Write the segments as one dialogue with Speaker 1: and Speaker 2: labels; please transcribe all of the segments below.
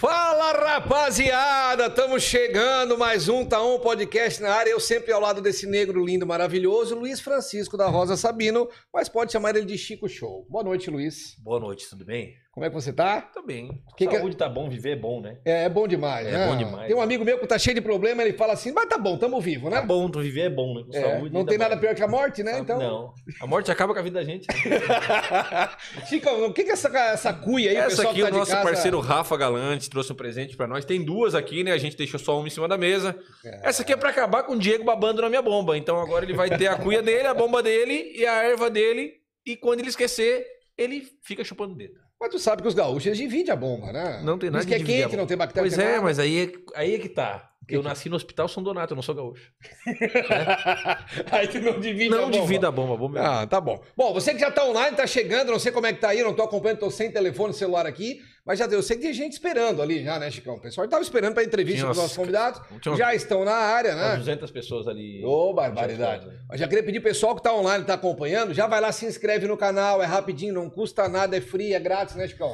Speaker 1: Fala rapaziada, estamos chegando mais um Tá Um Podcast na área. Eu sempre ao lado desse negro lindo, maravilhoso, Luiz Francisco da Rosa Sabino, mas pode chamar ele de Chico Show. Boa noite, Luiz.
Speaker 2: Boa noite, tudo bem?
Speaker 1: Como é que você tá?
Speaker 2: Tô bem.
Speaker 1: Que que-
Speaker 2: Saúde tá bom, viver é bom, né?
Speaker 1: É, é bom demais,
Speaker 2: É
Speaker 1: né?
Speaker 2: bom demais.
Speaker 1: Tem um amigo meu que tá cheio de problema, ele fala assim, mas tá bom, tamo vivo, né?
Speaker 3: Ah,
Speaker 2: Tá bom, tu viver é bom, né? Com
Speaker 1: É,
Speaker 2: saúde.
Speaker 1: não
Speaker 3: tá
Speaker 2: ainda
Speaker 1: tem nada
Speaker 2: mais.
Speaker 1: pior que a morte, né?
Speaker 2: Sabe-
Speaker 1: Então.
Speaker 2: Não. A morte acaba com a vida da gente. né?
Speaker 1: Chico, o que que é essa, essa cuia aí,
Speaker 3: Essa
Speaker 1: pessoal
Speaker 3: aqui, é
Speaker 1: que tá
Speaker 3: o
Speaker 1: de
Speaker 3: nosso
Speaker 1: casa?
Speaker 3: parceiro Rafa Galante trouxe um presente pra nós. Tem duas aqui, né? A gente deixou só uma em cima da mesa.
Speaker 1: É.
Speaker 3: Essa aqui é pra acabar com o Diego babando na minha bomba. Então agora ele vai ter a cuia dele, a bomba dele e a erva dele. E quando ele esquecer, ele fica chupando o dedo.
Speaker 1: Mas tu sabe que os gaúchos eles dividem a bomba, né?
Speaker 3: Não tem
Speaker 1: Diz
Speaker 3: nada
Speaker 1: que é
Speaker 3: de dividir a
Speaker 1: quente,
Speaker 3: bomba.
Speaker 1: não tem
Speaker 2: Tá
Speaker 1: bactéria.
Speaker 3: Pois
Speaker 1: tem
Speaker 3: é,
Speaker 1: nada.
Speaker 3: mas aí, é- aí é que tá.
Speaker 1: Que
Speaker 3: Eu
Speaker 1: que-
Speaker 3: nasci no Hospital São Donato, eu não sou gaúcho.
Speaker 1: Aí tu não divide a
Speaker 3: Não
Speaker 1: bomba.
Speaker 3: divida a bomba, a bomba é-
Speaker 1: Ah, tá bom. Bom, você que já tá online, tá chegando, não sei como é que tá aí, não tô acompanhando, tô sem telefone celular aqui, mas já deu. Eu sei que tem gente esperando ali já, né, Chicão? O pessoal tava esperando pra entrevista
Speaker 3: Tinha
Speaker 1: dos
Speaker 3: umas-
Speaker 1: nossos convidados,
Speaker 3: Tinha uma-
Speaker 1: já estão na área,
Speaker 2: Umas
Speaker 1: né?
Speaker 2: 200 pessoas ali.
Speaker 1: Ô, barbaridade. Eu já queria pedir pro pessoal que tá online, tá acompanhando, já vai lá, se inscreve no canal, é rapidinho, não custa nada, é free, é grátis, né, Chicão?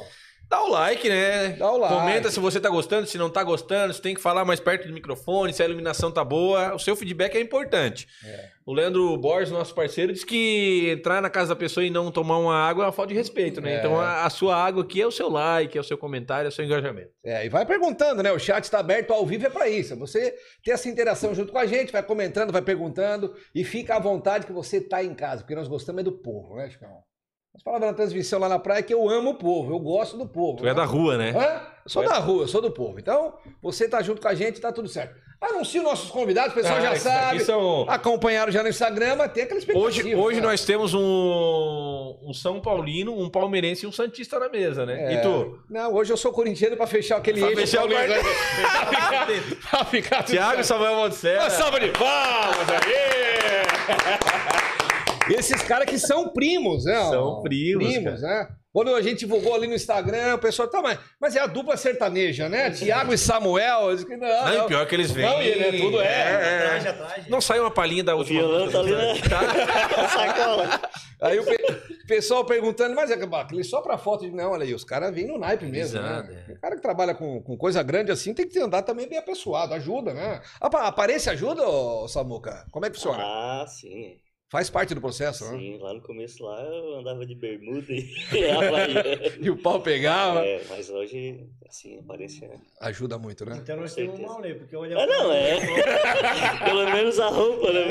Speaker 3: Dá o like, né?
Speaker 1: Dá o like.
Speaker 3: Comenta se você tá gostando, se não tá gostando, se tem que falar mais perto do microfone, se a iluminação tá boa. O seu feedback é importante.
Speaker 1: É.
Speaker 3: O Leandro Borges, nosso parceiro, disse que entrar na casa da pessoa e não tomar uma água é uma falta de respeito, né?
Speaker 1: É.
Speaker 3: Então a, a sua água aqui é o seu like, é o seu comentário, é o seu engajamento.
Speaker 1: É, e vai perguntando, né? O chat está aberto ao vivo é para isso. é Você ter essa interação junto com a gente, vai comentando, vai perguntando e fica à vontade que você tá em casa, porque nós gostamos é do povo, né, Chicão? Nós falava na transmissão lá na praia é que eu amo o povo, eu gosto do povo.
Speaker 3: Tu é da rua, né?
Speaker 1: Hã? Eu sou
Speaker 3: Tu é-
Speaker 1: da rua, eu sou do povo. Então, você tá junto com a gente, tá tudo certo. Anuncio nossos convidados, o pessoal
Speaker 3: Ah,
Speaker 1: já sabe.
Speaker 2: São...
Speaker 1: Acompanharam já no Instagram, mas tem aquela expectativa.
Speaker 3: Hoje, hoje
Speaker 1: né?
Speaker 3: nós temos um, um São Paulino, um palmeirense e um Santista na mesa, né?
Speaker 1: É.
Speaker 3: E tu?
Speaker 1: Não, hoje eu sou corintiano pra fechar aquele
Speaker 3: Pra
Speaker 1: eixo
Speaker 3: fechar o
Speaker 1: paulista. Pra ficar tudo certo.
Speaker 3: Tiago Samuel Montsera.
Speaker 2: salva de palmas aí!
Speaker 1: Esses caras que são primos, né?
Speaker 3: São primos,
Speaker 1: né? Quando a gente divulgou ali no Instagram, o pessoal, tá, mas, mas é a dupla sertaneja, né? Tiago e Samuel. Eu disse que Não,
Speaker 3: Não, e
Speaker 1: não.
Speaker 3: pior que eles vêm.
Speaker 1: Não, e ele é tudo, é.
Speaker 2: Atrás, atrás.
Speaker 3: Não sai uma palhinha da última. né?
Speaker 4: Violão tá ali na sacola.
Speaker 1: Aí o pe- pessoal perguntando, mas é que bah, aquele só pra foto. Eu digo, Não, olha aí, os caras vêm no naipe mesmo,
Speaker 3: Exato,
Speaker 1: né? O cara que trabalha com, com coisa grande assim tem que andar também bem apessoado, ajuda, né? Apa- Aparência ajuda, ô, Samuca? Como é que funciona?
Speaker 4: Ah, sim.
Speaker 1: Faz parte do processo, né?
Speaker 4: Sim, lá no começo lá eu andava de bermuda e havaiana.
Speaker 1: E o pau pegava.
Speaker 4: É, mas hoje, assim, aparência.
Speaker 1: Ajuda muito, né?
Speaker 5: Então nós
Speaker 4: Com
Speaker 5: temos um
Speaker 4: certeza.
Speaker 5: Maulê, porque olha.
Speaker 4: Ah, não, é. Pelo menos a roupa, né?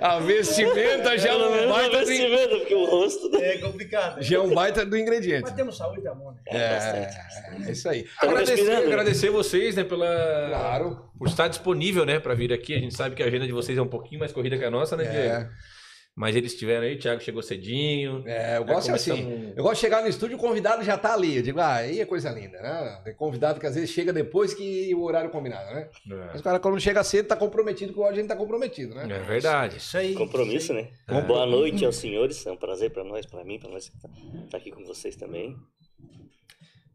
Speaker 1: A vestimenta É, já é
Speaker 4: Pelo
Speaker 1: um
Speaker 4: menos a
Speaker 1: baita do, in-
Speaker 4: vestimenta, porque o rosto. né?
Speaker 5: É complicado. né?
Speaker 1: já é um baita do ingrediente.
Speaker 5: Mas temos saúde da mão, né?
Speaker 4: bastante,
Speaker 1: É, é isso aí.
Speaker 3: Agradecer,
Speaker 4: respirando, né?
Speaker 3: agradecer vocês, né, pela
Speaker 1: Claro.
Speaker 3: por estar disponível, né, para vir aqui. A gente sabe que a agenda de vocês é um pouquinho mais corrida que a nossa, né, Diego?
Speaker 1: É,
Speaker 3: Mas eles estiveram aí, o Thiago chegou cedinho. Né,
Speaker 1: é, eu gosto assim. Eu gosto de chegar no estúdio, o convidado já tá ali. Eu digo, ah, aí é coisa linda, né? Tem convidado que às vezes chega depois que o horário combinado, né? Mas o cara quando chega cedo tá comprometido com o horário, a gente tá comprometido,
Speaker 3: um- É,
Speaker 1: né?
Speaker 3: é verdade.
Speaker 5: Isso aí.
Speaker 4: Compromisso, né?
Speaker 3: É.
Speaker 4: Boa noite aos senhores. É um prazer pra nós, pra mim, pra nós estar aqui com vocês também.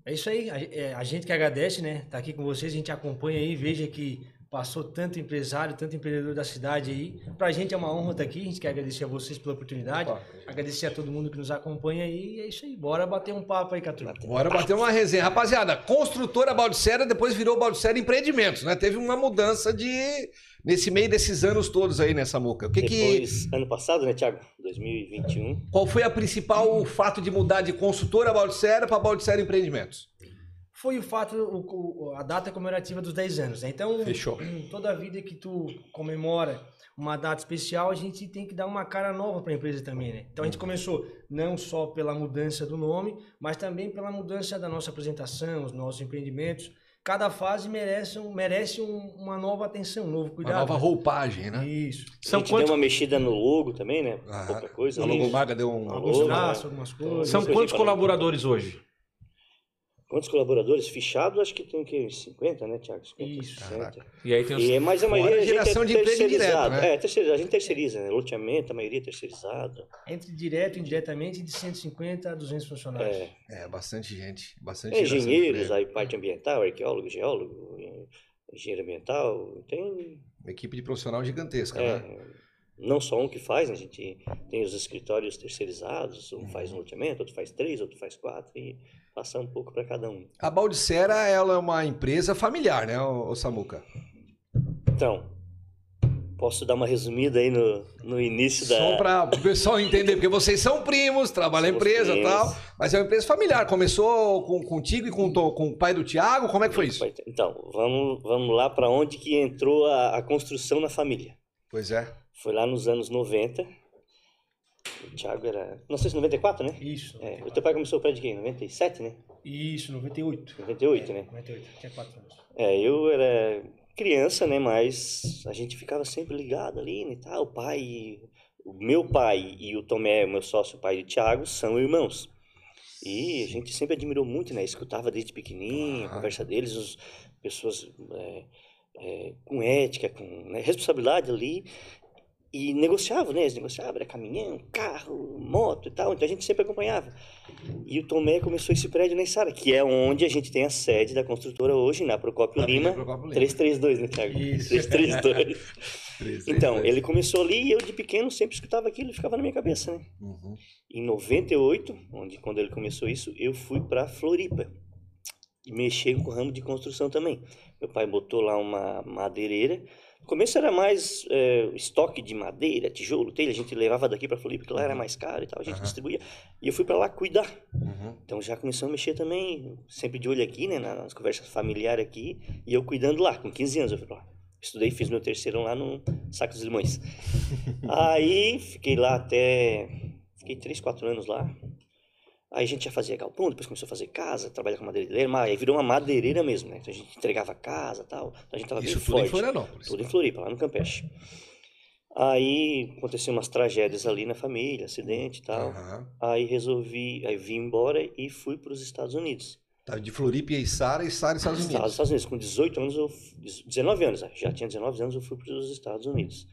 Speaker 5: É isso aí. A, é, a gente que agradece, né? Tá aqui com vocês, a gente acompanha aí, veja que passou tanto empresário, tanto empreendedor da cidade aí. Pra gente é uma honra estar aqui. A gente quer agradecer a vocês pela oportunidade. Agradecer a todo mundo que nos acompanha aí. E é isso aí. Bora bater um papo aí, Catu.
Speaker 1: Bora bater uma resenha. Rapaziada, construtora Baldicera depois virou Baldicera Empreendimentos, né? Teve uma mudança de. nesse meio desses anos todos aí nessa muca. O que que.
Speaker 4: Depois, ano passado, né, Thiago? 2021.
Speaker 1: Qual foi a principal fato de mudar de construtora Baldicera para Baldicera Empreendimentos?
Speaker 5: Foi o fato, o- o- a data comemorativa dos 10 anos, né? Então,
Speaker 1: Fechou.
Speaker 5: toda vida que tu comemora uma data especial, a gente tem que dar uma cara nova para a empresa também, né? Então a gente começou não só pela mudança do nome, mas também pela mudança da nossa apresentação, os nossos empreendimentos. Cada fase merece, um- merece um- uma nova atenção, um novo
Speaker 1: Uma
Speaker 5: cuidado.
Speaker 1: nova roupagem, né?
Speaker 5: Isso.
Speaker 4: A
Speaker 3: São
Speaker 4: gente deu
Speaker 3: quantos
Speaker 4: uma mexida no logo também, né?
Speaker 1: Ah,
Speaker 4: Pouca coisa.
Speaker 1: A
Speaker 4: ali.
Speaker 1: logomarca deu um.
Speaker 4: Alô?
Speaker 5: Alguns
Speaker 4: Boa,
Speaker 5: traços,
Speaker 4: né?
Speaker 5: algumas coisas.
Speaker 3: são
Speaker 4: Coisa
Speaker 3: quantos
Speaker 4: pra-
Speaker 3: colaboradores hoje?
Speaker 4: Quantos colaboradores fechados? Acho que tem o quê? Uns 50, né, Thiago? 50,
Speaker 5: Isso.
Speaker 4: 60.
Speaker 3: E aí tem os
Speaker 4: E, é- mas a maioria
Speaker 1: Fora
Speaker 4: a gente
Speaker 1: geração
Speaker 4: é
Speaker 1: de emprego
Speaker 4: terceirizado.
Speaker 1: indireto, né?
Speaker 4: É, terceiriza- a gente terceiriza, né? Loteamento, a maioria é terceirizado.
Speaker 5: Entre direto e indiretamente, de 150 a 200 funcionários.
Speaker 4: É,
Speaker 1: É, bastante gente. Bastante
Speaker 4: tem
Speaker 1: geração de
Speaker 4: É, engenheiros,
Speaker 1: emprego.
Speaker 4: aí parte ambiental, arqueólogo, geólogo, eh, engenheiro ambiental. Tem.
Speaker 1: Uma equipe de profissional gigantesca,
Speaker 4: é,
Speaker 1: né?
Speaker 4: não só um que faz, né? a gente tem os escritórios terceirizados, um faz um loteamento, outro faz três, outro faz quatro, e passar um pouco para cada um.
Speaker 1: A Baldicera, ela é uma empresa familiar, né, ô, ô Samuca?
Speaker 4: Então, posso dar uma resumida aí no, no início da.
Speaker 1: Só para o pessoal entender, porque vocês são primos, trabalham na
Speaker 4: Somos
Speaker 1: empresa e
Speaker 4: primos.
Speaker 1: tal, mas é uma empresa familiar. Começou com, contigo e com, o to- com o pai do Thiago, como é que foi isso?
Speaker 4: Então, vamos, vamos lá para onde que entrou a, a construção na família.
Speaker 1: Pois é.
Speaker 4: Foi lá nos anos 90. O Thiago era. 1994, né?
Speaker 5: Isso.
Speaker 4: É, o
Speaker 5: 94.
Speaker 4: teu pai começou o prédio de quem? 97, né?
Speaker 5: Isso, 98. É,
Speaker 4: 98, né?
Speaker 5: 98, tinha 4 anos.
Speaker 4: É, eu era criança, né? Mas a gente ficava sempre ligado ali, né? e Tal, o pai, o meu pai e o Tomé, meu sócio, o pai do Thiago, são irmãos. E a gente sempre admirou muito, né? Escutava desde pequenininho, a
Speaker 1: Claro.
Speaker 4: conversa deles, os, pessoas é, é, com ética, com né, responsabilidade ali. E negociava, né? Eles negociavam, era caminhão, carro, moto e tal. Então a gente sempre acompanhava. E o Tomé começou esse prédio na Sara, que é onde a gente tem a sede da construtora hoje, na Procópio Lima. 332, né, Thiago?
Speaker 5: Isso.
Speaker 4: 332. Então, ele começou ali e eu de pequeno sempre escutava aquilo e ficava na minha cabeça, né?
Speaker 1: Uhum.
Speaker 4: Em 98, onde, quando ele começou isso, eu fui para Floripa. E mexer com o ramo de construção também. Meu pai botou lá uma madeireira. No começo era mais é, estoque de madeira, tijolo, telha. A gente levava daqui para Floripa, porque lá era mais caro e tal. A gente
Speaker 1: Uhum. Aham.
Speaker 4: distribuía. E eu fui para lá cuidar.
Speaker 1: Uhum.
Speaker 4: Então já começou a mexer também, sempre de olho aqui, né, nas conversas familiares aqui, e eu cuidando lá, com 15 anos eu fui lá. Estudei, fiz meu terceirão lá no Saco dos Limões. Aí fiquei lá até. Fiquei 3, 4 anos lá. Aí a gente já fazia galpão, depois começou a fazer casa, trabalhar com madeireira, mas aí virou uma madeireira mesmo, né? Então a gente entregava casa e tal. Então a gente tava
Speaker 1: Isso
Speaker 4: bem
Speaker 1: tudo em
Speaker 4: forte.
Speaker 1: Florianópolis.
Speaker 4: Tudo em Floripa, lá no Campeche. Aí aconteceu umas tragédias ali na família, acidente e tal.
Speaker 1: Aham.
Speaker 4: Aí resolvi, aí vim embora e fui para os Estados Unidos.
Speaker 1: Tá de Floripa e Sara e Sara e Estados
Speaker 4: Estados,
Speaker 1: Unidos.
Speaker 4: Estados Unidos, com 18 anos, eu, f- 19 anos, ah, já tinha 19 anos, eu fui para os Estados Unidos.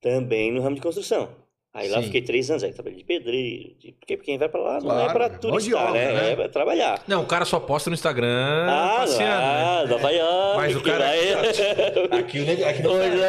Speaker 4: Também no ramo de construção. Aí lá
Speaker 1: Sim. fiquei
Speaker 4: fiquei três anos, aí trabalhei de pedreiro, de, porque quem vai para lá não é
Speaker 1: Claro, é mão
Speaker 4: para
Speaker 1: de
Speaker 4: turistar,
Speaker 1: obra,
Speaker 4: né?
Speaker 1: né?
Speaker 4: É para trabalhar.
Speaker 3: Não, o cara só posta no Instagram
Speaker 4: Ah,
Speaker 3: passeando, né?
Speaker 4: ah, Nova York,
Speaker 3: Mas o
Speaker 4: que
Speaker 3: cara-
Speaker 4: lá é-
Speaker 2: Aqui o negócio.
Speaker 4: Orlando,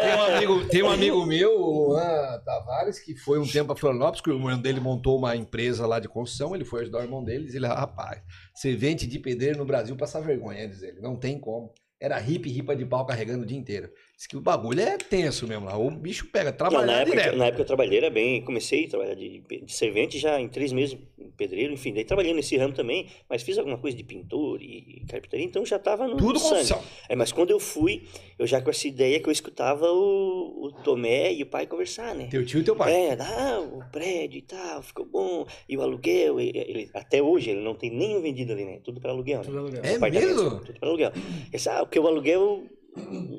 Speaker 1: Tem
Speaker 4: né?
Speaker 1: um amigo, tem um amigo meu, o Juan Tavares, que foi um tempo a Florianópolis, que o irmão dele montou uma empresa lá de construção, ele foi ajudar o irmão deles, ele, rapaz, servente de pedreiro no Brasil passa vergonha, diz ele, não tem como. Era hippie, ripa de pau carregando o dia inteiro. Diz que o bagulho é tenso mesmo lá, o bicho pega,
Speaker 4: Não, na,
Speaker 1: trabalhar
Speaker 4: época,
Speaker 1: direto.
Speaker 4: na época eu trabalhei, era bem. Comecei a trabalhar de, de servente já em três meses, em pedreiro, enfim. Daí trabalhei nesse ramo também, mas fiz alguma coisa de pintor e carpintaria, então já tava no
Speaker 1: Tudo
Speaker 4: sangue.
Speaker 1: construção.
Speaker 4: É, mas quando eu fui, eu já com essa ideia que eu escutava o, o Tomé e o pai conversar, né?
Speaker 1: Teu tio e teu pai.
Speaker 4: É, ah, o prédio e tal, ficou bom, e o aluguel, e- ele- até hoje ele não tem nenhum vendido ali, né? Tudo para aluguel, né?
Speaker 5: Tudo legal.
Speaker 1: É
Speaker 4: apartamentos,
Speaker 1: mesmo?
Speaker 4: Tudo para aluguel. Ele disse, ah, porque o aluguel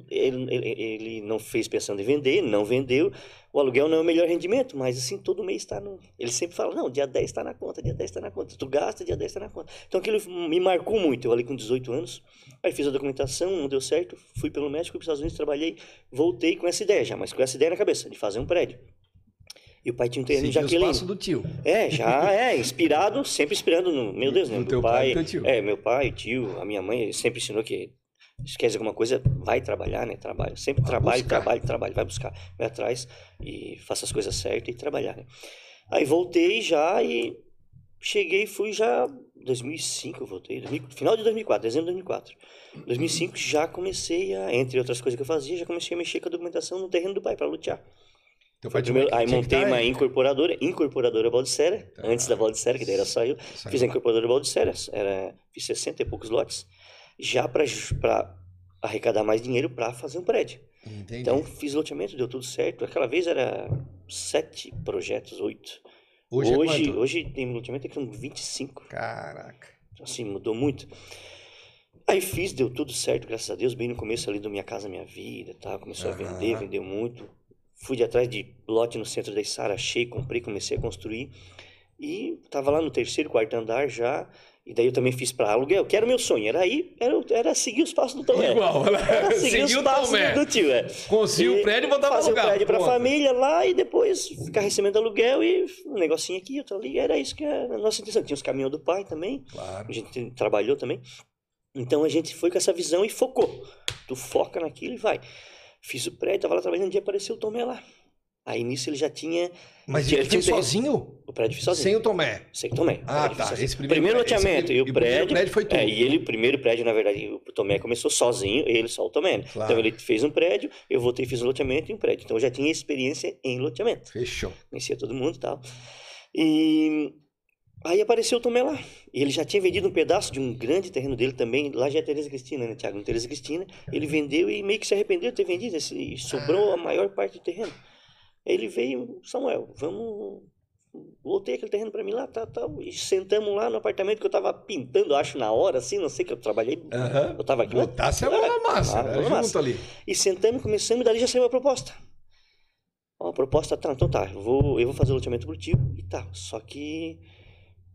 Speaker 4: ele, ele, ele não fez pensando em vender, não vendeu. O aluguel não é o melhor rendimento, mas assim, todo mês está no. Ele sempre fala, não, dia 10 está na conta, dia 10 está na conta. Tu gasta, dia 10 está na conta. Então aquilo me marcou muito. Eu ali com 18 anos, aí fiz a documentação, não deu certo, fui pelo México, fui para os Estados Unidos, trabalhei, voltei com essa ideia já, mas com essa ideia na cabeça, de fazer um prédio. E o pai tinha um terreno em
Speaker 1: Seguiu os
Speaker 4: Jaqueline.
Speaker 1: passos do tio.
Speaker 4: É, já é, inspirado, sempre inspirando no, meu Deus, né?
Speaker 1: No
Speaker 4: Meu
Speaker 1: teu pai e teu tio.
Speaker 4: É, meu pai, tio, a minha mãe sempre ensinou que esquece alguma coisa, vai trabalhar, né? Trabalho, sempre
Speaker 1: Vai
Speaker 4: trabalho,
Speaker 1: buscar.
Speaker 4: trabalho, trabalho, vai buscar, vai atrás e faça as coisas certas e trabalhar, né? Aí voltei já e cheguei, fui já 2005, eu voltei, 2000, final de 2004, dezembro de 2004. 2005 já comecei a, entre outras coisas que eu fazia, já comecei a mexer com a documentação no terreno do pai para lutear.
Speaker 1: Teu
Speaker 4: Foi
Speaker 1: pai tinha
Speaker 4: primeiro-
Speaker 1: que-
Speaker 4: aí
Speaker 1: tinha que
Speaker 4: montei
Speaker 1: tá-
Speaker 4: uma incorporadora, incorporadora Baldissera,
Speaker 1: Tá.
Speaker 4: antes da Baldissera, que daí era só eu. Fiz a incorporadora Baldissera, era, fiz 60 e poucos lotes, já para arrecadar mais dinheiro para fazer um prédio.
Speaker 1: Entendi.
Speaker 4: Então fiz loteamento, deu tudo certo. Aquela vez era sete projetos, oito.
Speaker 1: hoje, é
Speaker 4: hoje,
Speaker 1: quanto?
Speaker 4: hoje tem loteamento que são 25.
Speaker 1: Caraca.
Speaker 4: Então, assim, mudou muito. Aí fiz, deu tudo certo, graças a Deus, bem no começo ali do Minha Casa Minha Vida, tá? Começou a
Speaker 1: Aham.
Speaker 4: vender, vendeu muito. Fui de atrás de lote no centro da Isara, achei, comprei, comecei a construir. E tava lá no terceiro, quarto andar já. E daí eu também fiz para aluguel, que era o meu sonho. Era aí, era, era seguir os passos do Tomé.
Speaker 1: Igual,
Speaker 4: Era seguir os
Speaker 1: seguiu o
Speaker 4: passos
Speaker 1: Tomé.
Speaker 4: do tio, é.
Speaker 1: Conseguiu
Speaker 4: E
Speaker 1: o prédio e botar pra
Speaker 4: Fazer o
Speaker 1: alugar.
Speaker 4: prédio pra
Speaker 1: Pronto.
Speaker 4: família lá e depois ficar recebendo aluguel e um negocinho aqui, outro ali. Era isso que era a nossa intenção. Tinha os caminhões do pai também.
Speaker 1: Claro.
Speaker 4: A gente trabalhou também. Então a gente foi com essa visão e focou. Tu foca naquilo e vai. Fiz o prédio, tava lá trabalhando, um dia apareceu o Tomé lá. Aí nisso ele já tinha.
Speaker 1: Mas
Speaker 4: tinha-
Speaker 1: ele
Speaker 4: tinha
Speaker 1: fez
Speaker 4: um terreno-
Speaker 1: sozinho?
Speaker 4: O prédio sozinho.
Speaker 1: Sem o Tomé.
Speaker 4: Sei que também.
Speaker 1: Ah,
Speaker 4: Prédio
Speaker 1: tá.
Speaker 4: só-
Speaker 1: Esse primeiro
Speaker 4: primeiro
Speaker 1: prédio- esse
Speaker 4: loteamento
Speaker 1: pri-
Speaker 4: e o
Speaker 1: e o primeiro
Speaker 4: prédio.
Speaker 1: prédio foi tudo.
Speaker 4: É, e ele, o primeiro prédio, na verdade, o Tomé começou sozinho, ele só o Tomé. né?
Speaker 1: Claro.
Speaker 4: Então ele fez um prédio, eu voltei e fiz um loteamento e um prédio. Então eu já tinha experiência em loteamento.
Speaker 1: Fechou.
Speaker 4: Conhecia todo mundo e tal. E aí apareceu o Tomé lá. E ele já tinha vendido um pedaço de um grande terreno dele também. Lá já é Tereza Cristina, né, Tiago? Tereza Cristina. Ele vendeu e meio que se arrependeu de ter vendido. esse- E sobrou a maior parte do terreno. Aí Ele veio, Samuel, vamos. Lotei aquele terreno pra mim lá, tal, tal. E sentamos lá no apartamento que eu tava pintando, acho, na hora, assim, não sei que eu trabalhei.
Speaker 1: Aham.
Speaker 4: Eu tava aqui, mas
Speaker 1: Botasse a mão na massa,
Speaker 4: Ah,
Speaker 1: né?
Speaker 4: mão na
Speaker 1: junto
Speaker 4: massa.
Speaker 1: ali.
Speaker 4: e sentamos, começamos, e dali já saiu a proposta. Ó, a proposta tá, então tá, eu vou, eu vou fazer o loteamento contigo e tal. Só que,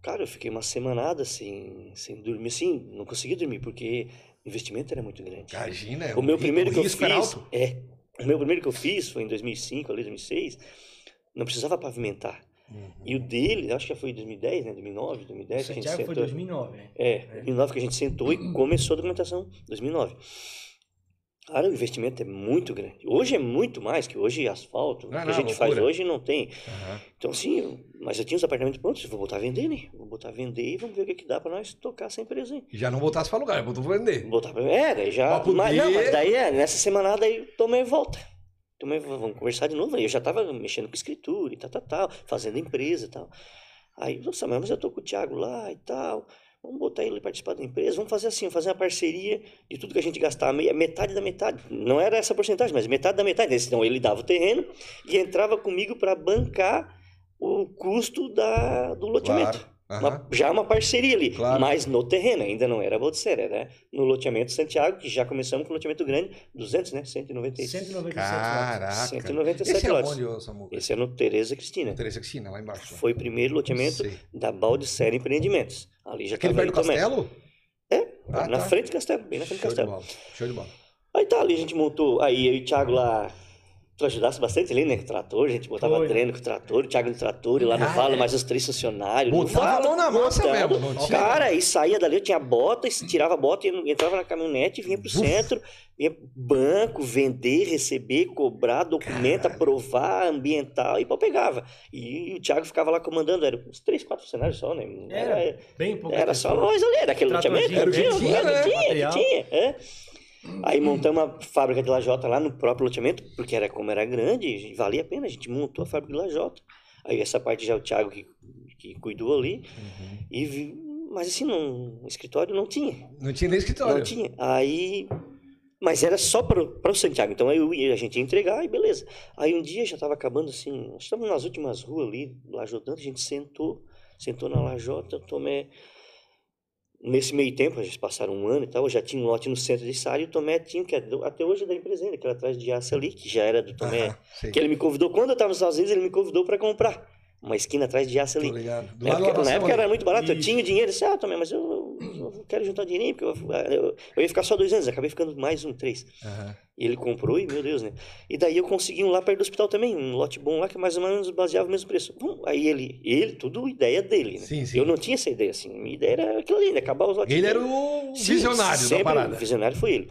Speaker 4: cara, eu fiquei uma semanada sem, sem dormir, assim, não consegui dormir, porque o investimento era muito grande.
Speaker 1: Imagina,
Speaker 4: O meu
Speaker 1: ri-
Speaker 4: primeiro
Speaker 1: é o
Speaker 4: que eu
Speaker 1: risco era
Speaker 4: fiz.
Speaker 1: alto.
Speaker 4: É. O meu primeiro que eu fiz foi em 2005, ali 2006. Não precisava pavimentar.
Speaker 1: Uhum.
Speaker 4: E o dele, acho que já foi em 2010, né? 2009, 2010 que a gente
Speaker 5: Santiago foi
Speaker 4: sentou.
Speaker 5: 2009, né?
Speaker 4: É, 2009 que a gente sentou e começou a documentação. 2009. Cara, o investimento é muito grande. Hoje é muito mais que hoje asfalto. O que
Speaker 1: Ah,
Speaker 4: a
Speaker 1: não,
Speaker 4: gente faz
Speaker 1: loucura.
Speaker 4: hoje não tem.
Speaker 1: Aham.
Speaker 4: Então, assim, eu- mas eu tinha os apartamentos prontos. eu Vou botar a vender, né? Vou botar a vender e vamos ver o que, que dá pra nós tocar essa empresa, hein?
Speaker 1: E Já não voltasse pra lugar, botou pra vender.
Speaker 4: Botar pra... É, daí já.
Speaker 1: Pra poder-
Speaker 4: Mas, não, mas daí é, nessa semana daí tomei volta. Tomei, vamos conversar de novo. aí Eu já tava mexendo com escritura e tal, tal, tal, fazendo empresa e tal. Aí, nossa, mas eu tô com o Thiago lá e tal. Vamos botar ele participar da empresa, vamos fazer assim, fazer uma parceria de tudo que a gente gastar, meia- metade da metade. Não era essa porcentagem, mas metade da metade. né? Senão ele dava o terreno e entrava comigo para bancar o custo da, do loteamento.
Speaker 1: Aham.
Speaker 4: Uma- já uma parceria ali,
Speaker 1: Claro.
Speaker 4: mas no terreno, ainda não era Bolseira, né? No loteamento Santiago, que já começamos com o loteamento grande, 200, né? 197.
Speaker 5: 197 lotes.
Speaker 1: Caraca.
Speaker 4: 197
Speaker 1: Esse é
Speaker 4: lotes.
Speaker 1: onde, ô, Samuca?
Speaker 4: Esse é no Tereza Cristina.
Speaker 1: Teresa Cristina, lá embaixo. né?
Speaker 4: Foi o primeiro loteamento
Speaker 1: Sei.
Speaker 4: da Baldicera Empreendimentos. Ali já
Speaker 1: Aquele
Speaker 4: estava
Speaker 1: perto
Speaker 4: ele
Speaker 1: do
Speaker 4: também.
Speaker 1: castelo? Ah,
Speaker 4: na
Speaker 1: tá.
Speaker 4: frente do castelo, bem na frente do
Speaker 1: Show de
Speaker 4: castelo.
Speaker 1: bola. Show de bola.
Speaker 4: Aí tá, ali a gente montou, aí eu e o Thiago lá, tu ajudasse bastante ali, né? Com o trator, a gente botava
Speaker 5: Foi.
Speaker 4: treino com o trator, o Thiago no trator, e lá no
Speaker 1: Ah,
Speaker 4: Valo,
Speaker 1: é.
Speaker 4: mais os três funcionários. no
Speaker 1: Botava a
Speaker 4: Valo.
Speaker 1: mão na massa
Speaker 4: Botava.
Speaker 1: mesmo. Não tinha.
Speaker 4: Cara, e saía dali, eu tinha bota, e se tirava a bota, e entrava na caminhonete, vinha pro
Speaker 1: Ufa.
Speaker 4: centro, vinha pro banco, vender, receber, cobrar, documento,
Speaker 1: Caralho.
Speaker 4: aprovar, ambiental, e pô, pegava. E o Thiago ficava lá comandando, era uns três, quatro funcionários só, né?
Speaker 5: Era, bem pouco.
Speaker 4: Era só nós ali, era aquele loteamento, era o que
Speaker 1: Tratorzinho,
Speaker 4: tinha, era o que
Speaker 1: né?
Speaker 4: tinha, era o
Speaker 5: Material.
Speaker 4: que tinha. é. Aí montamos a fábrica de lajota lá no próprio loteamento, porque era como era grande, valia a pena, a gente montou a fábrica de lajota. Aí essa parte já o Thiago que, que cuidou ali,
Speaker 1: Uhum.
Speaker 4: e vi- mas assim, não, o escritório não tinha,
Speaker 1: Não tinha nem escritório.
Speaker 4: não tinha. Aí, mas era só para o Santiago, então aí eu ia- a gente ia entregar e beleza. Aí um dia já estava acabando assim, nós estávamos nas últimas ruas ali, lajotando, a gente sentou, sentou na lajota, Tomé... Nesse meio tempo, a gente passaram um ano e tal, eu já tinha um lote no centro de Sara e o Tomé tinha, que é do- até hoje é da empresa ainda, que era atrás de aço ali, que já era do Tomé.
Speaker 1: Aham, sei.
Speaker 4: Que ele me convidou, quando eu estava nos Estados Unidos, ele me convidou para comprar uma esquina atrás de aço ali.
Speaker 1: Tô ligado. Do
Speaker 4: Na
Speaker 1: lado da
Speaker 4: época, É na época
Speaker 1: vassoura.
Speaker 4: era muito barato, eu
Speaker 5: Isso.
Speaker 4: tinha o dinheiro, assim, ah, também, mas eu, eu quero juntar dinheirinho, porque eu, ah, eu- eu ia ficar só dois anos, acabei ficando mais um, três.
Speaker 1: Aham.
Speaker 4: E ele comprou, e meu Deus, né? E daí eu consegui um lá perto do hospital também, um lote bom lá, que mais ou menos baseava o mesmo preço. Bom, aí ele, ele, tudo ideia dele, né?
Speaker 1: Sim, sim.
Speaker 4: Eu não tinha essa ideia, assim, minha ideia era aquilo ali, né? acabar os lotes.
Speaker 1: Ele era
Speaker 4: dele.
Speaker 1: o
Speaker 4: Sim,
Speaker 1: visionário da
Speaker 4: sempre
Speaker 1: parada.
Speaker 4: O visionário foi ele.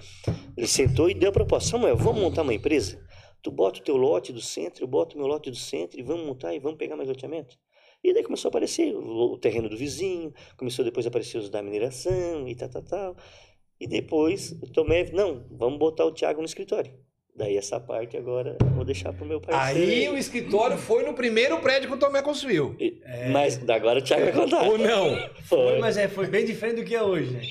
Speaker 4: Ele sentou e deu a proposta. Samuel, vamos montar uma empresa? Tu bota o teu lote do centro, eu boto o meu lote do centro e vamos montar e vamos pegar mais loteamento? E daí começou a aparecer o, o terreno do vizinho, começou depois a aparecer os da mineração e tal, tal, tal. E depois o Tomé, não, vamos botar o Thiago no escritório. Daí essa parte agora eu vou deixar pro meu
Speaker 1: Aí
Speaker 4: parceiro.
Speaker 1: o escritório foi no primeiro prédio que o Tomé construiu.
Speaker 4: Mas agora o Thiago vai contar.
Speaker 1: Ou não?
Speaker 5: Foi, mas é, foi bem diferente do que é hoje, né?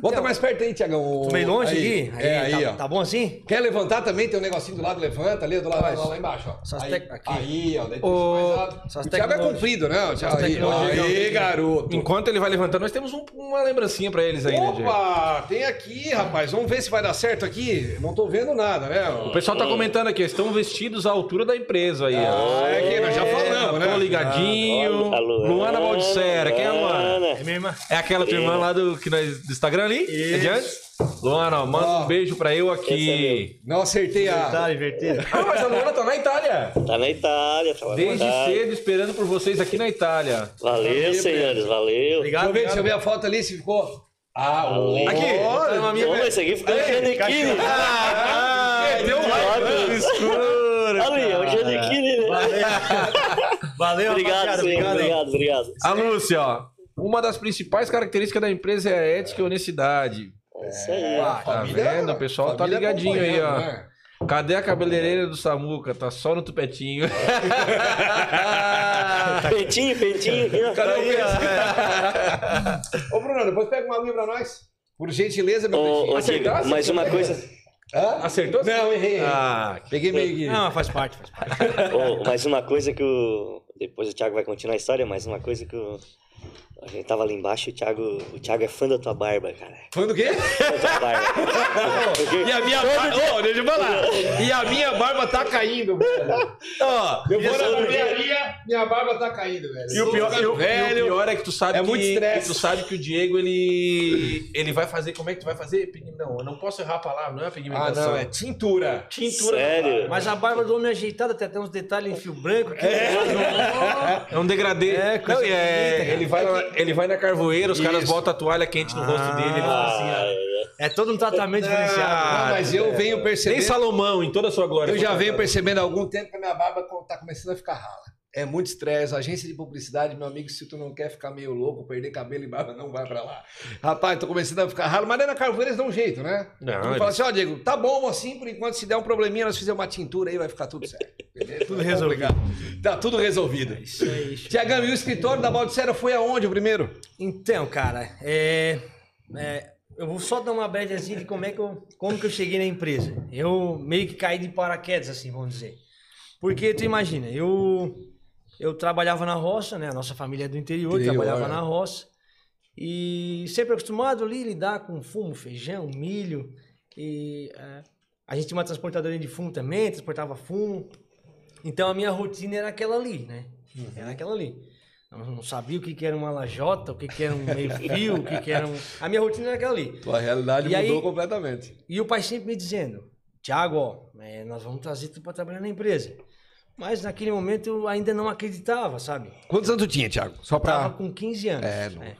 Speaker 1: Bota mais perto aí, Tiagão.
Speaker 5: Então. Tô
Speaker 1: O-
Speaker 5: meio longe
Speaker 1: aí.
Speaker 5: aqui?
Speaker 1: É, aí,
Speaker 5: tá,
Speaker 1: ó.
Speaker 5: tá bom assim?
Speaker 1: Quer levantar também? Tem um negocinho do lado, levanta ali, do lado, lá,
Speaker 5: Faz.
Speaker 1: lá, lá embaixo, ó.
Speaker 5: Essas
Speaker 1: aí,
Speaker 5: tec- aqui.
Speaker 1: aí, ó. Daí puxa
Speaker 3: Ô,
Speaker 1: mais alto.
Speaker 5: essas
Speaker 1: o Thiago é
Speaker 5: tecnologias.
Speaker 1: comprido, né? O Thiago, aí,
Speaker 5: tecnologias.
Speaker 1: aí, garoto.
Speaker 3: Enquanto ele vai levantando, nós temos um- uma lembrancinha pra eles aí, né, Diego?
Speaker 1: Opa, tem aqui, rapaz. Vamos ver se vai dar certo aqui. Não tô vendo nada, né?
Speaker 3: O pessoal tá comentando aqui, estão vestidos à altura da empresa aí, ó.
Speaker 1: Ah, é que nós já falamos, né?
Speaker 3: Tão ligadinho.
Speaker 4: A Lu- a
Speaker 3: Luana Baldissera, quem é a Ah, tá Luana?
Speaker 5: É minha irmã.
Speaker 3: É aquela tua irmã lá do, que nós, do Instagram ali? É de antes? Luana, ó, manda
Speaker 1: Ó.
Speaker 3: um beijo pra eu aqui.
Speaker 1: Não acertei a.
Speaker 5: Tá invertido.
Speaker 3: Ah, mas a Luana tá na Itália.
Speaker 4: Tá na Itália, tá lá na
Speaker 3: Desde
Speaker 4: Itália.
Speaker 3: cedo esperando por vocês aqui na Itália.
Speaker 4: Valeu, senhores, valeu.
Speaker 1: Deixa eu
Speaker 5: Obrigado.
Speaker 1: ver, deixa eu ver a foto ali se ficou. Ah, tá
Speaker 4: Valeu.
Speaker 1: Aqui,
Speaker 3: Olha,
Speaker 1: olha,
Speaker 3: uma minha-
Speaker 4: Toma, esse aqui ficou um canequinho.
Speaker 3: Ah,
Speaker 1: Perdeu o
Speaker 4: Drogas.
Speaker 3: escuro.
Speaker 4: grande aqui, né?
Speaker 2: Valeu. Valeu,
Speaker 4: Obrigado,
Speaker 2: rapaziada.
Speaker 4: senhor.
Speaker 2: Obrigado.
Speaker 4: Obrigado, obrigado.
Speaker 3: A Lúcia, ó. Uma das principais características da empresa é a ética e honestidade.
Speaker 4: É isso aí.
Speaker 1: Ah,
Speaker 3: Tá vendo? O pessoal tá
Speaker 1: família
Speaker 3: ligadinho aí, ó.
Speaker 1: acompanhando, né?
Speaker 3: Cadê a cabeleireira do Samuca? Tá só no tupetinho.
Speaker 4: Pentinho, pentinho. aqui, ó.
Speaker 3: Cadê o peixe?
Speaker 1: Ô, Bruno, depois pega uma aguinha pra nós. Por gentileza, meu
Speaker 4: Ô, ô,
Speaker 1: peixinho.
Speaker 4: Diego,
Speaker 3: Acertasse?
Speaker 4: mas oh, uma coisa,
Speaker 1: Hã?
Speaker 3: Acertou?
Speaker 1: Não, errei. errei.
Speaker 3: Ah,
Speaker 1: Peguei meio que...
Speaker 5: Não, faz parte, faz parte.
Speaker 4: ô, mas oh, uma coisa que o. Depois o Thiago vai continuar a história, mas uma coisa que o. A gente tava ali embaixo, o Thiago, o Thiago é fã da tua barba, cara.
Speaker 1: Fã do quê?
Speaker 4: Fã da tua barba. Porque-
Speaker 3: E a minha barba. Ô, deixa eu falar. E a minha barba tá caindo, velho. Ó,
Speaker 1: Eu vou na barbearia, minha barba tá caindo, velho.
Speaker 3: e o, pior, e o- e o
Speaker 1: Velho.
Speaker 3: pior é que tu sabe
Speaker 1: É
Speaker 3: que,
Speaker 1: muito estresse.
Speaker 3: que tu sabe que o Diego ele ele vai fazer como é que tu vai fazer Pigmen- não eu não posso errar a palavra não é
Speaker 1: Ah,
Speaker 3: pigmentação
Speaker 1: não, é tintura.
Speaker 3: tintura
Speaker 4: Sério?
Speaker 5: Mas a barba do homem é ajeitada tem até uns detalhes em fio branco. Que
Speaker 3: é um degradê
Speaker 5: É, coisa
Speaker 3: não, e é-
Speaker 5: bonita, cara.
Speaker 3: ele vai na, ele
Speaker 1: É
Speaker 3: vai na carvoeira os caras
Speaker 1: Isso.
Speaker 3: botam a toalha quente no rosto dele ele fala assim
Speaker 4: Ah,
Speaker 5: É todo um tratamento diferenciado.
Speaker 3: Ah,
Speaker 1: Não, mas eu venho
Speaker 3: nem
Speaker 1: percebendo.
Speaker 3: Salomão em toda a sua glória
Speaker 1: Eu já venho
Speaker 3: percebendo.
Speaker 1: percebendo há algum tempo que a minha barba co- tá começando a ficar rala. É muito estresse, agência de publicidade, meu amigo, se tu não quer ficar meio louco, perder cabelo e barba, não vai pra lá. Rapaz, tô começando a ficar ralo, mas daí na Carvoeira eles dão um jeito, né?
Speaker 3: Não,
Speaker 1: tu
Speaker 3: Ah, eles-
Speaker 1: fala assim, ó, Diego, tá bom assim, por enquanto, se der um probleminha, nós fizemos uma tintura aí, vai ficar tudo certo. Entendeu? tudo resolvido. Tá tudo resolvido.
Speaker 5: é Isso aí.
Speaker 1: Tiagão, e o escritório da Baldicera foi aonde o primeiro?
Speaker 5: Então, cara, é, é, eu vou só dar uma breve assim de como é que eu, como que eu cheguei na empresa. Eu meio que caí de paraquedas, assim, vamos dizer. Porque tu imagina, eu eu trabalhava na roça, né? A nossa família é do interior,
Speaker 1: Interior,
Speaker 5: trabalhava
Speaker 1: é.
Speaker 5: na roça. E sempre acostumado ali lidar com fumo, feijão, milho. E é, a gente tinha uma transportadora de fumo também, transportava fumo. Então a minha rotina era aquela ali, né?
Speaker 1: Uhum.
Speaker 5: Era aquela ali. Eu não sabia o que, que era uma lajota, o que, que era um meio-fio, o que, que era um. A minha rotina era aquela ali.
Speaker 1: Tua realidade
Speaker 5: E aí-
Speaker 1: completamente.
Speaker 5: E o pai sempre me dizendo: Tiago, ó, é, nós vamos trazer tu pra trabalhar na empresa. Mas naquele momento eu ainda não acreditava, sabe?
Speaker 1: Quantos anos tu tinha, Thiago? Só
Speaker 5: Tava
Speaker 3: Tá.
Speaker 1: pra...
Speaker 5: com 15 anos.
Speaker 1: É, não.
Speaker 5: né?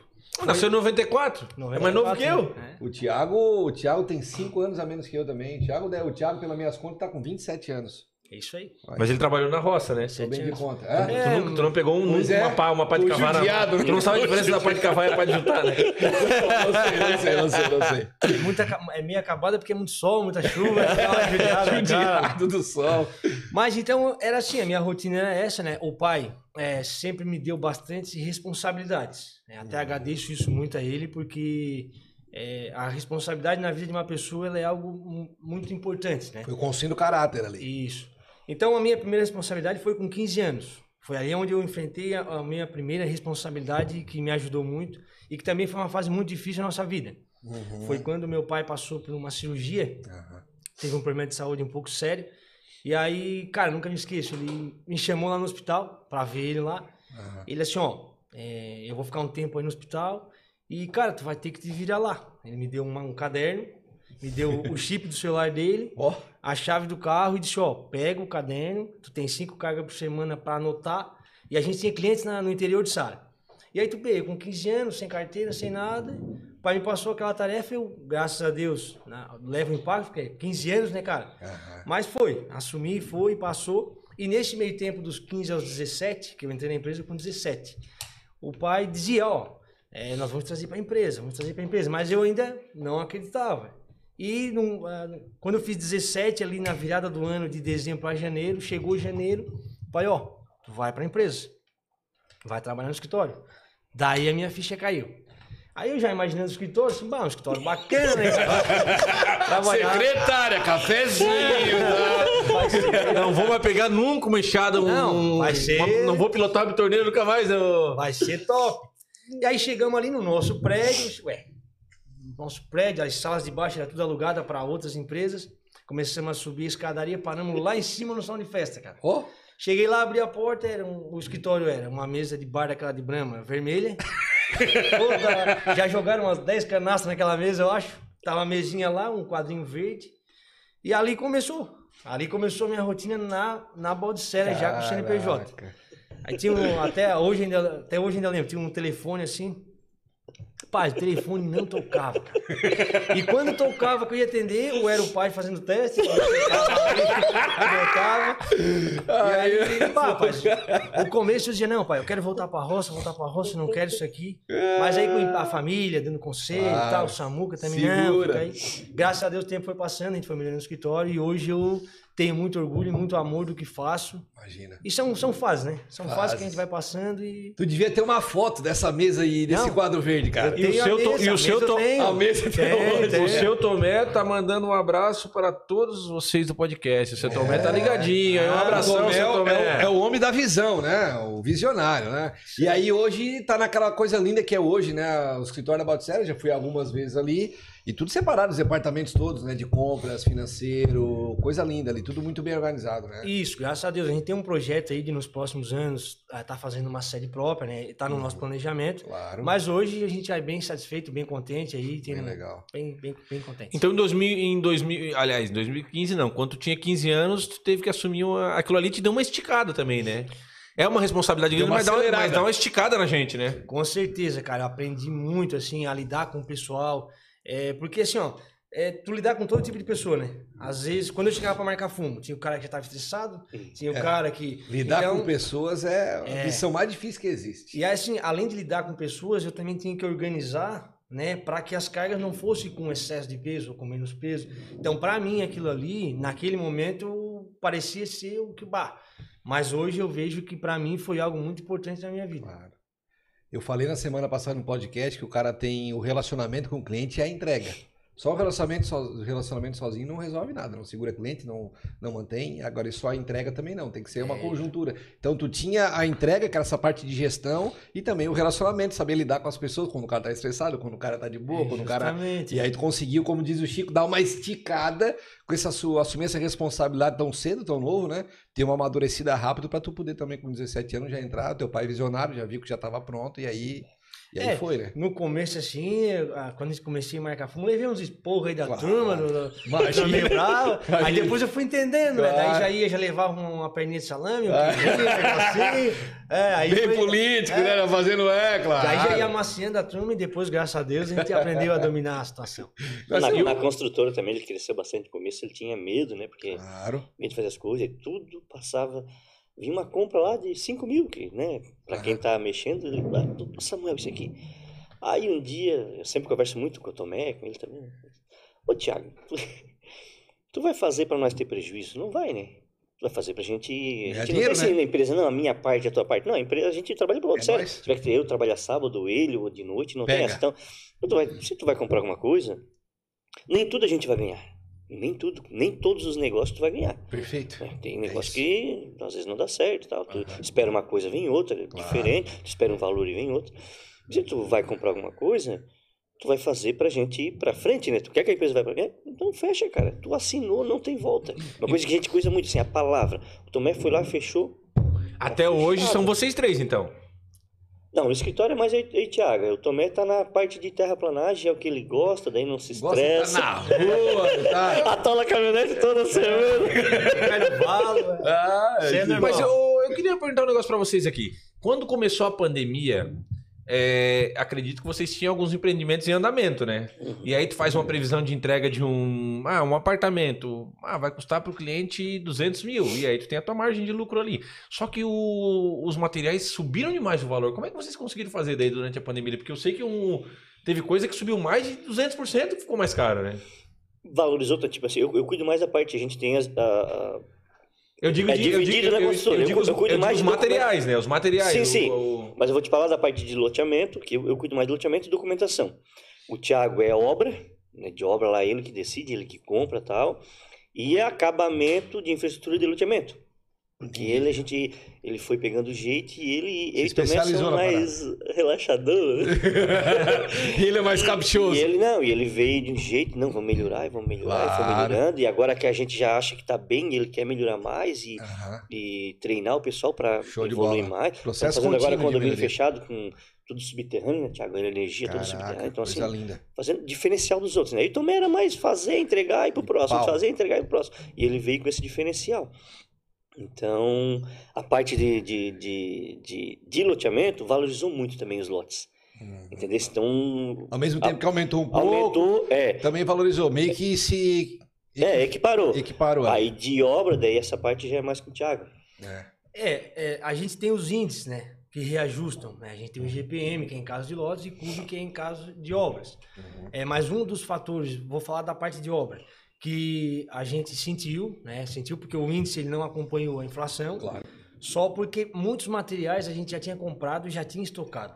Speaker 3: nasceu em 94 é mais novo que eu
Speaker 5: 94, né?
Speaker 1: O Thiago, o Thiago tem 5 anos a menos que eu também. O Thiago, né, o Thiago, pelas minhas contas, tá com 27 anos.
Speaker 5: É isso aí.
Speaker 3: mas ele trabalhou na roça né
Speaker 1: Tô bem de conta.
Speaker 3: Tu,
Speaker 1: É?
Speaker 5: É,
Speaker 3: nunca- tu não pegou um,
Speaker 1: pois
Speaker 3: uma,
Speaker 1: é.
Speaker 3: pá, uma pá de
Speaker 1: O
Speaker 3: cavalo.
Speaker 1: judiado,
Speaker 3: tu não sabe a diferença da pá de cavalo e a pá de juntar, né?
Speaker 1: Não sei, não sei, não sei.
Speaker 5: Muita, ca- é meio acabada porque é muito sol, muita chuva. aquela judiada, cara.
Speaker 1: Judiado do sol.
Speaker 5: Mas então era assim, a minha rotina era essa, né? O pai eh, sempre me deu bastante responsabilidades. né? Até agradeço isso muito a ele, porque eh, a responsabilidade na vida de uma pessoa ela é algo mu- muito importante, né?
Speaker 1: Foi o construindo caráter ali.
Speaker 5: Isso. Então a minha primeira responsabilidade foi com 15 anos. Foi ali onde eu enfrentei a, a minha primeira responsabilidade que me ajudou muito e que também foi uma fase muito difícil na nossa vida. Foi quando meu pai passou por uma cirurgia teve um problema de saúde um pouco sério. E aí, cara, nunca me esqueço, ele me chamou lá no hospital pra ver ele lá. Ele assim, ó, é, eu vou ficar um tempo aí no hospital e, cara, tu vai ter que te virar lá. Ele me deu uma- um caderno, me deu o chip do celular dele,
Speaker 1: Ó,
Speaker 5: a chave do carro e disse, ó, pega o caderno, tu tem cinco cargas por semana pra anotar. E a gente tinha clientes na- no interior de Sara. E aí tu pega, com 15 anos, sem carteira, sem nada, o pai me passou aquela tarefa, eu, graças a Deus, na, levo o impacto, porque é 15 anos, né, cara? Mas foi, assumi, foi, passou. E nesse meio tempo, dos 15 aos 17, que eu entrei na empresa com 17, o pai dizia, ó, é, nós vamos trazer para a empresa, vamos trazer para a empresa. Mas eu ainda não acreditava. E num, ah, quando eu fiz 17, ali na virada do ano, de dezembro a janeiro, chegou janeiro, o pai, ó, tu vai para a empresa, vai trabalhar no escritório. Daí a minha ficha caiu. Aí eu já imaginando o escritório, assim, bah, um escritório bacana, né? Trabalhar-
Speaker 3: Secretária, cafezinho. Não vou mais pegar nunca uma enxada. Um,
Speaker 5: Não, vai ser-
Speaker 3: uma- não vou pilotar o torneio nunca mais. Eu...
Speaker 5: Vai ser top. E aí chegamos ali no nosso prédio, disse, ué, nosso prédio, as salas de baixo era tudo alugada para outras empresas. Começamos a subir a escadaria, paramos lá em cima no salão de festa, cara.
Speaker 1: ó.
Speaker 5: Cheguei lá, abri a porta, era um- o escritório era uma mesa de bar daquela de Brahma, vermelha. Toda- já jogaram umas 10 canastas naquela mesa, eu acho. Tava a mesinha lá, um quadrinho verde. E ali começou. Ali começou a minha rotina na, na Baldicera, já com o CNPJ.
Speaker 1: Caraca.
Speaker 5: Aí tinha um, até hoje ainda, até hoje ainda lembro, tinha um telefone assim, Rapaz, o telefone não tocava, cara. E quando tocava que eu ia atender, ou era o pai fazendo teste, ou era o pai que botava. E aí, pá, pai, no começo eu dizia, não, pai, eu quero voltar pra roça, voltar pra roça, não quero isso aqui. Mas aí com a família, dando conselho
Speaker 1: Claro.
Speaker 5: e tal, o Samuca também, não,
Speaker 1: Segura.
Speaker 5: fica aí. Graças a Deus o tempo foi passando, a gente foi melhorando o escritório, e hoje eu tenho muito orgulho e muito amor do que faço.
Speaker 1: Imagina.
Speaker 5: E são, são fases, né? São fases. que a
Speaker 1: Fases.
Speaker 5: gente vai passando e.
Speaker 1: Tu devia ter uma foto dessa mesa aí, desse
Speaker 5: Não.
Speaker 1: quadro verde, cara.
Speaker 3: E o
Speaker 5: Tem a
Speaker 3: seu to-
Speaker 5: mesa,
Speaker 3: e o
Speaker 5: a
Speaker 3: seu
Speaker 5: mesa eu
Speaker 3: to-
Speaker 5: tenho.
Speaker 1: A mesa
Speaker 3: É,
Speaker 1: até
Speaker 5: Tem,
Speaker 1: hoje.
Speaker 5: tem.
Speaker 3: um- O seu Tomé tá mandando um abraço para todos vocês do podcast. O seu Tomé tá ligadinho. aí. Um
Speaker 5: Ah,
Speaker 3: abração,
Speaker 1: Tomé é
Speaker 3: seu
Speaker 1: o-
Speaker 3: Tomé.
Speaker 1: É, o, é o homem da visão, né? O visionário, né? E aí hoje tá naquela coisa linda que é hoje, né? O escritório da Baldicera, já fui algumas vezes ali. E tudo separado, os departamentos todos, né? De compras, financeiro, coisa linda ali. Tudo muito bem organizado, né?
Speaker 5: Isso, graças a Deus. A gente tem um projeto aí de nos próximos anos estar tá fazendo uma sede própria, né? Tá no nosso planejamento.
Speaker 1: Uhum. Claro.
Speaker 5: Mas hoje a gente é bem satisfeito, bem contente aí. Tem
Speaker 1: Bem legal.
Speaker 5: Bem, bem, bem contente.
Speaker 3: Então em 2000, em 2000, aliás, em 2015 não, quando tu tinha 15 anos, tu teve que assumir uma, aquilo ali te deu uma esticada também, né? É uma responsabilidade
Speaker 1: Deu
Speaker 3: grande,
Speaker 1: uma
Speaker 3: mas dá, uma,
Speaker 1: acelerada.
Speaker 3: mas dá uma esticada na gente, né?
Speaker 5: Com certeza, cara. Eu aprendi muito, assim, a lidar com o pessoal. É, porque, assim, ó, é, tu lidar com todo tipo de pessoa, né? Às vezes, quando eu chegava pra marcar fumo, tinha o cara que já tava estressado, tinha o
Speaker 1: É.
Speaker 5: cara que.
Speaker 1: Lidar
Speaker 5: Então,
Speaker 1: com pessoas é a
Speaker 5: É.
Speaker 1: missão mais difícil que existe.
Speaker 5: E aí, assim, além de lidar com pessoas, eu também tinha que organizar, né, para que as cargas não fossem com excesso de peso ou com menos peso. Então, para mim, aquilo ali, naquele momento, parecia ser o que bah. Mas hoje eu vejo que para mim foi algo muito importante na minha vida.
Speaker 1: Claro. Eu falei na semana passada no podcast que o cara tem o relacionamento com o cliente e a entrega. Só o relacionamento, so- relacionamento sozinho não resolve nada, não segura cliente, não, não mantém. Agora, e só a entrega também não, tem que ser uma conjuntura. Então, tu tinha a entrega, que era essa parte de gestão, e também o relacionamento, saber lidar com as pessoas quando o cara tá estressado, quando o cara tá de boa,
Speaker 5: É,
Speaker 1: quando o cara
Speaker 5: Justamente.
Speaker 1: e é aí tu conseguiu, como diz o Chico, dar uma esticada com essa sua assumir essa responsabilidade tão cedo, tão novo, né? Ter uma amadurecida rápido pra tu poder também com 17 anos já entrar, teu pai visionário já viu que já tava pronto e aí e aí
Speaker 5: É.
Speaker 1: foi, né?
Speaker 5: No começo, assim, eu- ah, quando eu comecei a marcar fumo, levei uns esporros aí da
Speaker 1: Claro.
Speaker 5: turma, do, do, do meio bravo. Aí depois eu fui entendendo, né?
Speaker 1: Claro.
Speaker 5: Daí já ia, já levava uma perninha de salame, um
Speaker 1: Ah.
Speaker 5: queijinho, um negocinho. É, aí foi-
Speaker 1: político, né? Era Fazendo é, claro.
Speaker 5: Aí já ia amaciando a turma e depois, graças a Deus, a gente aprendeu a dominar a situação.
Speaker 1: Mas
Speaker 4: Na,
Speaker 1: eu-
Speaker 4: na construtora também ele cresceu bastante no começo, ele tinha medo, né?
Speaker 1: Ah.
Speaker 4: Porque
Speaker 1: Claro.
Speaker 4: medo de fazer as coisas, e tudo passava. Vinha uma compra lá de 5 mil, que, né? Pra quem tá mexendo, ele, ah, doutor Samuel, isso aqui. Aí um dia, eu sempre converso muito com o Tomé, com ele também. né? Ô Tiago, tu, tu vai fazer pra nós ter prejuízo? Não vai, né? Tu vai fazer pra gente.
Speaker 1: Ganhar
Speaker 4: A gente
Speaker 1: dinheiro,
Speaker 4: não pensa
Speaker 1: né?
Speaker 4: em na empresa, não, a minha parte, a tua parte. Não, a, empresa, a gente trabalha pro outro,
Speaker 1: É
Speaker 4: sério.
Speaker 1: nóis.
Speaker 4: Se tiver que ter eu trabalhar sábado, ele, ou de noite, não tem
Speaker 1: Pega.
Speaker 4: essa. Então, tu vai- se tu vai comprar alguma coisa, nem tudo a gente vai ganhar. Nem tudo, nem todos os negócios tu vai ganhar.
Speaker 1: Perfeito.
Speaker 4: É, Tem
Speaker 1: É
Speaker 4: negócio
Speaker 1: isso.
Speaker 4: que às vezes não dá certo, e tal. Tu
Speaker 1: Aham.
Speaker 4: espera uma coisa, vem outra, é diferente. Tu espera um valor e vem outro. Se tu vai comprar alguma coisa, tu vai fazer pra gente ir pra frente, né? Tu quer que a empresa vá pra frente? Então fecha, cara. Tu assinou, não tem volta. Uma coisa que a gente coisa muito, assim, a palavra. O Tomé foi lá, fechou.
Speaker 3: Até hoje são vocês três, então.
Speaker 4: Não, o escritório é mais eu e o Thiago. O Tomé tá na parte de terraplanagem, é o que ele gosta, daí não se
Speaker 1: Gosta de tá
Speaker 4: estressa.
Speaker 1: na rua, tá?
Speaker 4: Atola a caminhonete toda semana.
Speaker 5: Carnaval, é.
Speaker 1: Ah,
Speaker 5: Isso é normal.
Speaker 3: Mas eu, eu queria perguntar um negócio pra vocês aqui. Quando começou a pandemia, é, acredito que vocês tinham alguns empreendimentos em andamento, né? E aí tu faz uma previsão de entrega de um, ah, um apartamento. Ah, vai custar pro cliente 200 mil. E aí tu tem a tua margem de lucro ali. Só que o- os materiais subiram demais o valor. Como é que vocês conseguiram fazer daí durante a pandemia? Porque eu sei que um... Teve coisa que subiu mais de 200% que ficou mais caro, né?
Speaker 4: Valorizou, tá? tipo assim, eu, eu cuido mais da parte, a gente tem as, a- a-
Speaker 3: Eu digo,
Speaker 4: É
Speaker 3: de- eu digo,
Speaker 4: dividido, né,
Speaker 3: eu- eu
Speaker 4: consultor? Eu
Speaker 3: digo os,
Speaker 4: cu- eu cuido
Speaker 3: eu digo
Speaker 4: mais
Speaker 3: os
Speaker 4: de documento.
Speaker 3: materiais, né? Os materiais.
Speaker 4: Sim, sim.
Speaker 3: o- o-
Speaker 4: Mas eu vou te falar da parte de loteamento, que eu, eu cuido mais de loteamento e documentação. O Thiago é obra, né, de obra lá ele que decide, ele que compra e tal, e é acabamento de infraestrutura de loteamento. Porque ele a gente ele foi pegando jeito e ele ele também é
Speaker 1: especializou
Speaker 4: só
Speaker 1: na
Speaker 4: mais relaxador. né?
Speaker 1: Ele é mais
Speaker 4: E
Speaker 1: caprichoso.
Speaker 4: ele não, e ele veio de um jeito, não, vamos melhorar, e vamos melhorar, e foi
Speaker 1: Claro.
Speaker 4: melhorando, e agora que a gente já acha que tá bem, ele quer melhorar mais e,
Speaker 1: Aham.
Speaker 4: e treinar o pessoal para
Speaker 1: Show de
Speaker 4: evoluir
Speaker 1: bola.
Speaker 4: mais. Estamos
Speaker 1: Processo
Speaker 4: Tá fazendo agora
Speaker 1: contínuo de
Speaker 4: condomínio
Speaker 1: melhoria.
Speaker 4: fechado, com tudo subterrâneo, né, Tiago? Energia, tudo
Speaker 1: Caraca,
Speaker 4: subterrâneo. Então, assim,
Speaker 1: coisa linda.
Speaker 4: fazendo diferencial dos outros, né? E também era mais fazer, entregar e pro próximo,
Speaker 1: pau.
Speaker 4: fazer, entregar e pro próximo. E ele veio com esse diferencial. Então, a parte de, de, de, de, de loteamento valorizou muito também os lotes.
Speaker 1: Uhum.
Speaker 4: Entendeu? Então,
Speaker 1: Ao mesmo tempo que aumentou um pouco,
Speaker 4: aumentou, é,
Speaker 1: também valorizou. Meio que se
Speaker 4: é, equiparou.
Speaker 1: equiparou. é.
Speaker 4: Aí de obra, daí essa parte já é mais com o Thiago.
Speaker 1: É.
Speaker 5: É, é, a gente tem os índices, né? Que reajustam. Né? A gente tem o IGPM, que é em caso de lotes, e CUB, que é em caso de obras.
Speaker 1: Uhum.
Speaker 5: É, mas um dos fatores, vou falar da parte de obra, que a gente sentiu, né? Sentiu porque o índice ele não acompanhou a inflação.
Speaker 1: Claro.
Speaker 5: Só porque muitos materiais a gente já tinha comprado e já tinha estocado.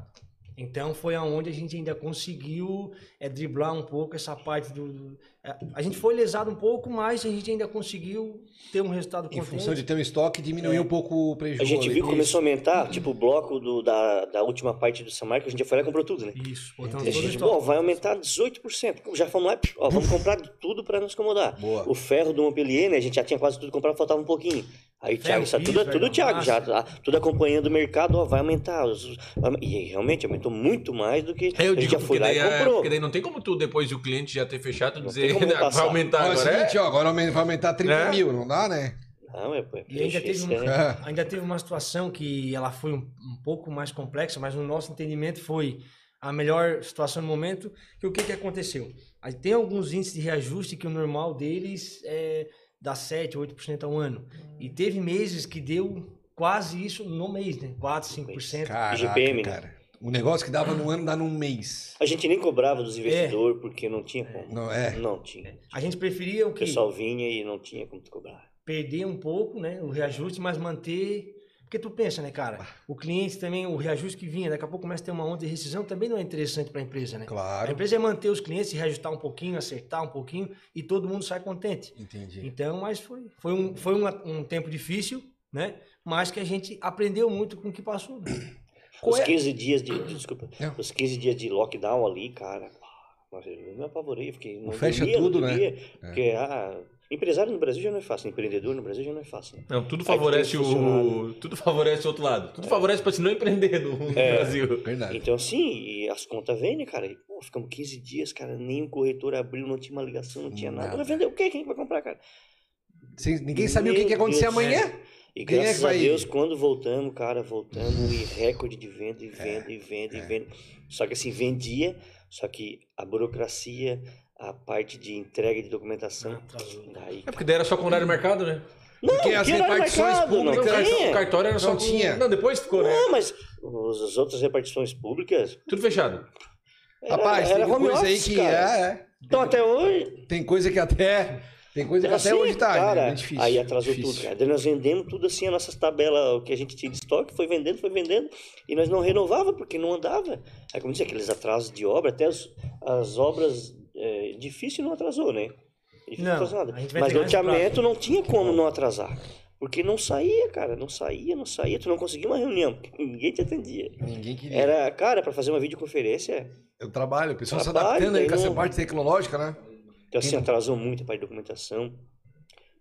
Speaker 5: Então foi aonde a gente ainda conseguiu é, driblar um pouco essa parte do. do- é, a gente foi lesado um pouco, mas a gente ainda conseguiu ter um resultado
Speaker 1: Em
Speaker 5: contente.
Speaker 1: função de ter um estoque, diminuiu um pouco o prejuízo.
Speaker 4: É. A gente
Speaker 1: ali.
Speaker 4: viu que começou a aumentar, tipo, o bloco do- da, da última parte do São Marcos, a gente já foi lá e comprou tudo, né?
Speaker 5: Isso, botamos
Speaker 4: E a
Speaker 5: todo o
Speaker 4: gente,
Speaker 5: estoque.
Speaker 4: bom, vai aumentar 18%. Como Já fomos lá, psh, ó, vamos comprar de tudo para nos acomodar.
Speaker 1: Boa.
Speaker 4: O ferro do Montpellier, né? A gente já tinha quase tudo comprado, faltava um pouquinho. Aí,
Speaker 5: Ferro,
Speaker 4: Thiago, isso é tudo,
Speaker 5: piso,
Speaker 4: tudo
Speaker 5: ferro,
Speaker 4: Thiago, já,
Speaker 5: massa.
Speaker 4: tá, tudo acompanhando o mercado, ó, vai aumentar. os- vai- E realmente aumentou muito mais do que
Speaker 3: Eu
Speaker 4: a gente
Speaker 3: digo
Speaker 4: já
Speaker 3: porque
Speaker 4: foi lá
Speaker 3: daí,
Speaker 4: e
Speaker 3: é-
Speaker 4: comprou.
Speaker 3: porque daí não tem como tu, depois de o cliente já ter fechado, tu dizer
Speaker 4: tem como
Speaker 3: "Não, vai
Speaker 4: passar."
Speaker 3: aumentar
Speaker 1: Agora,
Speaker 3: agora.
Speaker 1: é o
Speaker 3: É?
Speaker 1: seguinte, ó, agora aumenta- vai aumentar 30
Speaker 3: Né?
Speaker 1: mil, não dá, né?
Speaker 4: Não, é, pô, é
Speaker 5: E ainda teve
Speaker 4: isso,
Speaker 5: um-
Speaker 4: é.
Speaker 1: É.
Speaker 5: Ainda teve uma situação que ela foi um, um pouco mais complexa, mas no nosso entendimento foi a melhor situação no momento. Que o que, que aconteceu? Aí tem alguns índices de reajuste que o normal deles é dá 7, 8% ao ano. E teve meses que deu quase isso no mês, né? 4, 5%.
Speaker 1: Caraca,
Speaker 4: IGPM, né?
Speaker 1: cara. O negócio que dava no ano dá num mês.
Speaker 4: A gente nem cobrava dos investidores porque não tinha como.
Speaker 1: Não é?
Speaker 4: Não tinha.
Speaker 5: A gente preferia o
Speaker 4: O
Speaker 5: que
Speaker 4: pessoal vinha e não tinha como tu cobrar.
Speaker 5: perder um pouco, né, o reajuste, mas manter porque tu pensa, né, cara? O cliente também, o reajuste que vinha, daqui a pouco começa a ter uma onda de rescisão, também não é interessante para a empresa, né? A
Speaker 1: Claro.
Speaker 5: empresa é manter os clientes, reajustar um pouquinho, acertar um pouquinho e todo mundo sai contente.
Speaker 1: Entendi.
Speaker 5: Então, mas foi, foi, um, foi um, um tempo difícil, né? Mas que a gente aprendeu muito com o que passou. né?
Speaker 4: Os 15 dias de. Desculpa.
Speaker 1: Não.
Speaker 4: Os 15 dias de lockdown ali, cara. Nossa, eu me apavorei, eu fiquei. Não
Speaker 1: Fecha
Speaker 4: dormia, não
Speaker 1: tudo, né?
Speaker 4: dormia, Porque, ah, empresário no Brasil já não é fácil, empreendedor no Brasil já não é fácil. né?
Speaker 3: Não, tudo
Speaker 4: Aí
Speaker 3: favorece
Speaker 4: tem É. o funcionário.
Speaker 3: o. Tudo favorece o outro lado. Tudo favorece pra se não empreender no, no
Speaker 4: É.
Speaker 3: Brasil.
Speaker 1: Verdade.
Speaker 4: Então, assim, e as contas vêm, né, cara? E, pô, ficamos 15 dias, cara, nem o corretor abriu, não tinha uma ligação, não tinha nada.
Speaker 1: Nada.
Speaker 4: Ela vendeu o quê? Quem vai comprar, cara?
Speaker 1: Sem- Ninguém sabia o que, que ia
Speaker 4: Meu
Speaker 1: acontecer
Speaker 4: Deus.
Speaker 1: amanhã.
Speaker 4: E
Speaker 1: Quem é que
Speaker 4: graças
Speaker 1: vai-
Speaker 4: a Deus, quando voltamos, cara, voltamos e recorde de venda, e venda, e venda, e
Speaker 1: É,
Speaker 4: venda. Só que assim, vendia, só que a burocracia, a parte de entrega de documentação.
Speaker 5: Atrasou.
Speaker 4: Daí,
Speaker 3: É porque daí era só com horário mercado, né?
Speaker 4: Não,
Speaker 1: Porque as
Speaker 4: que horário
Speaker 1: repartições
Speaker 4: marcado?
Speaker 3: Não,
Speaker 1: públicas-
Speaker 4: Não,
Speaker 1: Cara,
Speaker 3: cartão-
Speaker 4: tinha.
Speaker 3: cartório era só
Speaker 1: Não
Speaker 3: com-
Speaker 1: tinha.
Speaker 3: Não, depois ficou, né?
Speaker 4: Não, mas os- as outras repartições públicas.
Speaker 3: Tudo fechado.
Speaker 4: Era,
Speaker 1: Rapaz,
Speaker 4: é, era
Speaker 1: tem
Speaker 4: home
Speaker 1: coisa aí
Speaker 4: office,
Speaker 1: que
Speaker 4: cara.
Speaker 1: é,
Speaker 4: Então até hoje.
Speaker 1: é. Tem coisa que até. Tem coisa que
Speaker 4: assim,
Speaker 1: até hoje tá. né?
Speaker 4: cara,
Speaker 1: É difícil.
Speaker 4: aí atrasou
Speaker 1: difícil.
Speaker 4: tudo, cara. Daí nós vendemos tudo assim, as nossas tabelas, o que a gente tinha de estoque, foi vendendo, foi vendendo. E nós não renovava porque não andava. Aí, como dizia, aqueles atrasos de obra, até as, as obras é, difícil não atrasou, né? Difícil
Speaker 5: Não,
Speaker 4: atrasou nada.
Speaker 5: a gente vai
Speaker 4: Mas
Speaker 5: ter mais
Speaker 4: loteamento não tinha como não atrasar. Porque não saía, cara, não saía, não saía. Tu não conseguia uma reunião, porque ninguém te atendia.
Speaker 1: Ninguém queria.
Speaker 4: Era, cara, pra fazer uma videoconferência,
Speaker 1: Eu trabalho, o pessoal se
Speaker 4: Trabalho,
Speaker 1: adaptando aí
Speaker 4: daí
Speaker 1: com essa
Speaker 4: não-
Speaker 1: parte tecnológica, né?
Speaker 4: então assim, atrasou muito a parte de documentação,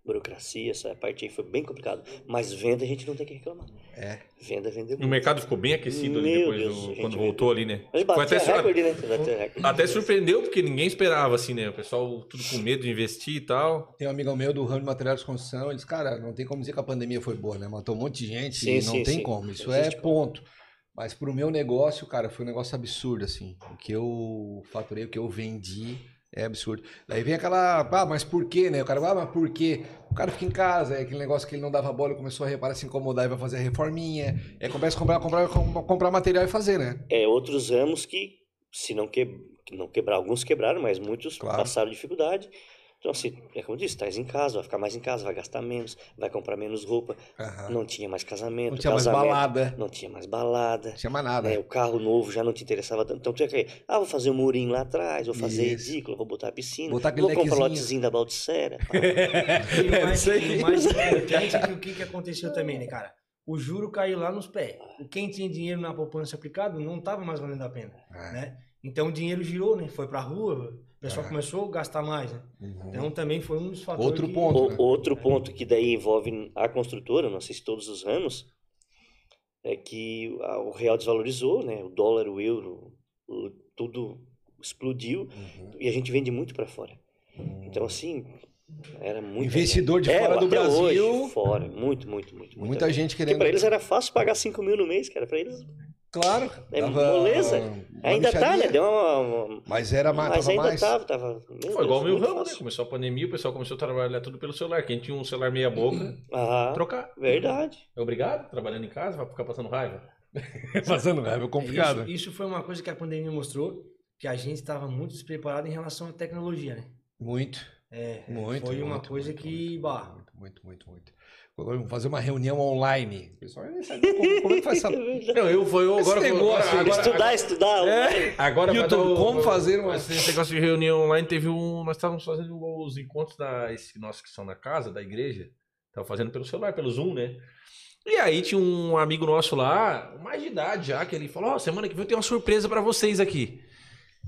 Speaker 4: burocracia, essa parte aí foi bem complicado. Mas venda a gente não tem que reclamar.
Speaker 1: É.
Speaker 4: Venda vendeu
Speaker 3: O
Speaker 4: muito.
Speaker 3: mercado ficou bem aquecido ali
Speaker 4: Meu
Speaker 3: depois,
Speaker 4: Deus,
Speaker 3: do-
Speaker 4: gente,
Speaker 3: quando
Speaker 4: meu
Speaker 3: voltou ali, né? Foi
Speaker 4: Mas
Speaker 3: até,
Speaker 4: bateu
Speaker 3: sur-
Speaker 4: recorde, né? Bateu recorde.
Speaker 3: até surpreendeu, porque ninguém esperava, assim, né? O pessoal tudo com medo de investir e tal.
Speaker 1: Tem um amigo meu do ramo de materiais de construção, eles, cara, não tem como dizer que a pandemia foi boa, né? Matou um monte de gente
Speaker 4: Sim,
Speaker 1: e não
Speaker 4: sim,
Speaker 1: tem
Speaker 4: sim.
Speaker 1: como. Isso
Speaker 4: Não
Speaker 1: é
Speaker 4: existe como.
Speaker 1: ponto. Mas pro meu negócio, cara, foi um negócio absurdo, assim. O que eu faturei, o que eu vendi é absurdo. Daí vem aquela, ah, mas por quê, né? O cara, ah, mas por quê? O cara fica em casa, é aquele negócio que ele não dava bola, ele começou a reparar, se incomodar e vai fazer a reforminha. Aí começa a comprar, comprar, com- comprar material e fazer, né?
Speaker 4: É, outros ramos que, se não, que, que não quebrar, alguns quebraram, mas muitos
Speaker 1: Claro.
Speaker 4: passaram dificuldade. Então, assim, é como eu disse, estás em casa, vai ficar mais em casa, vai gastar menos, vai comprar menos roupa.
Speaker 1: Aham.
Speaker 4: Não tinha mais casamento,
Speaker 1: Ah. Não tinha mais
Speaker 4: casamento,
Speaker 1: balada,
Speaker 4: Não tinha mais balada.
Speaker 1: não tinha mais nada.
Speaker 4: né, o carro novo já não te interessava tanto. Então tu ia cair. Ah, vou fazer um murinho lá atrás, vou fazer
Speaker 1: Isso.
Speaker 4: edícula, vou botar a piscina,
Speaker 1: Botar aquele
Speaker 4: vou comprar um
Speaker 1: deckzinho. É,
Speaker 4: lotezinho da Baldicera.
Speaker 5: E o mais,
Speaker 1: isso aí.
Speaker 5: o mais importante é que o que, que aconteceu também, né, cara? O juro caiu lá nos pés. Quem tinha dinheiro na poupança aplicado não estava mais valendo a pena,
Speaker 1: É.
Speaker 5: né? Então o dinheiro girou, né? Foi pra rua, o pessoal
Speaker 1: É.
Speaker 5: começou a gastar mais, né?
Speaker 1: Uhum.
Speaker 5: Então também foi um dos fatores
Speaker 1: Outro
Speaker 5: que-
Speaker 1: ponto.
Speaker 4: O-
Speaker 1: né?
Speaker 4: outro ponto que daí envolve a construtora, não sei se todos os ramos, é que a- o real desvalorizou, né? O dólar, o euro, o- tudo explodiu
Speaker 1: Uhum. Hum.
Speaker 4: e a gente vende muito para fora. Então assim, era muito
Speaker 1: Investidor de
Speaker 4: É,
Speaker 1: fora do
Speaker 4: até
Speaker 1: Brasil.
Speaker 4: hoje, fora, muito, muito, muito,
Speaker 1: Muita gente
Speaker 4: Porque
Speaker 1: querendo.
Speaker 4: para eles era fácil pagar 5 mil no mês, cara. Para eles
Speaker 1: Claro.
Speaker 4: É
Speaker 1: Tava
Speaker 4: moleza.
Speaker 1: uma
Speaker 4: Ainda tá,
Speaker 1: lixadinha.
Speaker 4: né? Deu uma. uma-
Speaker 1: Mas era mais.
Speaker 4: mas
Speaker 1: tava
Speaker 4: ainda
Speaker 1: mais...
Speaker 4: tava, tava. Meu Deus,
Speaker 3: Foi igual o meu
Speaker 4: é muito
Speaker 3: ramo, né?
Speaker 4: fácil.
Speaker 3: Começou a pandemia, o pessoal começou a trabalhar tudo pelo celular. Quem tinha um celular meia boca,
Speaker 4: Aham,
Speaker 3: trocar.
Speaker 4: Ah, verdade.
Speaker 3: É obrigado, trabalhando em casa, vai ficar passando raiva.
Speaker 1: Passando raiva, complicado.
Speaker 5: Isso, isso foi uma coisa que a pandemia mostrou, que a gente estava muito despreparado em relação à tecnologia, né?
Speaker 1: Muito.
Speaker 5: É,
Speaker 1: Muito.
Speaker 5: foi uma
Speaker 1: muito,
Speaker 5: coisa
Speaker 1: muito,
Speaker 5: que,
Speaker 1: muito,
Speaker 5: bah.
Speaker 1: Muito, muito, muito, muito. Agora vamos fazer uma reunião online. O pessoal nem sabe como, como é que faz essa.
Speaker 4: É verdade.
Speaker 3: Não, eu vou eu
Speaker 1: Esse
Speaker 3: agora.
Speaker 1: negócio aí.
Speaker 3: agora, agora,
Speaker 4: estudar, estudar. um, né?
Speaker 1: É,
Speaker 3: agora vai
Speaker 1: YouTube,
Speaker 3: dar o-
Speaker 1: como fazer uma-
Speaker 3: Esse negócio de reunião online teve um. Nós estávamos fazendo os encontros da. Esse nosso que são na casa, da igreja. Tava fazendo pelo celular, pelo Zoom, né? E aí tinha um amigo nosso lá, mais de idade já, que ele falou: Ó, semana que vem eu tenho uma surpresa pra vocês aqui.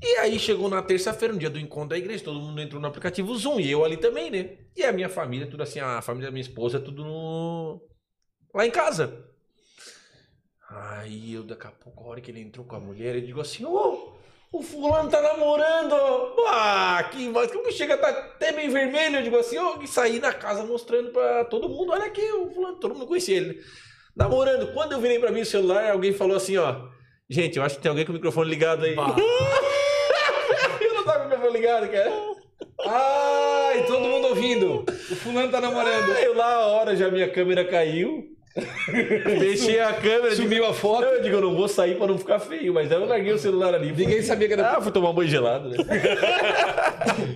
Speaker 3: E aí chegou na terça-feira, no dia do encontro da igreja, todo mundo entrou no aplicativo Zoom e eu ali também, né? E a minha família, tudo assim, a família da minha esposa, tudo no... lá em casa. Aí eu, daqui a pouco, a hora que ele entrou com a mulher, eu digo assim: Ô, o fulano tá namorando! ó. Ah, que mas como chega, tá até bem vermelho. Eu digo assim: Ô, que saí na casa mostrando pra todo mundo: olha aqui, o fulano, todo mundo conhecia ele. né? Namorando, quando eu virei pra mim o celular, alguém falou assim: ó, gente, eu acho que tem alguém com o microfone ligado aí. eu não tava com o microfone ligado, cara.
Speaker 1: Ai, todo mundo ouvindo. O fulano tá namorando.
Speaker 3: Aí lá, a hora já minha câmera caiu. Deixei a câmera, de
Speaker 1: Sumiu a foto.
Speaker 3: Eu digo, eu não vou sair pra não ficar feio, mas aí eu larguei o celular ali.
Speaker 1: Ninguém sabia que era.
Speaker 3: Ah, fui tomar um banho gelado, né?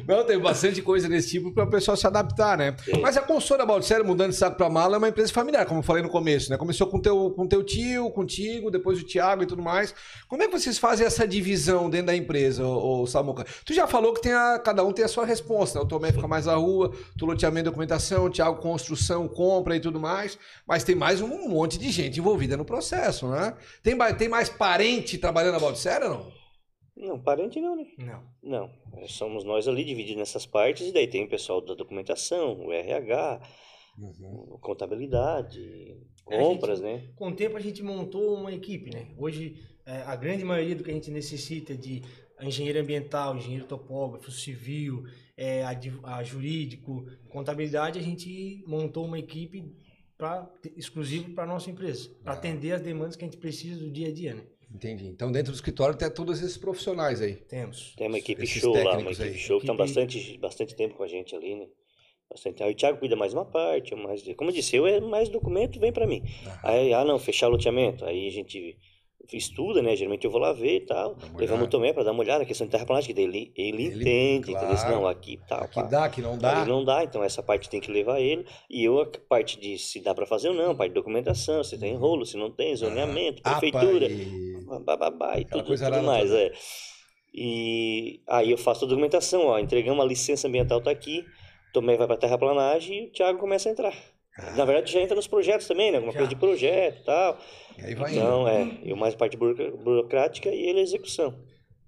Speaker 1: Não, tem bastante coisa desse tipo para o pessoal se adaptar, né? Mas a consultora Baldissera, mudando de saco para mala, é uma empresa familiar, como eu falei no começo, né? Começou com teu, com teu tio, contigo, depois o Tiago e tudo mais. Como é que vocês fazem essa divisão dentro da empresa, ô, ô, Samuca? Tu já falou que tem a, cada um tem a sua resposta, né? O Tomé fica mais à rua, tu loteamento e documentação, o Tiago construção, compra e tudo mais. Mas tem mais um monte de gente envolvida no processo, né? Tem, ba- tem mais parente trabalhando na Baldissera, não?
Speaker 4: Não, parente não, né?
Speaker 5: Não.
Speaker 4: Não, somos nós ali divididos nessas partes, e daí tem o pessoal da documentação, o RH, Uhum. contabilidade,
Speaker 5: É, gente.
Speaker 4: compras, né?
Speaker 5: Com o tempo a gente montou uma equipe, né? Hoje é, a grande maioria do que a gente necessita de engenheiro ambiental, engenheiro topógrafo, civil, é, adv- a jurídico, contabilidade, a gente montou uma equipe pra, exclusivo para nossa empresa, para atender as demandas que a gente precisa do dia a dia, né?
Speaker 1: Entendi. Então, dentro do escritório tem todos esses profissionais aí.
Speaker 5: Temos.
Speaker 4: Tem uma equipe
Speaker 1: Esses
Speaker 4: show lá, uma
Speaker 1: técnicos
Speaker 4: equipe
Speaker 1: aí.
Speaker 4: show que estão
Speaker 5: Equipe-
Speaker 4: bastante, bastante tempo com a gente ali, né? Bastante. Aí o Thiago cuida mais uma parte, eu mais, como eu disse, eu é mais documento, vem pra mim.
Speaker 1: Tá.
Speaker 4: Aí, ah, não, fechar o loteamento. Aí a gente estuda, né? Geralmente eu vou lá ver e tal.
Speaker 1: Dá uma
Speaker 4: Levamos
Speaker 1: olhada.
Speaker 4: o Tomé pra dar uma olhada, a questão de terraplanagem, que daí ele, ele
Speaker 1: Ele-
Speaker 4: entende, entendeu?
Speaker 1: claro.
Speaker 4: Não, aqui tal,
Speaker 1: Que
Speaker 4: pá.
Speaker 1: dá, que não
Speaker 4: Aí
Speaker 1: dá.
Speaker 4: não dá, então essa parte tem que levar ele. E eu, a parte de se dá pra fazer ou não, parte de documentação, se
Speaker 1: Uhum.
Speaker 4: tem rolo, se não tem, zoneamento,
Speaker 1: APA
Speaker 4: prefeitura,
Speaker 1: e-
Speaker 4: bababá e
Speaker 1: Aquela
Speaker 4: tudo,
Speaker 1: coisa
Speaker 4: tudo
Speaker 1: arada
Speaker 4: mais.
Speaker 1: toda.
Speaker 4: É. E aí eu faço a documentação, ó, entregamos a licença ambiental, tá aqui, Tomé vai pra terraplanagem e o Thiago começa a entrar. Na verdade já entra nos projetos também, né? Alguma
Speaker 5: Já.
Speaker 4: coisa de projeto e tal.
Speaker 1: e Aí vai Tá indo.
Speaker 4: Então, é, eu mais parte burocra- burocrática e ele a execução.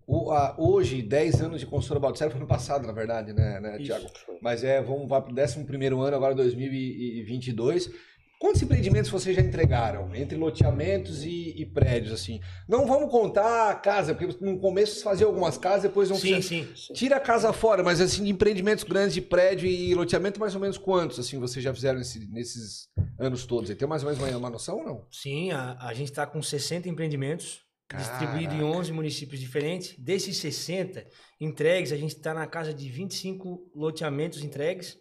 Speaker 1: O- a- hoje, 10 anos de consultora Baldissera foi no passado, na verdade, né, né
Speaker 5: Isso.
Speaker 1: Tiago? Mas é, vamos para o 11 ano, agora 2022. Quantos empreendimentos vocês já entregaram? Entre loteamentos e, e prédios, assim. Não vamos contar a casa, porque no começo vocês faziam algumas casas, depois não
Speaker 5: Sim, sim.
Speaker 1: Tira a casa fora, mas assim, de empreendimentos grandes de prédio e loteamento, mais ou menos quantos, assim, vocês já fizeram nesse- nesses anos todos? aí? Tem mais ou menos uma, uma noção ou não?
Speaker 5: Sim, a, a gente está com 60 empreendimentos, distribuído em 11 municípios diferentes. Desses 60 entregues, a gente está na casa de 25 loteamentos entregues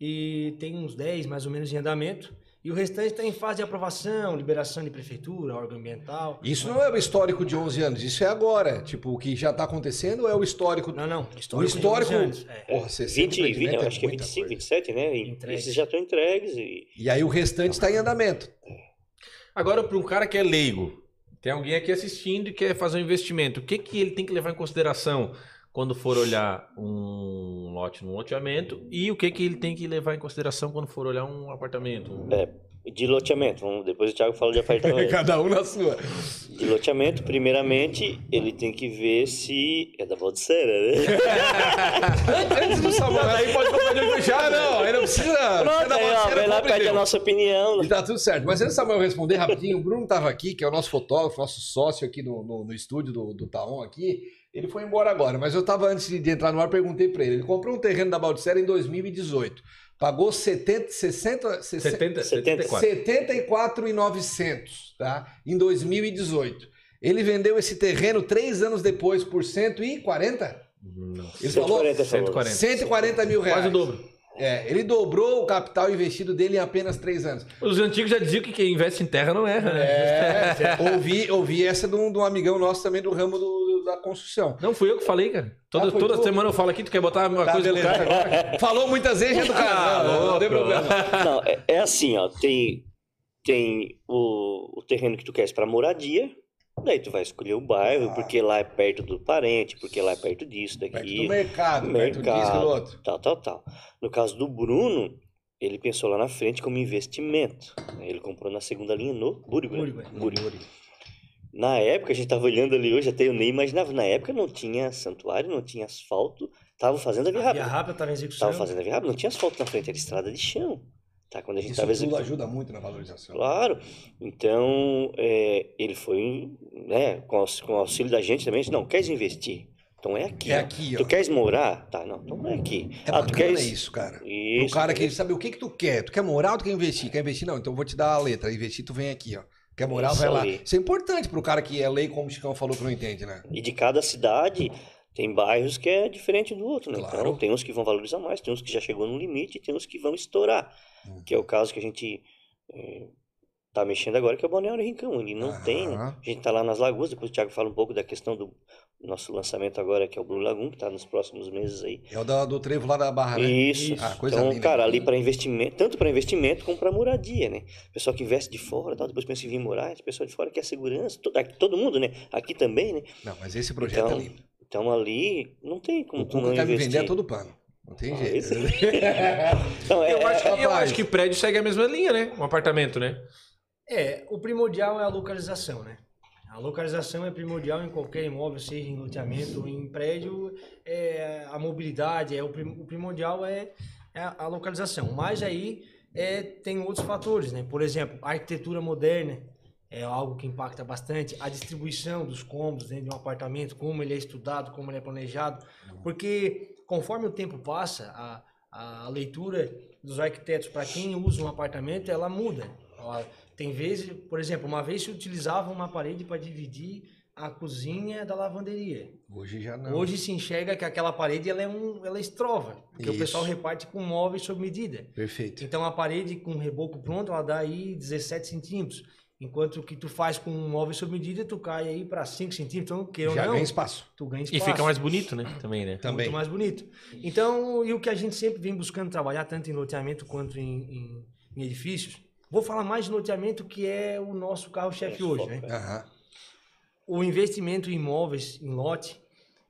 Speaker 5: e tem uns 10 mais ou menos em andamento. E o restante está em fase de aprovação, liberação de prefeitura, órgão ambiental.
Speaker 1: Isso não é o histórico de 11 anos, isso é agora. Tipo, o que já está acontecendo ou é o histórico.
Speaker 5: Não, não. Histórico.
Speaker 1: O histórico-
Speaker 5: de 11 anos, é.
Speaker 1: Porra, 60
Speaker 4: 20, e vi-
Speaker 1: empreendimento
Speaker 4: acho que é
Speaker 1: né, muita
Speaker 4: 25,
Speaker 1: coisa.
Speaker 4: 27, né? E
Speaker 5: Entregues.
Speaker 4: esses já estão entregues e
Speaker 1: E aí o restante está em andamento.
Speaker 3: Agora, para um cara que é leigo, tem alguém aqui assistindo e quer fazer um investimento, o que, que ele tem que levar em consideração quando for olhar um lote num loteamento e o que, que ele tem que levar em consideração quando for olhar um apartamento?
Speaker 4: de loteamento. Vamos- depois o Thiago fala de apartamento.
Speaker 1: Cada um na sua.
Speaker 4: de loteamento, primeiramente, ele tem que ver se é da Valdiceira, né?
Speaker 1: Antes do sabor, aí
Speaker 3: né?
Speaker 1: pode comprar de fechar, não. Aí não precisa.
Speaker 4: Pronto,
Speaker 1: Cada
Speaker 4: aí, ó,
Speaker 1: parceira
Speaker 4: vai lá,
Speaker 1: compra e
Speaker 4: pede a
Speaker 1: deu.
Speaker 4: nossa opinião. né?
Speaker 1: E tá tudo certo. Mas antes do Samuel responder rapidinho, o Bruno estava aqui, que é o nosso fotógrafo, nosso sócio aqui no, no, no estúdio do, do Taon aqui. Ele foi embora agora, mas eu estava antes de entrar no ar, perguntei para ele. Ele comprou um terreno da Baldissera em 2018. Pagou 70, 60, 60
Speaker 3: 70,
Speaker 4: 74.
Speaker 3: 74.
Speaker 1: 74,900, tá? Em 2018. Ele vendeu esse terreno três anos depois por 140? Ele falou
Speaker 4: 140, falou.
Speaker 3: 140.
Speaker 1: 140 mil reais.
Speaker 3: Quase o dobro.
Speaker 1: É, ele dobrou o capital investido dele em apenas três anos.
Speaker 3: Os antigos já diziam que quem investe em terra não erra, né?
Speaker 1: É, ouvi, ouvi essa de um, de um amigão nosso também do ramo do- da construção.
Speaker 3: Não fui eu que falei, cara. Toda,
Speaker 1: Ah, foi
Speaker 3: toda
Speaker 1: tu?
Speaker 3: semana eu falo aqui, tu quer botar uma
Speaker 1: Tá,
Speaker 3: coisa no
Speaker 1: beleza.
Speaker 3: cara agora?
Speaker 1: Falou muitas vezes, é do cara.
Speaker 3: Ah,
Speaker 1: Não, não, não tem
Speaker 3: louco.
Speaker 1: problema.
Speaker 4: Não, é, é assim, ó. Tem, tem o, o terreno que tu queres pra moradia. Daí tu vai escolher o bairro,
Speaker 1: Ah.
Speaker 4: porque lá é perto do parente, porque lá é perto disso,
Speaker 1: Perto
Speaker 4: daqui,
Speaker 1: do mercado, perto
Speaker 4: mercado.
Speaker 1: disso e do outro.
Speaker 4: tal, tal, tal. No caso do Bruno, ele pensou lá na frente como investimento. né? Ele comprou na segunda linha no Burigo. né?
Speaker 5: Burigo, é.
Speaker 4: Burigo. Na época, a gente tava olhando ali hoje, até eu nem imaginava. Na época não tinha santuário, não tinha asfalto. Tava fazendo a via
Speaker 5: A Via
Speaker 4: rápida.
Speaker 5: Rápida tava em execução.
Speaker 4: Tava fazendo a via rápida, não tinha asfalto na frente, era estrada de chão. Tá? Quando a gente
Speaker 1: Isso é
Speaker 4: tava
Speaker 1: tudo
Speaker 4: executando.
Speaker 1: ajuda muito na valorização.
Speaker 4: Claro. Então, é, ele foi, né, com, aux- com o auxílio da gente também, disse, não, queres investir? Então é aqui.
Speaker 1: É aqui,
Speaker 4: Tu
Speaker 1: ó.
Speaker 4: queres morar? Tá, não, então é aqui.
Speaker 1: É
Speaker 4: ah, tu
Speaker 1: bacana
Speaker 4: queres...
Speaker 1: isso, cara. O
Speaker 4: Isso.
Speaker 1: cara que sabe o que que tu quer. Tu quer moral, tu quer investir? Quer investir? Não, então eu vou te dar a letra. Investir, tu vem aqui, ó. Quer moral,
Speaker 4: Isso
Speaker 1: vai lá.
Speaker 4: aí.
Speaker 1: Isso é importante pro cara que é lei, como o Chicão falou que não entende, né?
Speaker 4: E de cada cidade tem bairros que é diferente do outro, né?
Speaker 1: Claro.
Speaker 4: Então tem uns que vão valorizar mais, tem uns que já chegou no limite, e tem uns que vão estourar.
Speaker 1: Hum.
Speaker 4: Que é o caso que a gente eh, tá mexendo agora, que é o Balneário Rincão. Ele não tem, né?
Speaker 1: Aham.
Speaker 4: A gente tá lá nas lagoas, depois o Thiago fala um pouco da questão do nosso lançamento agora, que é o Blue Lagoon, que tá nos próximos meses aí.
Speaker 1: É o da- do trevo lá da barra, né?
Speaker 4: Isso.
Speaker 1: Ah, coisa
Speaker 4: então,
Speaker 1: linda.
Speaker 4: cara, ali para investimento, tanto para investimento como para moradia, né? Pessoal que investe de fora, tal, depois pensa em vir morar, esse pessoal de fora quer segurança, to- aqui, todo mundo, né? Aqui também, né?
Speaker 1: Não, mas esse projeto
Speaker 4: Então,
Speaker 1: é lindo.
Speaker 4: Então ali não tem como
Speaker 1: O
Speaker 4: tu
Speaker 1: Cuca
Speaker 4: não
Speaker 1: quer me
Speaker 4: investir.
Speaker 1: vender a todo né? pano. Não tem
Speaker 4: Ah,
Speaker 1: jeito.
Speaker 4: esse- Não, é,
Speaker 3: Eu,
Speaker 4: é-
Speaker 3: acho que, eu
Speaker 1: rapaz.
Speaker 3: acho que prédio segue a mesma linha, né? Um apartamento, né?
Speaker 5: É, o primordial é a localização, né? A localização é primordial em qualquer imóvel, seja em loteamento ou em prédio. É, a mobilidade, é o, prim- o primordial é, é a a localização. Mas aí é, tem outros fatores, né? Por exemplo, a arquitetura moderna é algo que impacta bastante. A distribuição dos cômodos dentro de um apartamento, como ele é estudado, como ele é planejado. Porque conforme o tempo passa, a, a leitura dos arquitetos para quem usa um apartamento, ela muda. Ela- tem vezes, por exemplo, uma vez se utilizava uma parede para dividir a cozinha da lavanderia.
Speaker 1: Hoje já não.
Speaker 5: Hoje se enxerga que aquela parede ela é um, ela é estrova, porque
Speaker 1: Isso.
Speaker 5: o pessoal reparte com móveis sob medida.
Speaker 1: Perfeito.
Speaker 5: Então a parede com reboco pronto, ela dá aí 17 centímetros. Enquanto que tu faz com um móvel sob medida, tu cai aí para 5 centímetros. Então, queira ou
Speaker 1: Já
Speaker 5: não,
Speaker 1: ganha espaço.
Speaker 5: tu ganha
Speaker 3: E
Speaker 5: espaço.
Speaker 3: fica mais bonito, né? Também, né?
Speaker 1: Também.
Speaker 5: Muito mais bonito. Então, e o que a gente sempre vem buscando trabalhar, tanto em loteamento quanto em, em- em edifícios, vou falar mais de loteamento, que é o nosso carro-chefe
Speaker 4: Nosso
Speaker 5: hoje,
Speaker 4: foco,
Speaker 5: né?
Speaker 4: é.
Speaker 1: Aham.
Speaker 5: O investimento em imóveis, em lote,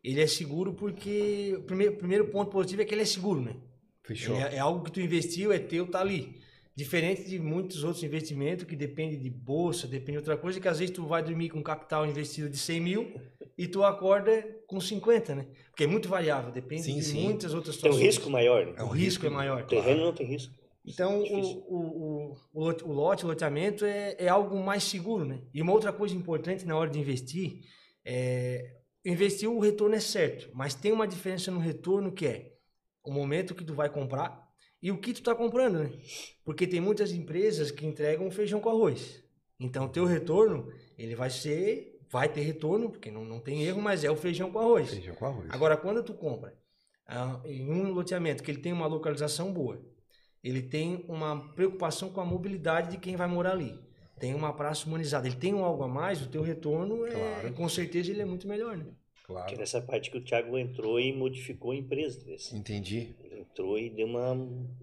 Speaker 5: ele é seguro porque... O primeiro, primeiro ponto positivo é que ele é seguro, né?
Speaker 1: Fechou.
Speaker 5: Ele É, é algo que tu investiu, é teu, tá ali. Diferente de muitos outros investimentos que depende de bolsa, depende de outra coisa, que às vezes tu vai dormir com um capital investido de 100 mil e tu acorda com 50, né? Porque é muito variável, depende
Speaker 1: Sim,
Speaker 5: de
Speaker 1: sim.
Speaker 5: muitas outras
Speaker 4: tem um
Speaker 5: situações.
Speaker 4: risco maior, né?
Speaker 1: É um
Speaker 5: O risco é
Speaker 1: risco.
Speaker 5: maior.
Speaker 4: Terreno não tem risco.
Speaker 5: Então, o,
Speaker 4: Difícil.
Speaker 5: o, o, o lot- o lote, o loteamento é, é algo mais seguro, né? E uma outra coisa importante na hora de investir é... Investir, o retorno é certo, mas tem uma diferença no retorno que é o momento que tu vai comprar e o que tu tá comprando, né? Porque tem muitas empresas que entregam feijão com arroz. Então, teu retorno, ele vai ser... Vai ter retorno, porque não, não tem erro, mas é o feijão com arroz.
Speaker 1: Feijão com
Speaker 4: é.
Speaker 1: arroz.
Speaker 5: Agora, quando tu compra ah, em um loteamento que ele tem uma localização boa, ele tem uma preocupação com a mobilidade de quem vai morar ali, tem uma praça humanizada, ele tem um algo a mais, o teu retorno, é,
Speaker 1: Claro.
Speaker 5: com certeza, ele é muito melhor, né?
Speaker 4: Que é
Speaker 1: Claro.
Speaker 4: nessa parte que o Thiago entrou e modificou a empresa. né?
Speaker 1: Entendi.
Speaker 4: Ele entrou e deu uma.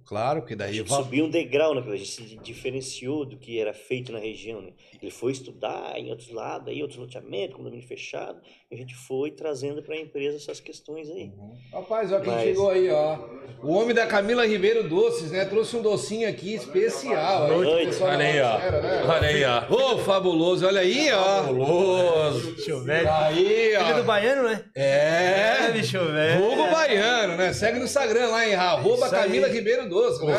Speaker 1: Claro, porque
Speaker 4: A
Speaker 1: daí
Speaker 4: gente
Speaker 1: va-
Speaker 4: subiu um degrau, né? A gente se diferenciou do que era feito na região, né? Ele foi estudar em outros lados, aí outros loteamentos, condomínio fechado. e A gente foi trazendo para a empresa essas questões aí.
Speaker 1: Uhum. Rapaz, ó quem
Speaker 4: Mas-
Speaker 1: chegou aí, ó. O homem da Camila Ribeiro Doces, né? Trouxe um docinho aqui especial.
Speaker 4: Boa
Speaker 1: aí,
Speaker 4: noite.
Speaker 1: pessoal da
Speaker 3: Olha aí, ó.
Speaker 1: Batera, né?
Speaker 3: Olha aí, ó.
Speaker 1: Ô, fabuloso, olha aí, ó. Tá
Speaker 3: Fabuloso.
Speaker 5: Bicho velho.
Speaker 1: Aí,
Speaker 5: Filho do
Speaker 1: ó.
Speaker 5: baiano, né?
Speaker 1: É,
Speaker 5: bicho velho.
Speaker 1: Fogo baiano, né? Segue no Instagram lá em arroba
Speaker 5: isso aí.
Speaker 1: Camila Ribeiro Doce. Né?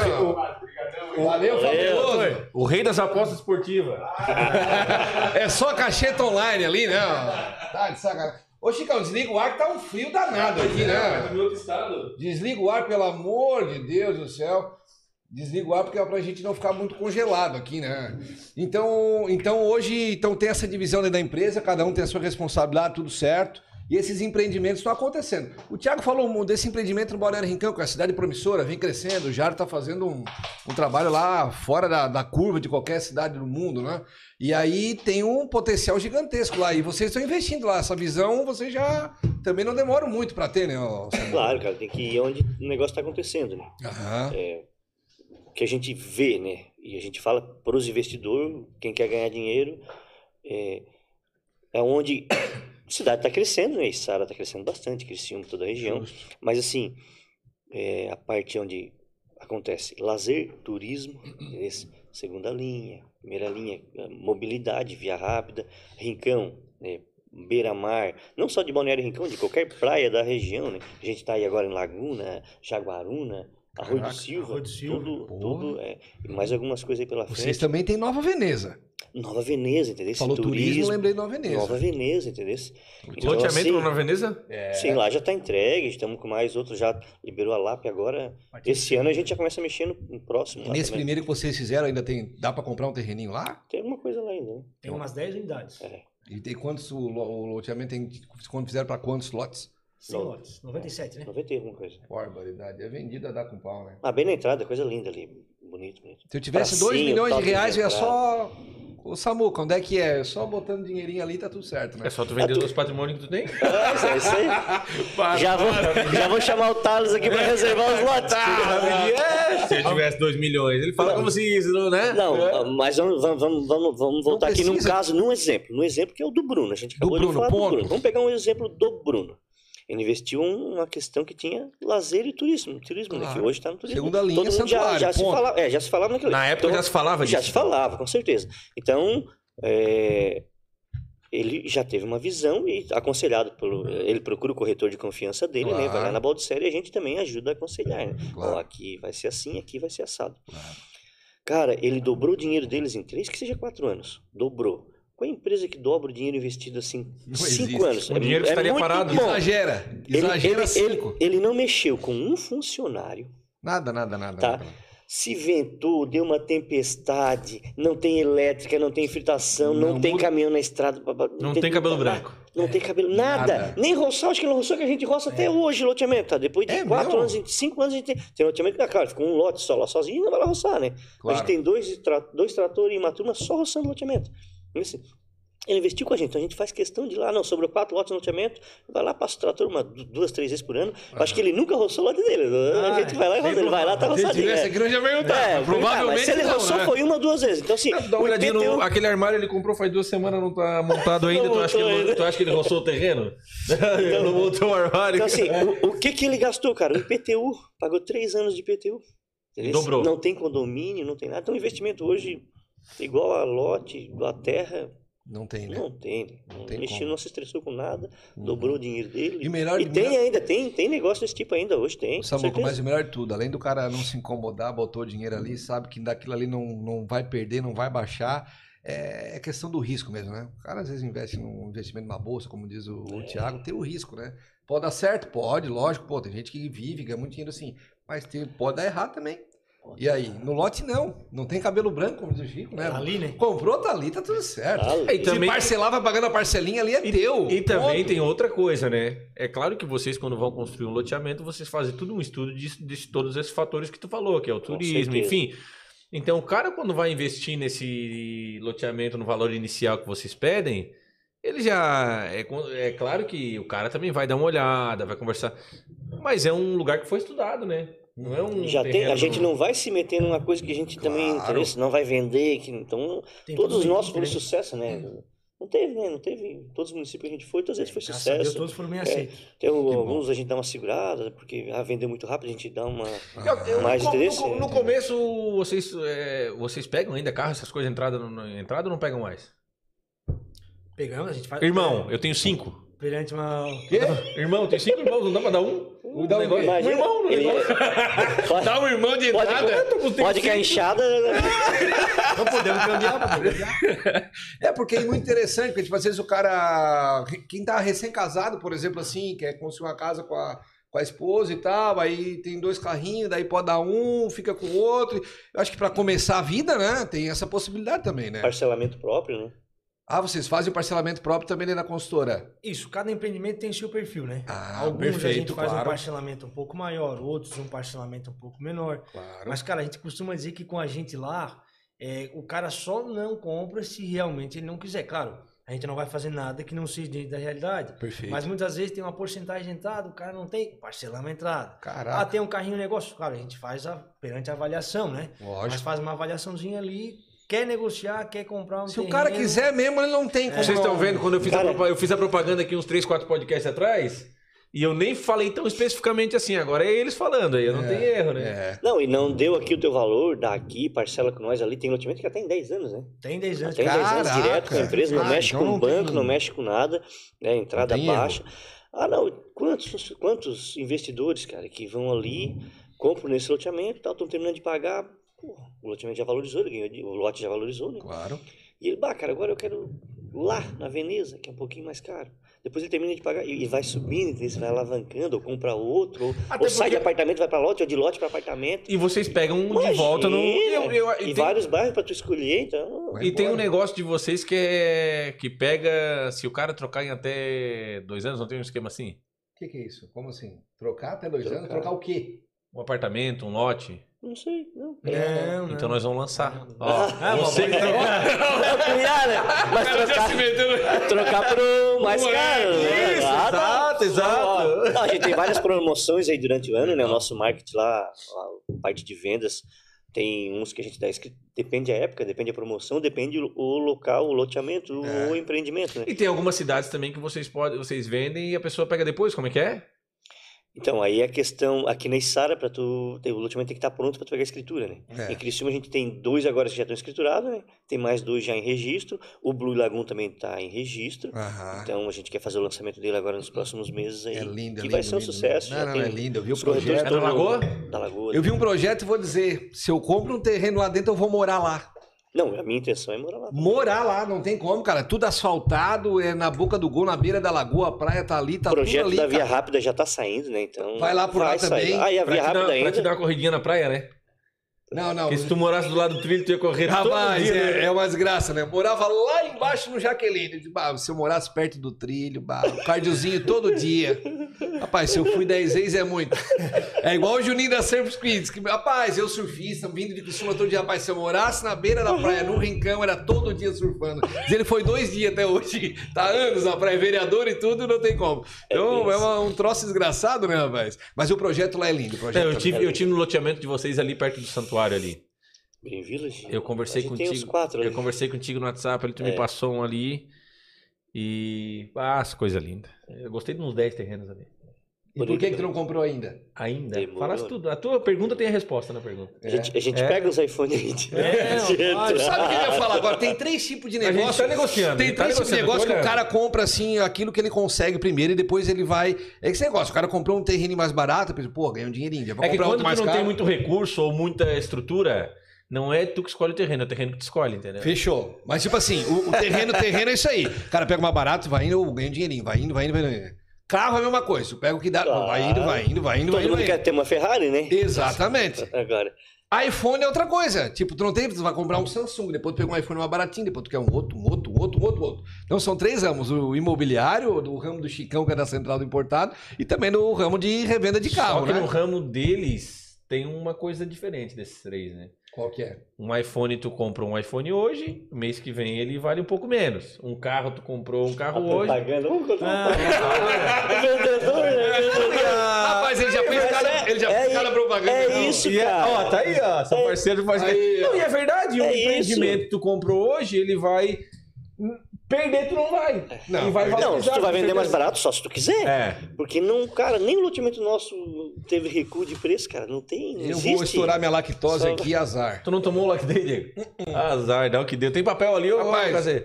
Speaker 1: Valeu, fabuloso.
Speaker 3: O rei das apostas esportivas.
Speaker 1: Ah, É só cacheta online ali, né? Tá de sacanagem. Ô, Chicão, desliga o ar que tá um frio danado aqui, né?
Speaker 2: outro estado.
Speaker 1: Desliga o ar, pelo amor de Deus do céu. Desliga o ar porque é pra gente não ficar muito congelado aqui, né? Então, então hoje então tem essa divisão dentro da empresa, cada um tem a sua responsabilidade, tudo certo. E esses empreendimentos estão acontecendo. O Thiago falou um desse empreendimento no Balneário Rincão, que é uma cidade promissora, vem crescendo. O Jaro está fazendo um, um trabalho lá fora da, da curva de qualquer cidade do mundo, né? E aí tem um potencial gigantesco lá. E vocês estão investindo lá. Essa visão vocês já também não demoram muito para ter, né? ô Samuel?
Speaker 4: Claro, cara, tem que ir onde o negócio tá acontecendo, né?
Speaker 1: Aham.
Speaker 4: O que a gente vê, né? E a gente fala para os investidores, quem quer ganhar dinheiro, é, é onde a cidade tá crescendo, né? Sara tá crescendo bastante, Criciúma, toda a região. Mas assim, é, a parte onde acontece lazer, turismo, esse, segunda linha, primeira linha, eh, mobilidade, via rápida, Rincão, né, beira-mar, não só de Balneário Rincão, de qualquer praia da região, né? A gente está aí agora em Laguna, Jaguaruna, Arroio do
Speaker 5: Caraca,
Speaker 4: Silva,
Speaker 5: Arroio do Silva,
Speaker 4: tudo,
Speaker 1: porra.
Speaker 4: tudo, é, e mais algumas coisas aí pela
Speaker 1: Vocês
Speaker 4: frente.
Speaker 1: também têm Nova Veneza.
Speaker 4: Nova Veneza, entendeu? Esse
Speaker 1: Falou turismo, lembrei de Nova Veneza.
Speaker 4: Nova Veneza, entendeu? Então,
Speaker 3: Loteamento
Speaker 4: assim,
Speaker 3: na Veneza?
Speaker 4: Sim, lá já está entregue, estamos com mais outros, já liberou a LAP agora. Esse ano a gente já começa mexendo no próximo.
Speaker 1: E
Speaker 4: lá
Speaker 1: nesse
Speaker 4: também.
Speaker 1: primeiro que vocês fizeram, ainda tem. Dá para comprar um terreninho lá?
Speaker 4: Tem alguma coisa lá ainda, né?
Speaker 5: Tem umas 10 unidades.
Speaker 4: É.
Speaker 1: E tem quantos o, lo- o loteamento tem. Quando fizeram para quantos lotes?
Speaker 5: 100 lotes. 97, né?
Speaker 4: 90 e alguma coisa.
Speaker 1: Barbaridade. É vendida, dá com pau, né?
Speaker 4: Ah, bem na entrada, coisa linda ali. Bonito, bonito.
Speaker 1: Se eu tivesse
Speaker 4: Pracinha,
Speaker 1: 2 milhões de
Speaker 4: top
Speaker 1: reais, eu ia
Speaker 4: de
Speaker 1: só. Ô Samuca, onde é que é? Eu Só botando dinheirinho ali tá tudo certo, né?
Speaker 3: É só tu vender
Speaker 4: Ah, tu-
Speaker 3: os patrimônios que tu tem?
Speaker 4: Ah, isso aí, isso aí. já, vou, já vou chamar o Thales aqui pra reservar os lotes.
Speaker 3: É, tá, se eu tivesse 2 milhões, ele fala como se isso, não, né?
Speaker 4: Não, ah, mas vamos, vamos, vamos, vamos, vamos voltar aqui num
Speaker 1: É? precisa.
Speaker 4: caso, num exemplo. Num exemplo que é o do Bruno. A gente
Speaker 1: Do
Speaker 4: acabou
Speaker 1: Bruno,
Speaker 4: de falar
Speaker 1: ponto.
Speaker 4: do Bruno. Vamos pegar um exemplo do Bruno. Ele investiu em uma questão que tinha lazer e turismo. Turismo, né? Que
Speaker 1: Claro.
Speaker 4: hoje está no turismo.
Speaker 1: Segunda linha,
Speaker 4: Todo mundo já,
Speaker 1: santuário,
Speaker 4: já, se
Speaker 1: ponto.
Speaker 4: falava, é, já se falava naquilo.
Speaker 3: Na época
Speaker 4: Então,
Speaker 3: já se falava disso.
Speaker 4: Já se falava, com certeza. Então, é, ele já teve uma visão e aconselhado pelo. Ele procura o corretor de confiança dele, né? Vai lá
Speaker 1: Claro.
Speaker 4: na Baldessera e a gente também ajuda a aconselhar. Né?
Speaker 1: Claro.
Speaker 4: Ó, aqui vai ser assim, aqui vai ser assado. Cara, ele dobrou o dinheiro deles em três, que seja quatro anos. Dobrou. Qual é a empresa que dobra o dinheiro investido assim?
Speaker 1: Não existe.
Speaker 4: cinco anos. É
Speaker 3: O dinheiro estaria
Speaker 4: muito
Speaker 3: parado.
Speaker 4: bom.
Speaker 1: Exagera.
Speaker 4: Ele-
Speaker 1: Exagera
Speaker 4: ele-
Speaker 1: cinco.
Speaker 4: ele não mexeu com um funcionário.
Speaker 1: Nada, nada, nada.
Speaker 4: Tá.
Speaker 1: nada.
Speaker 4: Se ventou, deu uma tempestade, não tem elétrica, não tem fritação, não,
Speaker 1: Não
Speaker 4: tem
Speaker 1: muda-
Speaker 4: caminhão na estrada. blá, blá,
Speaker 3: Não tem cabelo branco.
Speaker 4: Não tem cabelo, nada.
Speaker 1: Nada.
Speaker 4: Nem roçar, acho que não roçou que a gente roça até hoje, loteamento, tá? Depois de
Speaker 1: É
Speaker 4: quatro
Speaker 1: mesmo?
Speaker 4: anos, cinco anos a gente tem, tem loteamento, ah, claro, ficou um lote só lá sozinho, não vai lá roçar, né? A
Speaker 1: Claro.
Speaker 4: gente tem dois, tra- dois tratores e uma turma só roçando loteamento. E assim, Ele investiu com a gente, então a gente faz questão de ir lá, não, sobrou quatro lotes no loteamento, vai lá, passa o trator uma, du- duas, três vezes por ano. Acho que ele nunca roçou o lote dele.
Speaker 5: Ah,
Speaker 4: a gente vai lá e roça, ele vai lá, tá
Speaker 1: Se
Speaker 4: roçadinho.
Speaker 1: tivesse
Speaker 4: né?
Speaker 1: aqui, não ia perguntar.
Speaker 4: É,
Speaker 1: Provavelmente
Speaker 4: mas se ele
Speaker 1: não,
Speaker 4: roçou
Speaker 1: né?
Speaker 4: foi uma duas vezes. Então, assim,
Speaker 3: Dá uma
Speaker 4: o
Speaker 3: olhadinha no.
Speaker 4: IPTU...
Speaker 3: Aquele armário ele comprou faz duas semanas, não tá montado ainda. tu, acha que
Speaker 4: montou
Speaker 3: ele,
Speaker 4: ainda.
Speaker 3: tu acha que ele roçou o terreno? Ele não montou o armário.
Speaker 4: Então, assim,
Speaker 1: É.
Speaker 4: o, o que que ele gastou, cara? O IPTU, pagou três anos de IPTU. Entendeu?
Speaker 3: Dobrou.
Speaker 4: Não tem condomínio, não tem nada. Então, o investimento hoje, igual a lote, a terra,
Speaker 1: Não tem, né?
Speaker 4: não tem. né?
Speaker 1: Não tem
Speaker 4: o
Speaker 1: como. Uhum.
Speaker 4: mexeu, não se estressou com nada, dobrou o dinheiro dele.
Speaker 1: E melhor-
Speaker 4: E tem
Speaker 1: melhor- é
Speaker 4: ainda, tem, tem negócio desse tipo ainda hoje, tem. com
Speaker 1: Samuca,
Speaker 4: certeza. Uhum.
Speaker 1: mas o melhor de tudo, além do cara não se incomodar, botou o dinheiro ali, sabe que daquilo ali não, não vai perder, não vai baixar, é é questão do risco mesmo, né? O cara às vezes investe num investimento na bolsa, como diz o,
Speaker 4: É.
Speaker 1: o Thiago, tem o risco, né? Pode dar certo? Pode, lógico, pô, tem gente que vive, ganha muito dinheiro assim, mas tem- pode dar errado também. E aí, no lote não, não tem cabelo branco, como diz o Chico, né?
Speaker 5: Tá ali, né?
Speaker 1: Comprou, tá ali, tá tudo certo.
Speaker 4: Tá ali.
Speaker 3: E também-
Speaker 1: Se parcelar, vai pagando a parcelinha ali, é teu.
Speaker 3: E também
Speaker 1: Ponto.
Speaker 3: tem outra coisa, né? É claro que vocês, quando vão construir um loteamento, vocês fazem tudo um estudo de, de todos esses fatores que tu falou, que é o turismo,
Speaker 4: certeza.
Speaker 3: enfim. Então, o cara, quando vai investir nesse loteamento no valor inicial que vocês pedem, ele já. É, con- é claro que o cara também vai dar uma olhada, vai conversar. Mas é um lugar que foi estudado, né? Não é um.
Speaker 4: Já tem, a
Speaker 3: terreno-
Speaker 4: gente não vai se meter numa coisa que a gente também
Speaker 1: Claro.
Speaker 4: interesse, não vai vender, que então
Speaker 5: Tem
Speaker 4: Todos os
Speaker 5: tudo
Speaker 4: nossos
Speaker 5: bem,
Speaker 4: foram
Speaker 5: né?
Speaker 4: sucesso, né? Não teve, né? Não teve. Todos os municípios que a gente foi, todas eles foi
Speaker 5: Graças a Deus,
Speaker 4: sucesso.
Speaker 5: todos foram bem aceitos.
Speaker 4: Tem
Speaker 1: bom.
Speaker 4: alguns a gente dá uma segurada, porque ah, vendeu muito rápido, a gente dá uma.
Speaker 3: Eu- eu-
Speaker 4: Mais
Speaker 3: no, co-
Speaker 4: interesse,
Speaker 3: no co- no
Speaker 4: é.
Speaker 3: começo, vocês, é, vocês pegam ainda carro, essas coisas, entrada, no- no- entrada ou não pegam mais?
Speaker 5: Pegamos, a gente faz.
Speaker 3: Irmão, eu tenho cinco.
Speaker 5: Perante uma.
Speaker 1: Quê?
Speaker 3: Irmão, tem cinco irmãos, não dá pra dar um?
Speaker 1: Um dá um
Speaker 3: negócio-
Speaker 1: quê?
Speaker 3: um irmão,
Speaker 4: ele-
Speaker 3: irmão.
Speaker 4: Pode,
Speaker 3: Dá um irmão de
Speaker 4: Pode-
Speaker 3: entrada.
Speaker 4: pode que a enxada. né?
Speaker 5: Não podemos cambiar, pô, podemos cambiar.
Speaker 1: É, porque é muito interessante, porque, tipo, às vezes o cara. Quem tá recém-casado, por exemplo, assim, quer construir é uma casa com a, com a esposa e tal, aí tem dois carrinhos, daí pode dar um, fica com o outro. Eu acho que para começar a vida, né, tem essa possibilidade também, né?
Speaker 4: Parcelamento próprio, né?
Speaker 1: Ah, vocês fazem o parcelamento próprio também dentro da consultora.
Speaker 5: Isso, cada empreendimento tem seu perfil, né?
Speaker 1: Ah,
Speaker 5: Alguns a gente
Speaker 1: perfeito,
Speaker 5: faz um
Speaker 1: claro.
Speaker 5: parcelamento um pouco maior, outros um parcelamento um pouco menor.
Speaker 1: Claro.
Speaker 5: Mas, cara, a gente costuma dizer que com a gente lá, é, o cara só não compra se realmente ele não quiser. Claro, a gente não vai fazer nada que não seja dentro da realidade.
Speaker 1: Perfeito.
Speaker 5: Mas muitas vezes tem uma porcentagem de entrada, o cara não tem, parcelamos a entrada. Ah,
Speaker 1: Caraca,
Speaker 5: tem um carrinho negócio? Claro, a gente faz a, perante a avaliação, né? Mas
Speaker 1: lógico.
Speaker 5: faz uma avaliaçãozinha ali, quer negociar, quer comprar um
Speaker 1: Se o cara
Speaker 5: terreno.
Speaker 1: quiser mesmo, ele não
Speaker 5: É.
Speaker 1: tem como.
Speaker 3: Vocês estão vendo quando eu fiz,
Speaker 4: Cara.
Speaker 3: a, propa- eu fiz a propaganda aqui uns 3, 4 podcasts atrás? E eu nem falei tão especificamente assim. Agora é eles falando aí, eu não
Speaker 1: É,
Speaker 3: tenho erro, né?
Speaker 1: É.
Speaker 4: Não, e não deu aqui o teu valor, dá aqui, parcela com nós ali. Tem loteamento que até em 10 anos, né?
Speaker 5: Tem 10 anos.
Speaker 4: Tem 10 anos
Speaker 1: Caraca!
Speaker 4: direto com a empresa, não
Speaker 1: Ah,
Speaker 4: mexe
Speaker 1: então
Speaker 4: com
Speaker 1: não
Speaker 4: o banco,
Speaker 1: tem-
Speaker 4: não mexe com nada, né? Entrada
Speaker 1: Não tem
Speaker 4: baixa. Ah, não, quantos, quantos investidores, cara, que vão ali, compram nesse loteamento, tal, estão terminando de pagar, pô, o loteamento já valorizou, ele ganhou de- o lote já valorizou, né?
Speaker 1: Claro.
Speaker 4: E ele, bah, cara, agora eu quero lá na Veneza, que é um pouquinho mais caro. Depois ele termina de pagar e e vai subindo, entendeu? Você vai alavancando, ou compra outro, ou,
Speaker 5: Até
Speaker 4: ou sai de
Speaker 5: porque-
Speaker 4: apartamento, vai pra lote, ou de lote pra apartamento.
Speaker 3: E vocês pegam um de volta no.
Speaker 4: Imagina!
Speaker 3: Eu- eu-
Speaker 4: e
Speaker 3: tem-
Speaker 4: vários bairros pra tu escolher, então.
Speaker 1: Vai
Speaker 3: E tem um
Speaker 1: embora.
Speaker 3: negócio de vocês que é. que pega. Se o cara trocar em até dois anos, não tem um esquema assim?
Speaker 1: O que, que é isso? Como assim? Trocar até dois
Speaker 4: Trocar.
Speaker 1: anos? Trocar o quê?
Speaker 3: Um apartamento, um lote.
Speaker 4: Não sei, não.
Speaker 1: É.
Speaker 5: Não, não.
Speaker 3: Então nós vamos lançar. Ó,
Speaker 4: Ah,
Speaker 3: você que trocou.
Speaker 4: criar, né? Mas trocar, trocar pro um mais caro. né?
Speaker 3: Isso,
Speaker 4: Ah,
Speaker 3: exato,
Speaker 4: tá.
Speaker 3: exato.
Speaker 4: Não, a gente tem várias promoções aí durante o ano, né? O nosso marketing lá, a parte de vendas, tem uns que a gente dá escrito. Depende da época, depende da promoção, depende o- o local, o loteamento, o-
Speaker 1: É.
Speaker 4: o empreendimento, né?
Speaker 3: E tem algumas cidades também que vocês podem, vocês vendem e a pessoa pega depois, como é que é?
Speaker 4: Então, aí a questão, aqui na Isara, para tu, ter- o loteamento tem que estar pronto para tu pegar a escritura, né?
Speaker 1: É.
Speaker 4: Em Criciúma a gente tem dois agora que já estão escriturados, né? Tem mais dois já em registro, o Blue Lagoon também está em registro.
Speaker 1: Aham.
Speaker 4: Então a gente quer fazer o lançamento dele agora nos próximos meses aí.
Speaker 1: Ah. É lindo, é
Speaker 4: que
Speaker 1: lindo.
Speaker 4: vai ser um
Speaker 1: lindo,
Speaker 4: sucesso.
Speaker 1: lindo.
Speaker 4: já
Speaker 1: Não, não,
Speaker 4: tem
Speaker 1: é lindo. Eu vi o
Speaker 4: os corretores
Speaker 1: projeto.
Speaker 3: É na
Speaker 4: todos-
Speaker 3: Lagoa?
Speaker 4: Da Lagoa.
Speaker 1: Eu vi um projeto e vou dizer: se eu compro um terreno lá dentro, eu vou morar lá.
Speaker 4: Não, a minha intenção é morar lá.
Speaker 1: Morar lá, não tem como, cara. É Tudo asfaltado, é na boca do gol, na beira da lagoa, a praia tá ali, tá
Speaker 4: o projeto
Speaker 1: tudo ali.
Speaker 4: da Via
Speaker 1: cara.
Speaker 4: Rápida já tá saindo, né? Então.
Speaker 1: Vai lá por lá
Speaker 4: sair
Speaker 1: também,
Speaker 4: Ah, e a
Speaker 3: Pra te,
Speaker 4: Via
Speaker 3: dar,
Speaker 4: Rápida
Speaker 3: pra te
Speaker 4: ainda.
Speaker 3: dar uma corridinha na praia, né?
Speaker 1: Não, não.
Speaker 3: Porque se tu morasse do lado do trilho, tu ia correr todo
Speaker 1: Rapaz,
Speaker 3: dia, né?
Speaker 1: é, é uma desgraça, né? Morava lá embaixo no Jaqueline. Eu disse, "Bah, se eu morasse perto do trilho, bah, o cardiozinho todo dia. Rapaz, se eu fui 10 vezes é muito. É igual o Juninho da Surf Queens. Que, rapaz, eu surfista, vindo de costuma todo dia. Rapaz, se eu morasse na beira da praia, no rincão, era todo dia surfando. Mas ele foi dois dias até hoje. Tá anos na praia, vereador e tudo, não tem como. Então, é, uma- um troço desgraçado, né, rapaz? Mas o projeto lá é lindo. O projeto
Speaker 3: Não, eu,
Speaker 1: tá
Speaker 3: tive, eu tive no loteamento de vocês ali perto do santuário ali.
Speaker 4: Green Village.
Speaker 3: Eu conversei
Speaker 4: a gente
Speaker 3: contigo.
Speaker 4: Tem uns quatro
Speaker 3: Eu
Speaker 4: ali.
Speaker 3: conversei contigo no WhatsApp, ali tu me
Speaker 4: É.
Speaker 3: passou um ali. E. Ah, as coisa linda. Eu gostei de uns 10 terrenos ali.
Speaker 1: E por que, que tu não comprou ainda?
Speaker 3: Ainda.
Speaker 4: Demorou.
Speaker 3: Falasse tudo. A tua pergunta tem a resposta na pergunta.
Speaker 4: A gente, a gente
Speaker 3: É.
Speaker 4: pega os iPhones e a gente.
Speaker 5: É,
Speaker 1: Tu
Speaker 5: rapaz.
Speaker 1: sabe o que eu ia falar agora? Tem três tipos de
Speaker 3: A gente
Speaker 1: negócio.
Speaker 3: tá negociando,
Speaker 1: Tem
Speaker 3: ele tá
Speaker 1: três tipos de negócio
Speaker 3: negociando, eu
Speaker 1: que o
Speaker 3: tô olhando.
Speaker 1: cara compra assim aquilo que ele consegue primeiro e depois ele vai. É esse negócio. O cara comprou um terreno mais barato, pensa, pô, ganhei um dinheirinho. Já vou
Speaker 3: É que
Speaker 1: comprar
Speaker 3: quando
Speaker 1: outro
Speaker 3: tu
Speaker 1: mais
Speaker 3: não
Speaker 1: caro.
Speaker 3: tem muito recurso ou muita estrutura, não é tu que escolhe o terreno, é o terreno que tu escolhe, entendeu?
Speaker 1: Fechou. Mas tipo assim, o, o terreno, o terreno é isso aí. O cara pega mais barato, vai indo, eu ganho um dinheirinho, vai indo, vai indo, vai indo. Carro é a mesma coisa. Tu pega o que dá,
Speaker 4: Claro.
Speaker 1: vai indo, vai indo, vai indo,
Speaker 4: Todo
Speaker 1: vai indo.
Speaker 4: mundo
Speaker 1: Vai
Speaker 4: quer
Speaker 1: indo.
Speaker 4: ter uma Ferrari, né?
Speaker 1: Exatamente.
Speaker 4: Agora.
Speaker 1: iPhone é outra coisa. Tipo, tu não tem, tu vai comprar um Samsung, depois tu pega um iPhone mais baratinho, depois tu quer um outro, um outro, um outro, um outro, um outro. Então são três ramos: o imobiliário, do ramo do Chicão, que é da central do importado, e também no ramo de revenda de
Speaker 3: Só
Speaker 1: carro,
Speaker 3: que
Speaker 1: né?
Speaker 3: no ramo deles tem uma coisa diferente desses três, né?
Speaker 1: Qual que é?
Speaker 3: Um iPhone tu compra um iPhone hoje, mês que vem ele vale um pouco menos. Um carro tu comprou um
Speaker 4: A
Speaker 3: carro hoje.
Speaker 4: propaganda. Vamos contar.
Speaker 5: Ah,
Speaker 4: O vendedor, né?
Speaker 1: Rapaz, ele já fez
Speaker 4: mas
Speaker 1: cada,
Speaker 4: é-
Speaker 1: ele já
Speaker 4: é
Speaker 1: fez
Speaker 4: i-
Speaker 1: cada propaganda.
Speaker 4: é
Speaker 1: não.
Speaker 4: isso.
Speaker 3: E é-
Speaker 4: cara.
Speaker 3: ó, tá aí, ó, são parceiros faz
Speaker 1: Aí,
Speaker 3: Não, e é verdade, um
Speaker 4: É
Speaker 3: empreendimento que tu comprou hoje, ele vai perder tu não vai.
Speaker 1: Não,
Speaker 3: e vai
Speaker 1: perder-
Speaker 4: É. Não, se tu
Speaker 3: valorizar,
Speaker 4: vai
Speaker 3: com
Speaker 4: vender mais
Speaker 3: certeza.
Speaker 4: barato, só se tu quiser.
Speaker 3: É.
Speaker 4: Porque não, cara, nem o loteamento nosso teve recuo de preço, cara. Não tem. Não
Speaker 1: Eu
Speaker 4: existe.
Speaker 1: vou estourar minha lactose
Speaker 4: Só-
Speaker 1: aqui, azar.
Speaker 3: Tu não tomou o lock day, Diego? Azar, dá o que deu. Tem papel ali, ô
Speaker 1: Rapaz.
Speaker 3: fazer.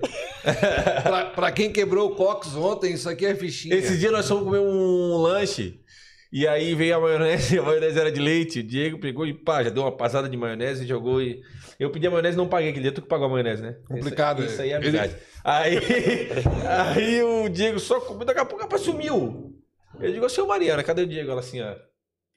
Speaker 1: pra, pra quem quebrou o Cox ontem, isso aqui é fichinha.
Speaker 3: Esse dia nós fomos comer um lanche. E aí veio a maionese, a maionese era de leite. O Diego pegou e pá, já deu uma passada de maionese e jogou. E... Eu pedi a maionese e não paguei aquele dia. Tu que pagou a maionese, né?
Speaker 1: Complicado,
Speaker 3: Isso, isso
Speaker 1: é.
Speaker 3: aí é amizade. Aí, aí o Diego só comeu, daqui a pouco rapaz, sumiu. Eu digo, ô seu Mariana, cadê o Diego? Ela assim, ó.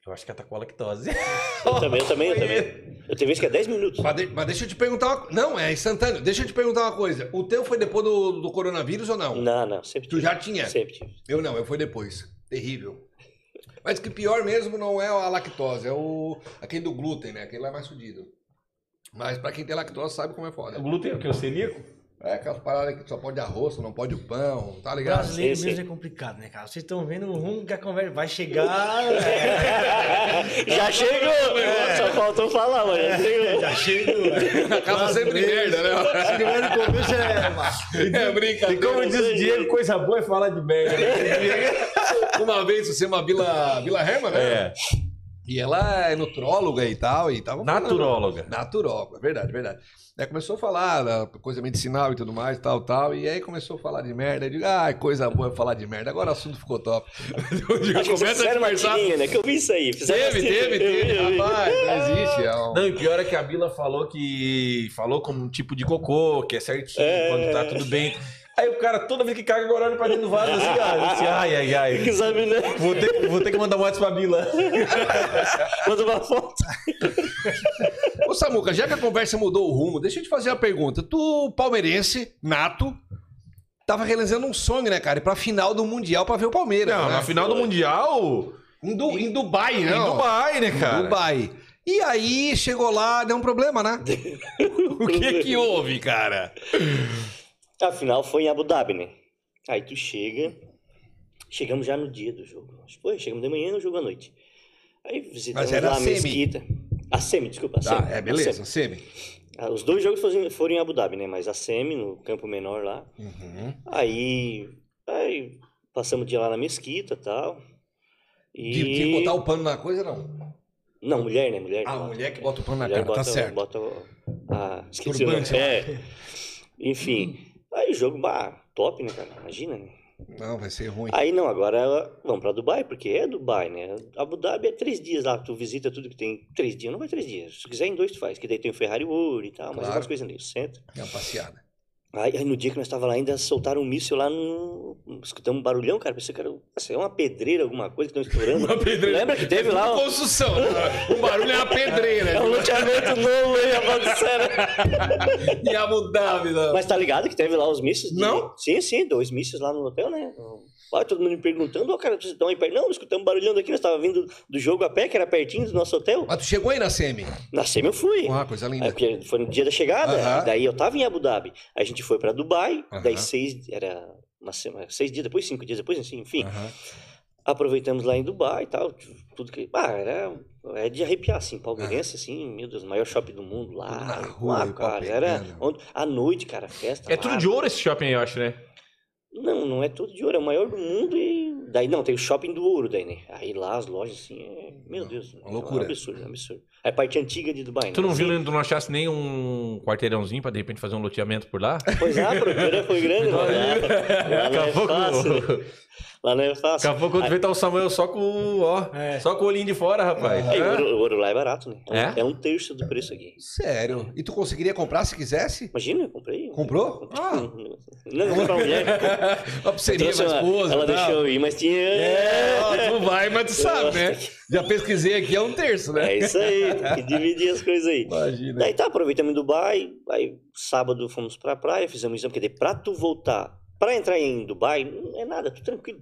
Speaker 3: Eu acho que ela tá com a lactose.
Speaker 4: Eu também, eu também, eu também. Eu tenho vez que é 10 minutos.
Speaker 1: Mas, de- mas deixa eu te perguntar uma coisa. Não, é instantâneo. Deixa eu te perguntar uma coisa. O teu foi depois do, do coronavírus ou não?
Speaker 4: Não, não, sempre
Speaker 1: Tu já é. tinha?
Speaker 4: Sempre tive.
Speaker 1: Eu não, eu fui depois. Terrível. Mas que pior mesmo não é a lactose, é o aquele do glúten, né? Aquele lá é mais fudido. Mas pra quem tem lactose sabe como é
Speaker 3: O
Speaker 1: foda.
Speaker 3: glúten é o que? O celíaco?
Speaker 1: É aquelas paradas que só pode arroz, só não pode o pão, tá ligado?
Speaker 5: Brasileiro
Speaker 4: sim,
Speaker 5: mesmo
Speaker 4: sim.
Speaker 5: é complicado, né, cara? Vocês estão vendo o rumo que a conversa vai chegar.
Speaker 4: já chegou!
Speaker 1: É.
Speaker 4: Só faltou falar, mas já chegou.
Speaker 5: Já chegou.
Speaker 1: Acaba sempre de merda, né?
Speaker 5: Se tiver no começo é.
Speaker 1: É
Speaker 3: E
Speaker 1: brincadeira.
Speaker 3: como diz o Diego, coisa boa é falar de merda.
Speaker 1: Uma vez você é uma Vila, Vila Herman, né?
Speaker 3: é,
Speaker 1: E ela é nutróloga e tal, e tava falando-
Speaker 3: naturóloga.
Speaker 1: Naturóloga, é verdade, verdade. Aí começou a falar da coisa medicinal e tudo mais, tal, tal. E aí começou a falar de merda. Eu digo, ai, coisa boa é falar de merda. Agora o assunto ficou top. Eu digo,
Speaker 4: Acho que vocês
Speaker 1: começa a
Speaker 4: fizeram uma
Speaker 1: conversar.
Speaker 4: tirinha, né? Que eu vi isso aí. Fizeram
Speaker 1: Teve,
Speaker 4: uma tirinha.
Speaker 1: teve,
Speaker 4: Eu vi,
Speaker 1: teve.
Speaker 4: eu vi.
Speaker 1: Rapaz, não existe. É um...
Speaker 3: Não, e pior é que a Bila falou que. Falou como um tipo de cocô, que é certinho,
Speaker 4: É.
Speaker 3: quando tá tudo bem. Aí o cara, toda vez que caga, agora olha pra dentro do vaso assim, ah, assim, ai, ai, ai.
Speaker 4: Examinando,
Speaker 3: Vou ter, vou ter que mandar um WhatsApp pra Bila.
Speaker 4: manda uma foto.
Speaker 1: Ô, Samuca, já que a conversa mudou o rumo, deixa eu te fazer uma pergunta. Tu, palmeirense, nato, tava realizando um sonho, né, cara? Ir Pra final do Mundial pra ver o Palmeiras.
Speaker 3: Não,
Speaker 1: né?
Speaker 3: na final do Mundial.
Speaker 1: Em, Du- em Dubai, né?
Speaker 3: Em Dubai, né, cara?
Speaker 1: Dubai. E aí, chegou lá, deu um problema, né? o que que houve, cara?
Speaker 4: Afinal, foi em Abu Dhabi, né? Aí tu chega. Chegamos já no dia do jogo. Acho que foi, chegamos de manhã, o jogo à noite. Aí visitamos
Speaker 1: Mas era
Speaker 4: lá
Speaker 1: a
Speaker 4: a
Speaker 1: semi.
Speaker 4: mesquita. A semi, desculpa. A
Speaker 1: Tá,
Speaker 4: semi,
Speaker 1: é,
Speaker 4: a
Speaker 1: beleza,
Speaker 4: semi.
Speaker 1: semi.
Speaker 4: Ah, Os dois jogos foram- foram em Abu Dhabi, né? Mas a semi, no campo menor lá.
Speaker 1: Uhum.
Speaker 4: Aí, aí passamos o dia lá na mesquita e tal. E...
Speaker 1: De, de botar o pano na coisa, não.
Speaker 4: Não, mulher, né? Mulher.
Speaker 1: A
Speaker 4: Lá.
Speaker 1: mulher que bota o pano na
Speaker 4: Mulher
Speaker 1: cara,
Speaker 4: bota,
Speaker 1: tá certo. né?
Speaker 4: Bota o- a... Esqueci o nome.
Speaker 1: Turbante lá.
Speaker 4: É. Enfim. Aí o jogo, bah, top, né, cara? Imagina, né?
Speaker 1: Não, vai ser ruim.
Speaker 4: Aí não, agora vamos pra Dubai, porque é Dubai, né? Abu Dhabi é três dias lá, tu visita tudo que tem. Três dias, não vai três dias. Se quiser em dois tu faz, que daí tem o Ferrari World e tal, mas é
Speaker 1: Claro.
Speaker 4: umas coisas ali, centro.
Speaker 1: É uma passeada.
Speaker 4: Aí, aí no dia que nós estava lá ainda soltaram um míssil lá no. Escutamos um barulhão, cara. Pensei que era nossa, é uma pedreira, alguma coisa que estão estourando. Lembra que teve lá um,
Speaker 1: Construção. o barulho é uma pedreira.
Speaker 4: é um loteamento novo aí, a bagunceira.
Speaker 1: E a mudável.
Speaker 4: né? Mas tá ligado que teve lá os mísseis? de-
Speaker 1: Não?
Speaker 4: Sim, sim, dois mísseis lá no hotel, né? Lá todo mundo me perguntando, ó, cara, vocês estão aí perto. Não, escutamos um barulhão daqui, nós estávamos vindo do jogo a pé, que era pertinho do nosso hotel.
Speaker 1: Mas tu chegou aí na semi?
Speaker 4: Na SEMI eu fui.
Speaker 1: Ah, coisa
Speaker 4: Aí,
Speaker 1: linda.
Speaker 4: porque foi no dia da chegada,
Speaker 1: Aham.
Speaker 4: e daí eu tava em Abu Dhabi. Aí a gente foi pra Dubai,
Speaker 1: Aham.
Speaker 4: daí seis, era uma semana, seis dias depois, cinco dias depois, assim, enfim.
Speaker 1: Aham.
Speaker 4: Aproveitamos lá em Dubai e tal, tu- tudo que... Ah, era... É de arrepiar, assim,
Speaker 3: É.
Speaker 4: palmeirense, assim, meu Deus, maior shopping do mundo lá.
Speaker 1: Tudo na
Speaker 4: lá,
Speaker 1: rua, e pau
Speaker 4: cara,
Speaker 1: pegando.
Speaker 4: era... onde- à noite, cara, festa
Speaker 3: É
Speaker 4: lá.
Speaker 3: tudo de ouro esse shopping, eu acho, né?
Speaker 4: Não, não é tudo de ouro, é o maior do mundo e... Daí, não, tem o shopping do ouro daí, né? Aí lá as lojas, assim, é... Meu Deus,
Speaker 1: uma loucura.
Speaker 4: É um absurdo, é um absurdo. É a parte antiga de Dubai, né?
Speaker 3: Tu não
Speaker 4: Assim,
Speaker 3: viu, tu não achasse nem um quarteirãozinho pra de repente fazer um loteamento por lá?
Speaker 4: Pois é, a procura foi grande, mas lá, lá não é
Speaker 3: Acabou
Speaker 4: fácil.
Speaker 3: com.
Speaker 4: Lá não é
Speaker 3: Daqui
Speaker 4: fácil.
Speaker 3: a pouco quando vê tá o Samuel só com, ó,
Speaker 5: É.
Speaker 3: só com o olhinho de fora, rapaz.
Speaker 4: Aí, o,
Speaker 3: Hã?
Speaker 4: ouro, o ouro lá é barato, né? É um-
Speaker 3: É?
Speaker 4: É? um terço do preço aqui.
Speaker 1: Sério. E tu conseguiria comprar se quisesse?
Speaker 4: Imagina, eu comprei.
Speaker 1: Comprou? Ah.
Speaker 4: Não, não comprei pra mulher.
Speaker 1: Ó, pra você minha
Speaker 4: Trouxe uma-
Speaker 1: esposa.
Speaker 4: ela
Speaker 1: tal.
Speaker 4: deixou eu ir, mas tinha.
Speaker 1: É, ó, tu vai, mas tu sabe, né? Já pesquisei aqui, é um terço, né?
Speaker 4: É isso aí, tem que dividir as coisas aí.
Speaker 1: Imagina.
Speaker 4: Daí tá, aproveitamos em Dubai, aí sábado fomos pra praia, fizemos exame, porque daí pra tu voltar, pra entrar em Dubai, não é nada, tu tranquilo,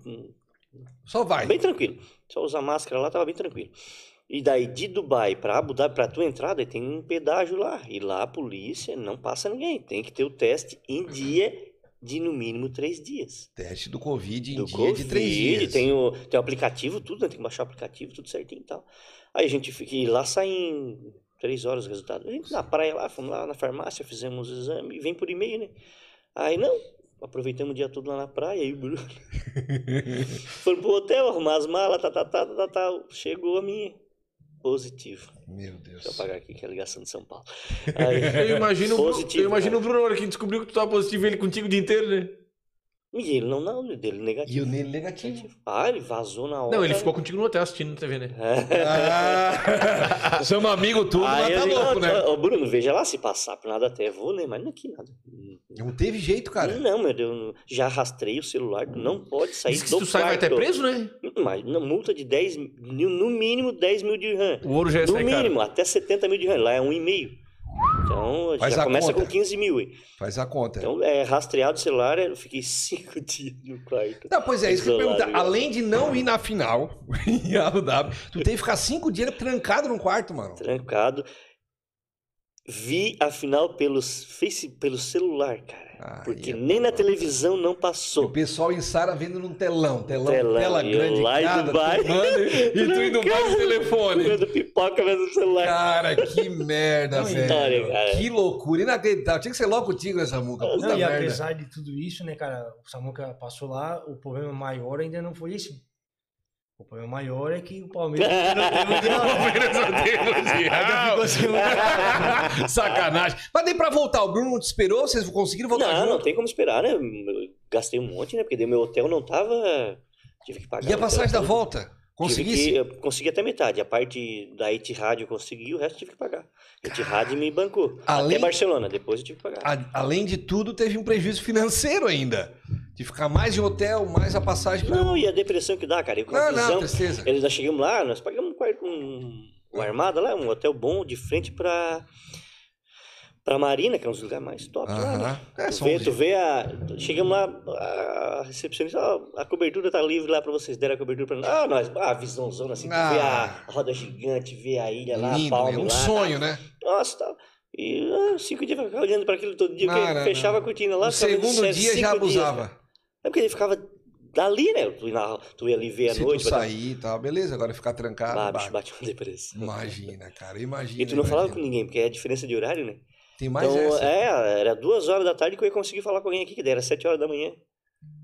Speaker 1: Só vai.
Speaker 4: Bem tranquilo. Só usar máscara lá, tava bem tranquilo. E daí de Dubai pra Abu Dhabi, pra tua entrada, tem um pedágio lá. E lá a polícia não passa ninguém. Tem que ter o teste em dia de no mínimo três dias.
Speaker 1: Teste do Covid em
Speaker 4: Do
Speaker 1: dia de três
Speaker 4: Covid,
Speaker 1: dias.
Speaker 4: Tem o, tem o aplicativo, tudo, né? Tem que baixar o aplicativo, tudo certinho e tal. Aí a gente fica. E lá sai em três horas o resultado. A gente na praia lá, fomos lá na farmácia, fizemos o exame, e vem por e-mail, né? Aí não, aproveitamos o dia todo lá na praia, aí o Bruno. Foram pro hotel arrumar as malas, tá, tá, tá, tá, tá, tá. Chegou a minha. Positivo.
Speaker 1: Meu Deus.
Speaker 4: Deixa eu apagar aqui que é a ligação de São Paulo. Aí,
Speaker 3: Eu imagino, o Bru-
Speaker 4: Positivo, né?
Speaker 3: eu imagino o Bruno na hora que descobriu que tu tava positivo ele contigo o dia inteiro, né?
Speaker 4: e ele não, não, dele
Speaker 1: E
Speaker 4: negativo.
Speaker 1: o nele negativo.
Speaker 4: Ah, ele vazou na hora.
Speaker 3: Não, ele ficou contigo no hotel assistindo na TV,
Speaker 4: É.
Speaker 3: né?
Speaker 1: Ah,
Speaker 3: é um
Speaker 1: somos amigo tudo,
Speaker 4: Aí
Speaker 1: mas
Speaker 4: eu
Speaker 1: tá
Speaker 4: digo,
Speaker 1: louco, né?
Speaker 4: "Ô, Bruno, veja lá se passar por nada até vou, né? Mas não que nada.
Speaker 1: Não teve jeito, cara.
Speaker 4: Não, meu Deus, já arrastei o celular, tu não pode sair
Speaker 3: Diz que se
Speaker 4: do
Speaker 3: tu sai vai até
Speaker 4: quarto.
Speaker 3: preso, né?
Speaker 4: Hum, Mas na multa de 10, mil- no mínimo 10 mil de RAM.
Speaker 3: O ouro já é
Speaker 4: No
Speaker 3: sai caro.
Speaker 4: mínimo, até 70 mil de RAM. Lá é 1,5. Então,
Speaker 1: Faz a
Speaker 4: já começa
Speaker 1: conta.
Speaker 4: com 15 mil. hein?
Speaker 1: Faz a conta.
Speaker 4: Então, é rastreado o celular, eu fiquei 5 dias no quarto.
Speaker 1: Não, pois é, isso que eu ia
Speaker 4: Isolado,
Speaker 1: perguntar.
Speaker 4: né?
Speaker 1: Além de não ir na final, em Abu Dhabi, tu tem que ficar cinco dias trancado num quarto, mano.
Speaker 4: Trancado. Vi a final pelos face, pelo celular, cara.
Speaker 1: Ai,
Speaker 4: porque
Speaker 1: é
Speaker 4: nem na televisão não
Speaker 1: E O
Speaker 4: passou.
Speaker 1: pessoal em Sara vendo num telão, telão,
Speaker 4: Telão,
Speaker 1: tela
Speaker 4: e eu
Speaker 1: grande,
Speaker 4: lá em
Speaker 1: cara,
Speaker 4: Dubai.
Speaker 1: filmando, e tu indo mais no telefone.
Speaker 4: Comendo pipoca mesmo no celular.
Speaker 1: Cara, que merda,
Speaker 5: Não,
Speaker 1: velho.
Speaker 4: história, cara.
Speaker 1: Que loucura, inacreditável. Tinha que ser logo contigo essa muca, puta
Speaker 5: Não, e
Speaker 1: merda.
Speaker 5: apesar de tudo isso, né, cara, o Samuca passou lá, o problema maior ainda não foi esse. O problema maior é que o Palmeiras não tem
Speaker 1: um
Speaker 5: mundial. Ainda ficou assim, sem mundial.
Speaker 1: Sacanagem. Mas nem pra voltar, o Bruno não te esperou, vocês conseguiram voltar
Speaker 4: Não,
Speaker 1: junto?
Speaker 4: não tem como esperar, né? Eu gastei um monte, né? Porque daí meu hotel não tava. Tive que pagar.
Speaker 1: E a
Speaker 4: o hotel
Speaker 1: passagem da
Speaker 4: todo.
Speaker 1: volta?
Speaker 4: Tive
Speaker 1: Conseguisse?
Speaker 4: que- eu consegui até metade. A parte da Etihad eu consegui, o resto tive que pagar. Etihad me bancou.
Speaker 1: Além- Ah,
Speaker 4: Até Barcelona, depois eu tive que pagar.
Speaker 1: A- além de tudo, teve um prejuízo financeiro ainda. De ficar mais em hotel, mais a passagem pra.
Speaker 4: Não, e a depressão que dá, cara. Eu com a
Speaker 1: Não, tá não,
Speaker 4: visão,
Speaker 1: tristeza.
Speaker 4: eles já chegamos lá, nós pagamos um, quarto- um-
Speaker 1: Hum.
Speaker 4: uma armada lá, um hotel bom de frente pra, pra Marina, que é um dos lugares mais top lá, né?
Speaker 1: Aham. É,
Speaker 4: tu,
Speaker 1: são
Speaker 4: vê,
Speaker 1: uns-
Speaker 4: tu vê a. Chegamos lá, a recepcionista, ó, a cobertura tá livre lá pra vocês, deram a cobertura pra nós. Ah, nós, ah, a visãozona assim, tu vê a
Speaker 1: Ah.
Speaker 4: roda gigante, vê a ilha lá, a
Speaker 1: Lindo,
Speaker 4: palma
Speaker 1: é um
Speaker 4: lá. tá
Speaker 1: sonho, né?
Speaker 4: Nossa, tal. E ah, cinco dias pra ficar olhando pra aquilo todo dia,
Speaker 1: Não,
Speaker 4: porque
Speaker 1: não,
Speaker 4: fechava
Speaker 1: não.
Speaker 4: a cortina lá.
Speaker 1: No
Speaker 4: ficava vendo
Speaker 1: segundo
Speaker 4: série
Speaker 1: dia
Speaker 4: cinco
Speaker 1: já
Speaker 4: dias,
Speaker 1: abusava.
Speaker 4: cara. É porque ele ficava dali, né? Tu ia, na- tu ia ali ver à
Speaker 1: Se
Speaker 4: noite.
Speaker 1: tu
Speaker 4: vai dar-
Speaker 1: sair e tal, beleza, agora ficar trancado.
Speaker 4: Ah,
Speaker 1: bah,
Speaker 4: bicho, bate uma depressão.
Speaker 1: Imagina, cara, imagina.
Speaker 4: E tu não falava com
Speaker 1: imagina. assim.
Speaker 4: ninguém, porque é a diferença de horário, né?
Speaker 1: Tem mais
Speaker 4: então,
Speaker 1: essa.
Speaker 4: é, era duas horas da tarde que eu ia conseguir falar com alguém aqui, que daí era sete horas da manhã.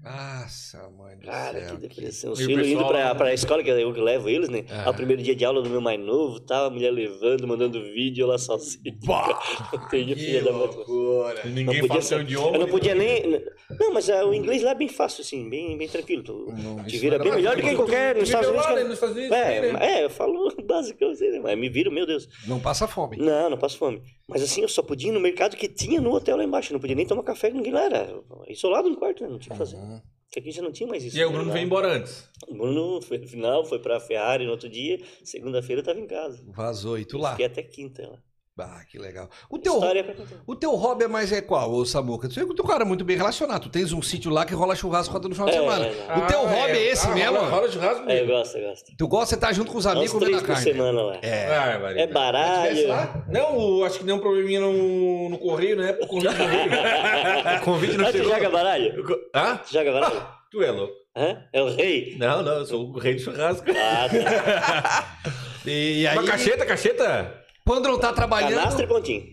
Speaker 1: Nossa, mãe do
Speaker 4: Cara,
Speaker 1: céu.
Speaker 4: que depressão. Os
Speaker 2: E o
Speaker 4: filhos indo
Speaker 2: pessoal
Speaker 4: pra,
Speaker 2: lá-
Speaker 4: pra escola, que é eu que levo eles, né?
Speaker 1: Aham.
Speaker 4: Ao primeiro dia de aula do meu mais novo, tal, a mulher levando, mandando vídeo, eu lá sozinho. Tem
Speaker 1: que
Speaker 4: filha da moto.
Speaker 1: loucura.
Speaker 4: Não
Speaker 3: Ninguém
Speaker 4: podia-
Speaker 3: passa o idioma.
Speaker 4: Eu não podia nem. Não, mas ah, o inglês lá é bem fácil, assim, bem, bem tranquilo. Tu
Speaker 1: Não,
Speaker 4: te
Speaker 1: isso
Speaker 4: vira
Speaker 1: não era
Speaker 4: bem melhor do que em
Speaker 1: nada.
Speaker 4: qualquer. Nos Estados Unidos.
Speaker 3: lá,
Speaker 4: cara.
Speaker 3: né, nos Estados Unidos,
Speaker 4: É,
Speaker 3: tem, né?
Speaker 4: é, eu falo basicão, assim, né? Mas me viro, meu Deus.
Speaker 1: Não passa fome.
Speaker 4: Não, não passo fome. Mas assim, eu só podia ir no mercado que tinha no hotel lá embaixo. Eu não podia nem tomar café com ninguém lá. Era isolado no quarto, né? Não tinha o que fazer.
Speaker 1: Uhum.
Speaker 4: Porque aqui já não tinha mais isso.
Speaker 3: E aí o
Speaker 4: né?
Speaker 3: Bruno
Speaker 4: Lá-
Speaker 3: veio embora antes.
Speaker 4: O Bruno foi no final, foi pra Ferrari no outro dia. Segunda-feira eu tava em casa.
Speaker 1: Vazou e tu lá.
Speaker 4: Fiquei até quinta lá.
Speaker 1: Ah, que legal. O teu,
Speaker 4: História pra contar.
Speaker 1: o teu hobby é mais é qual, ô Samuca? Tu sei que tu é um cara muito bem relacionado. Tu tens um sítio lá que rola churrasco todo no final de
Speaker 4: É,
Speaker 1: semana.
Speaker 4: é,
Speaker 1: O teu
Speaker 3: Ah,
Speaker 1: hobby é, esse
Speaker 3: Ah,
Speaker 1: mesmo?
Speaker 3: Rola, rola churrasco
Speaker 4: É, eu
Speaker 3: mesmo.
Speaker 4: gosto, eu gosto.
Speaker 1: Tu gosta de estar junto com os
Speaker 4: Dá uns
Speaker 1: amigos
Speaker 4: três
Speaker 1: comendo a
Speaker 4: por
Speaker 1: carne.
Speaker 4: semana lá.
Speaker 1: É.
Speaker 3: Ah,
Speaker 4: É
Speaker 3: Maria.
Speaker 4: baralho.
Speaker 3: Não, o- acho que deu um probleminha no, no correio, né? Pro convite do correio. convite
Speaker 4: Ah, tu joga baralho?
Speaker 3: Hã?
Speaker 4: Tu joga baralho?
Speaker 3: Tu é louco.
Speaker 4: Hã? É o rei?
Speaker 3: Não, não, eu sou o rei do churrasco.
Speaker 4: Ah, tá.
Speaker 1: E aí,
Speaker 3: Mas cacheta, cacheta?
Speaker 1: quando não tá trabalhando,
Speaker 4: Canastra e pontinho.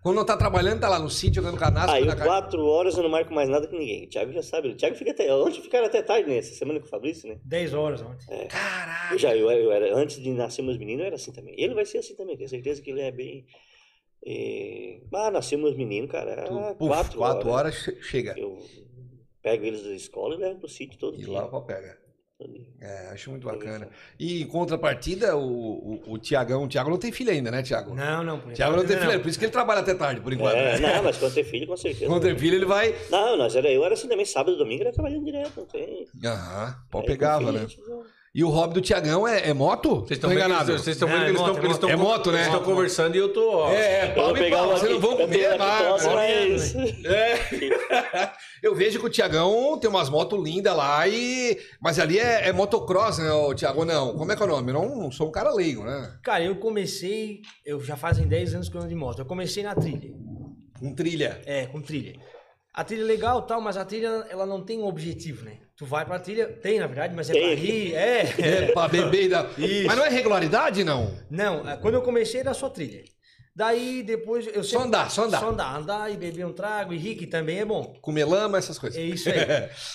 Speaker 1: quando não tá trabalhando, tá lá no sítio jogando canastra.
Speaker 4: Aí,
Speaker 1: comendo a carne.
Speaker 4: quatro horas eu não marco mais nada com ninguém. O Thiago já sabe. O Thiago fica até. Ontem ficaram até tarde, né? Essa semana com o Fabrício, né?
Speaker 5: 10 horas ontem.
Speaker 1: Caraca.
Speaker 4: Eu já, eu, eu era, antes de nascer meus meninos, eu era assim também. Ele vai ser assim também, tenho certeza que ele é bem. eh, Ah, nasceu meus meninos, cara.
Speaker 1: Tu,
Speaker 4: ah,
Speaker 1: puf,
Speaker 4: quatro, horas.
Speaker 1: che- chega.
Speaker 4: Eu pego eles da escola e levo pro sítio todo
Speaker 1: E
Speaker 4: dia.
Speaker 1: lá o pau pega.
Speaker 4: Todo dia.
Speaker 1: É, acho muito bacana. E em contrapartida, o, o, o Tiagão, o Tiago não tem filho ainda, né, Tiago?
Speaker 5: Não, não, por
Speaker 1: Tiago não
Speaker 5: enquanto
Speaker 1: tem
Speaker 5: ainda
Speaker 1: filho, é por isso que ele trabalha até tarde, por enquanto.
Speaker 4: É,
Speaker 1: né?
Speaker 4: não, mas quando tem filho, com certeza.
Speaker 1: Quando tem filho, ele vai.
Speaker 4: Não, nós era, eu era assim também, sábado e domingo era trabalhando direto, não tem.
Speaker 1: Aham, pau
Speaker 4: Aí,
Speaker 1: pegava,
Speaker 4: com filho,
Speaker 1: né?
Speaker 4: a gente não-
Speaker 1: E o hobby do Tiagão é, é moto?
Speaker 3: Vocês
Speaker 1: Tô
Speaker 3: estão vendo
Speaker 1: enganado.
Speaker 3: que eles- vocês estão
Speaker 5: Não,
Speaker 3: vendo
Speaker 5: é
Speaker 3: que eles
Speaker 5: moto,
Speaker 3: estão-
Speaker 5: é
Speaker 3: eles estão
Speaker 1: moto. É
Speaker 3: con-
Speaker 1: moto, né?
Speaker 3: Eles estão conversando e eu tô, ó.
Speaker 1: É, é,
Speaker 4: Eu vou
Speaker 1: pau e
Speaker 4: pegar
Speaker 1: pau,
Speaker 4: uma
Speaker 1: vocês
Speaker 4: aqui,
Speaker 1: não vão
Speaker 4: eu tenho
Speaker 1: comer
Speaker 4: uma aqui
Speaker 1: nada.
Speaker 4: próxima,
Speaker 1: né?
Speaker 4: mas-
Speaker 1: Eu vejo que o Tiagão tem umas motos lindas lá e. Mas ali é, é motocross, né, o Tiago? Não. Como é que é o nome? Eu não, não sou um cara leigo, né?
Speaker 5: Cara, eu comecei, eu já fazem 10 anos que eu ando de moto. Eu comecei na trilha.
Speaker 1: Um trilha.
Speaker 5: É, com trilha. A trilha é legal tal, mas a trilha ela não tem um objetivo, né? Tu vai pra trilha, tem na verdade, mas é pra
Speaker 4: Tem.
Speaker 5: rir, é.
Speaker 1: É, pra beber e dar.
Speaker 5: Isso.
Speaker 1: Mas não é regularidade, não.
Speaker 5: Não, é, quando eu comecei era só trilha. Daí depois eu
Speaker 1: Só andar, só andar.
Speaker 5: Só andar, andar e beber um trago e rir, que também é bom.
Speaker 1: Comer lama, essas coisas.
Speaker 5: É isso aí.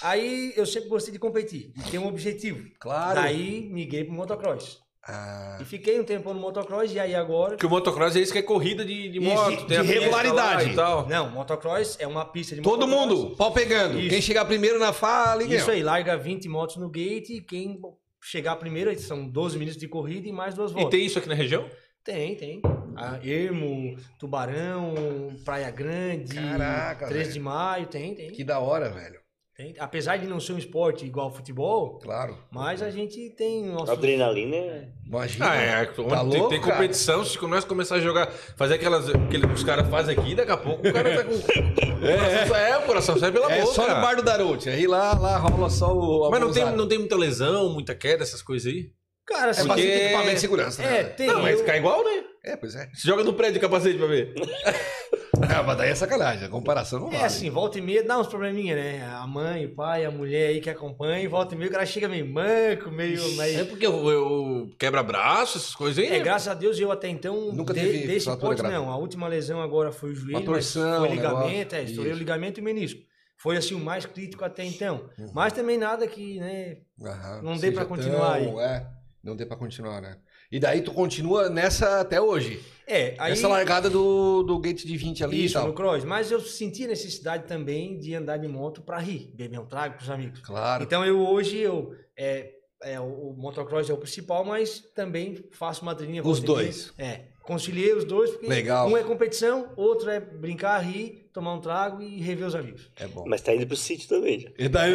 Speaker 5: aí eu sempre gostei de competir, de ter um objetivo.
Speaker 1: Claro.
Speaker 5: Daí migrei pro motocross.
Speaker 1: Ah,
Speaker 5: E fiquei um tempão no motocross e aí agora.
Speaker 3: Porque o motocross é isso que é corrida de, de
Speaker 5: Isso,
Speaker 3: moto,
Speaker 5: de
Speaker 3: tem a pista
Speaker 1: regularidade.
Speaker 3: lá e tal.
Speaker 5: Não, motocross é uma pista de
Speaker 1: todo
Speaker 5: motocross.
Speaker 1: mundo, pau pegando.
Speaker 5: Isso.
Speaker 1: Quem chegar primeiro na fala, liga.
Speaker 5: Isso aí, larga 20 motos no gate e quem chegar primeiro, aí são 12 minutos de corrida e mais duas
Speaker 3: E
Speaker 5: voltas.
Speaker 3: tem isso aqui na região?
Speaker 5: Tem, tem.
Speaker 1: Uhum.
Speaker 5: Ah, Ermo, Tubarão, Praia Grande,
Speaker 1: Caraca,
Speaker 5: 3
Speaker 1: velho.
Speaker 5: de Maio, tem, tem.
Speaker 1: Que da hora, velho.
Speaker 5: Tem- apesar de não ser um esporte igual ao futebol,
Speaker 1: Claro.
Speaker 5: mas a gente tem nosso.
Speaker 4: Adrenalina é.
Speaker 5: É.
Speaker 1: Imagina.
Speaker 3: Ah, é. Onde tem,
Speaker 1: tá louco,
Speaker 3: tem
Speaker 1: cara?
Speaker 3: competição, se nós começar a jogar, fazer aquelas aquele que os caras fazem aqui, daqui a pouco o cara tá com. o coração sai, é, o coração sai pela
Speaker 1: É
Speaker 3: boca.
Speaker 1: só no bar do Daruti. Aí lá, lá rola só o. a
Speaker 3: Mas não tem,
Speaker 1: mãozada.
Speaker 3: não tem muita lesão, muita queda, essas coisas aí?
Speaker 5: Cara,
Speaker 1: É
Speaker 5: assim,
Speaker 1: mas
Speaker 3: porque-
Speaker 1: tem equipamento de segurança, né?
Speaker 5: É, tem.
Speaker 3: Não, mas
Speaker 5: eu-
Speaker 3: ficar igual, né?
Speaker 1: É, pois é.
Speaker 3: Se joga no prédio de capacete pra ver.
Speaker 1: Ah, mas daí é sacanagem. A comparação não vale.
Speaker 5: É assim, volta e meia dá uns probleminha, né? A mãe, o pai, a mulher aí que acompanha, volta e meia o cara chega meio manco, meio.
Speaker 3: É
Speaker 5: meio...
Speaker 3: porque eu, eu quebra-braço, essas coisas aí.
Speaker 5: É,
Speaker 3: né?
Speaker 5: graças a Deus eu até então.
Speaker 1: Nunca
Speaker 5: de-
Speaker 1: teve
Speaker 5: Desse
Speaker 1: fratura
Speaker 5: ponto,
Speaker 1: grave.
Speaker 5: não. A última lesão agora foi o joelho.
Speaker 1: Uma
Speaker 5: mas
Speaker 1: torção,
Speaker 5: Foi
Speaker 1: um
Speaker 5: ligamento,
Speaker 1: negócio.
Speaker 5: é, estourei o
Speaker 1: Isso.
Speaker 5: ligamento e o menisco. Foi assim o mais crítico até então.
Speaker 1: Uhum.
Speaker 5: Mas também nada que, né?
Speaker 1: Aham,
Speaker 5: Não dê
Speaker 1: seja
Speaker 5: pra continuar aí.
Speaker 1: é, não dê pra continuar, né? E daí tu continua nessa até hoje.
Speaker 5: É, aí.
Speaker 1: Essa largada do, do gate de 20 ali e
Speaker 5: Isso,
Speaker 1: tal.
Speaker 5: no cross. Mas eu senti a necessidade também de andar de moto pra rir, beber um trago com os amigos.
Speaker 1: Claro.
Speaker 5: Então eu hoje eu é, é, o o motocross é o principal, mas também faço uma trilhinha.
Speaker 1: Os
Speaker 5: volta e
Speaker 1: dois.
Speaker 5: meia. É, conciliei os dois porque
Speaker 1: Legal.
Speaker 5: um é competição, outro é brincar, rir, tomar um trago e rever os amigos.
Speaker 1: É bom.
Speaker 4: Mas tá indo pro sítio também já.
Speaker 1: E daí...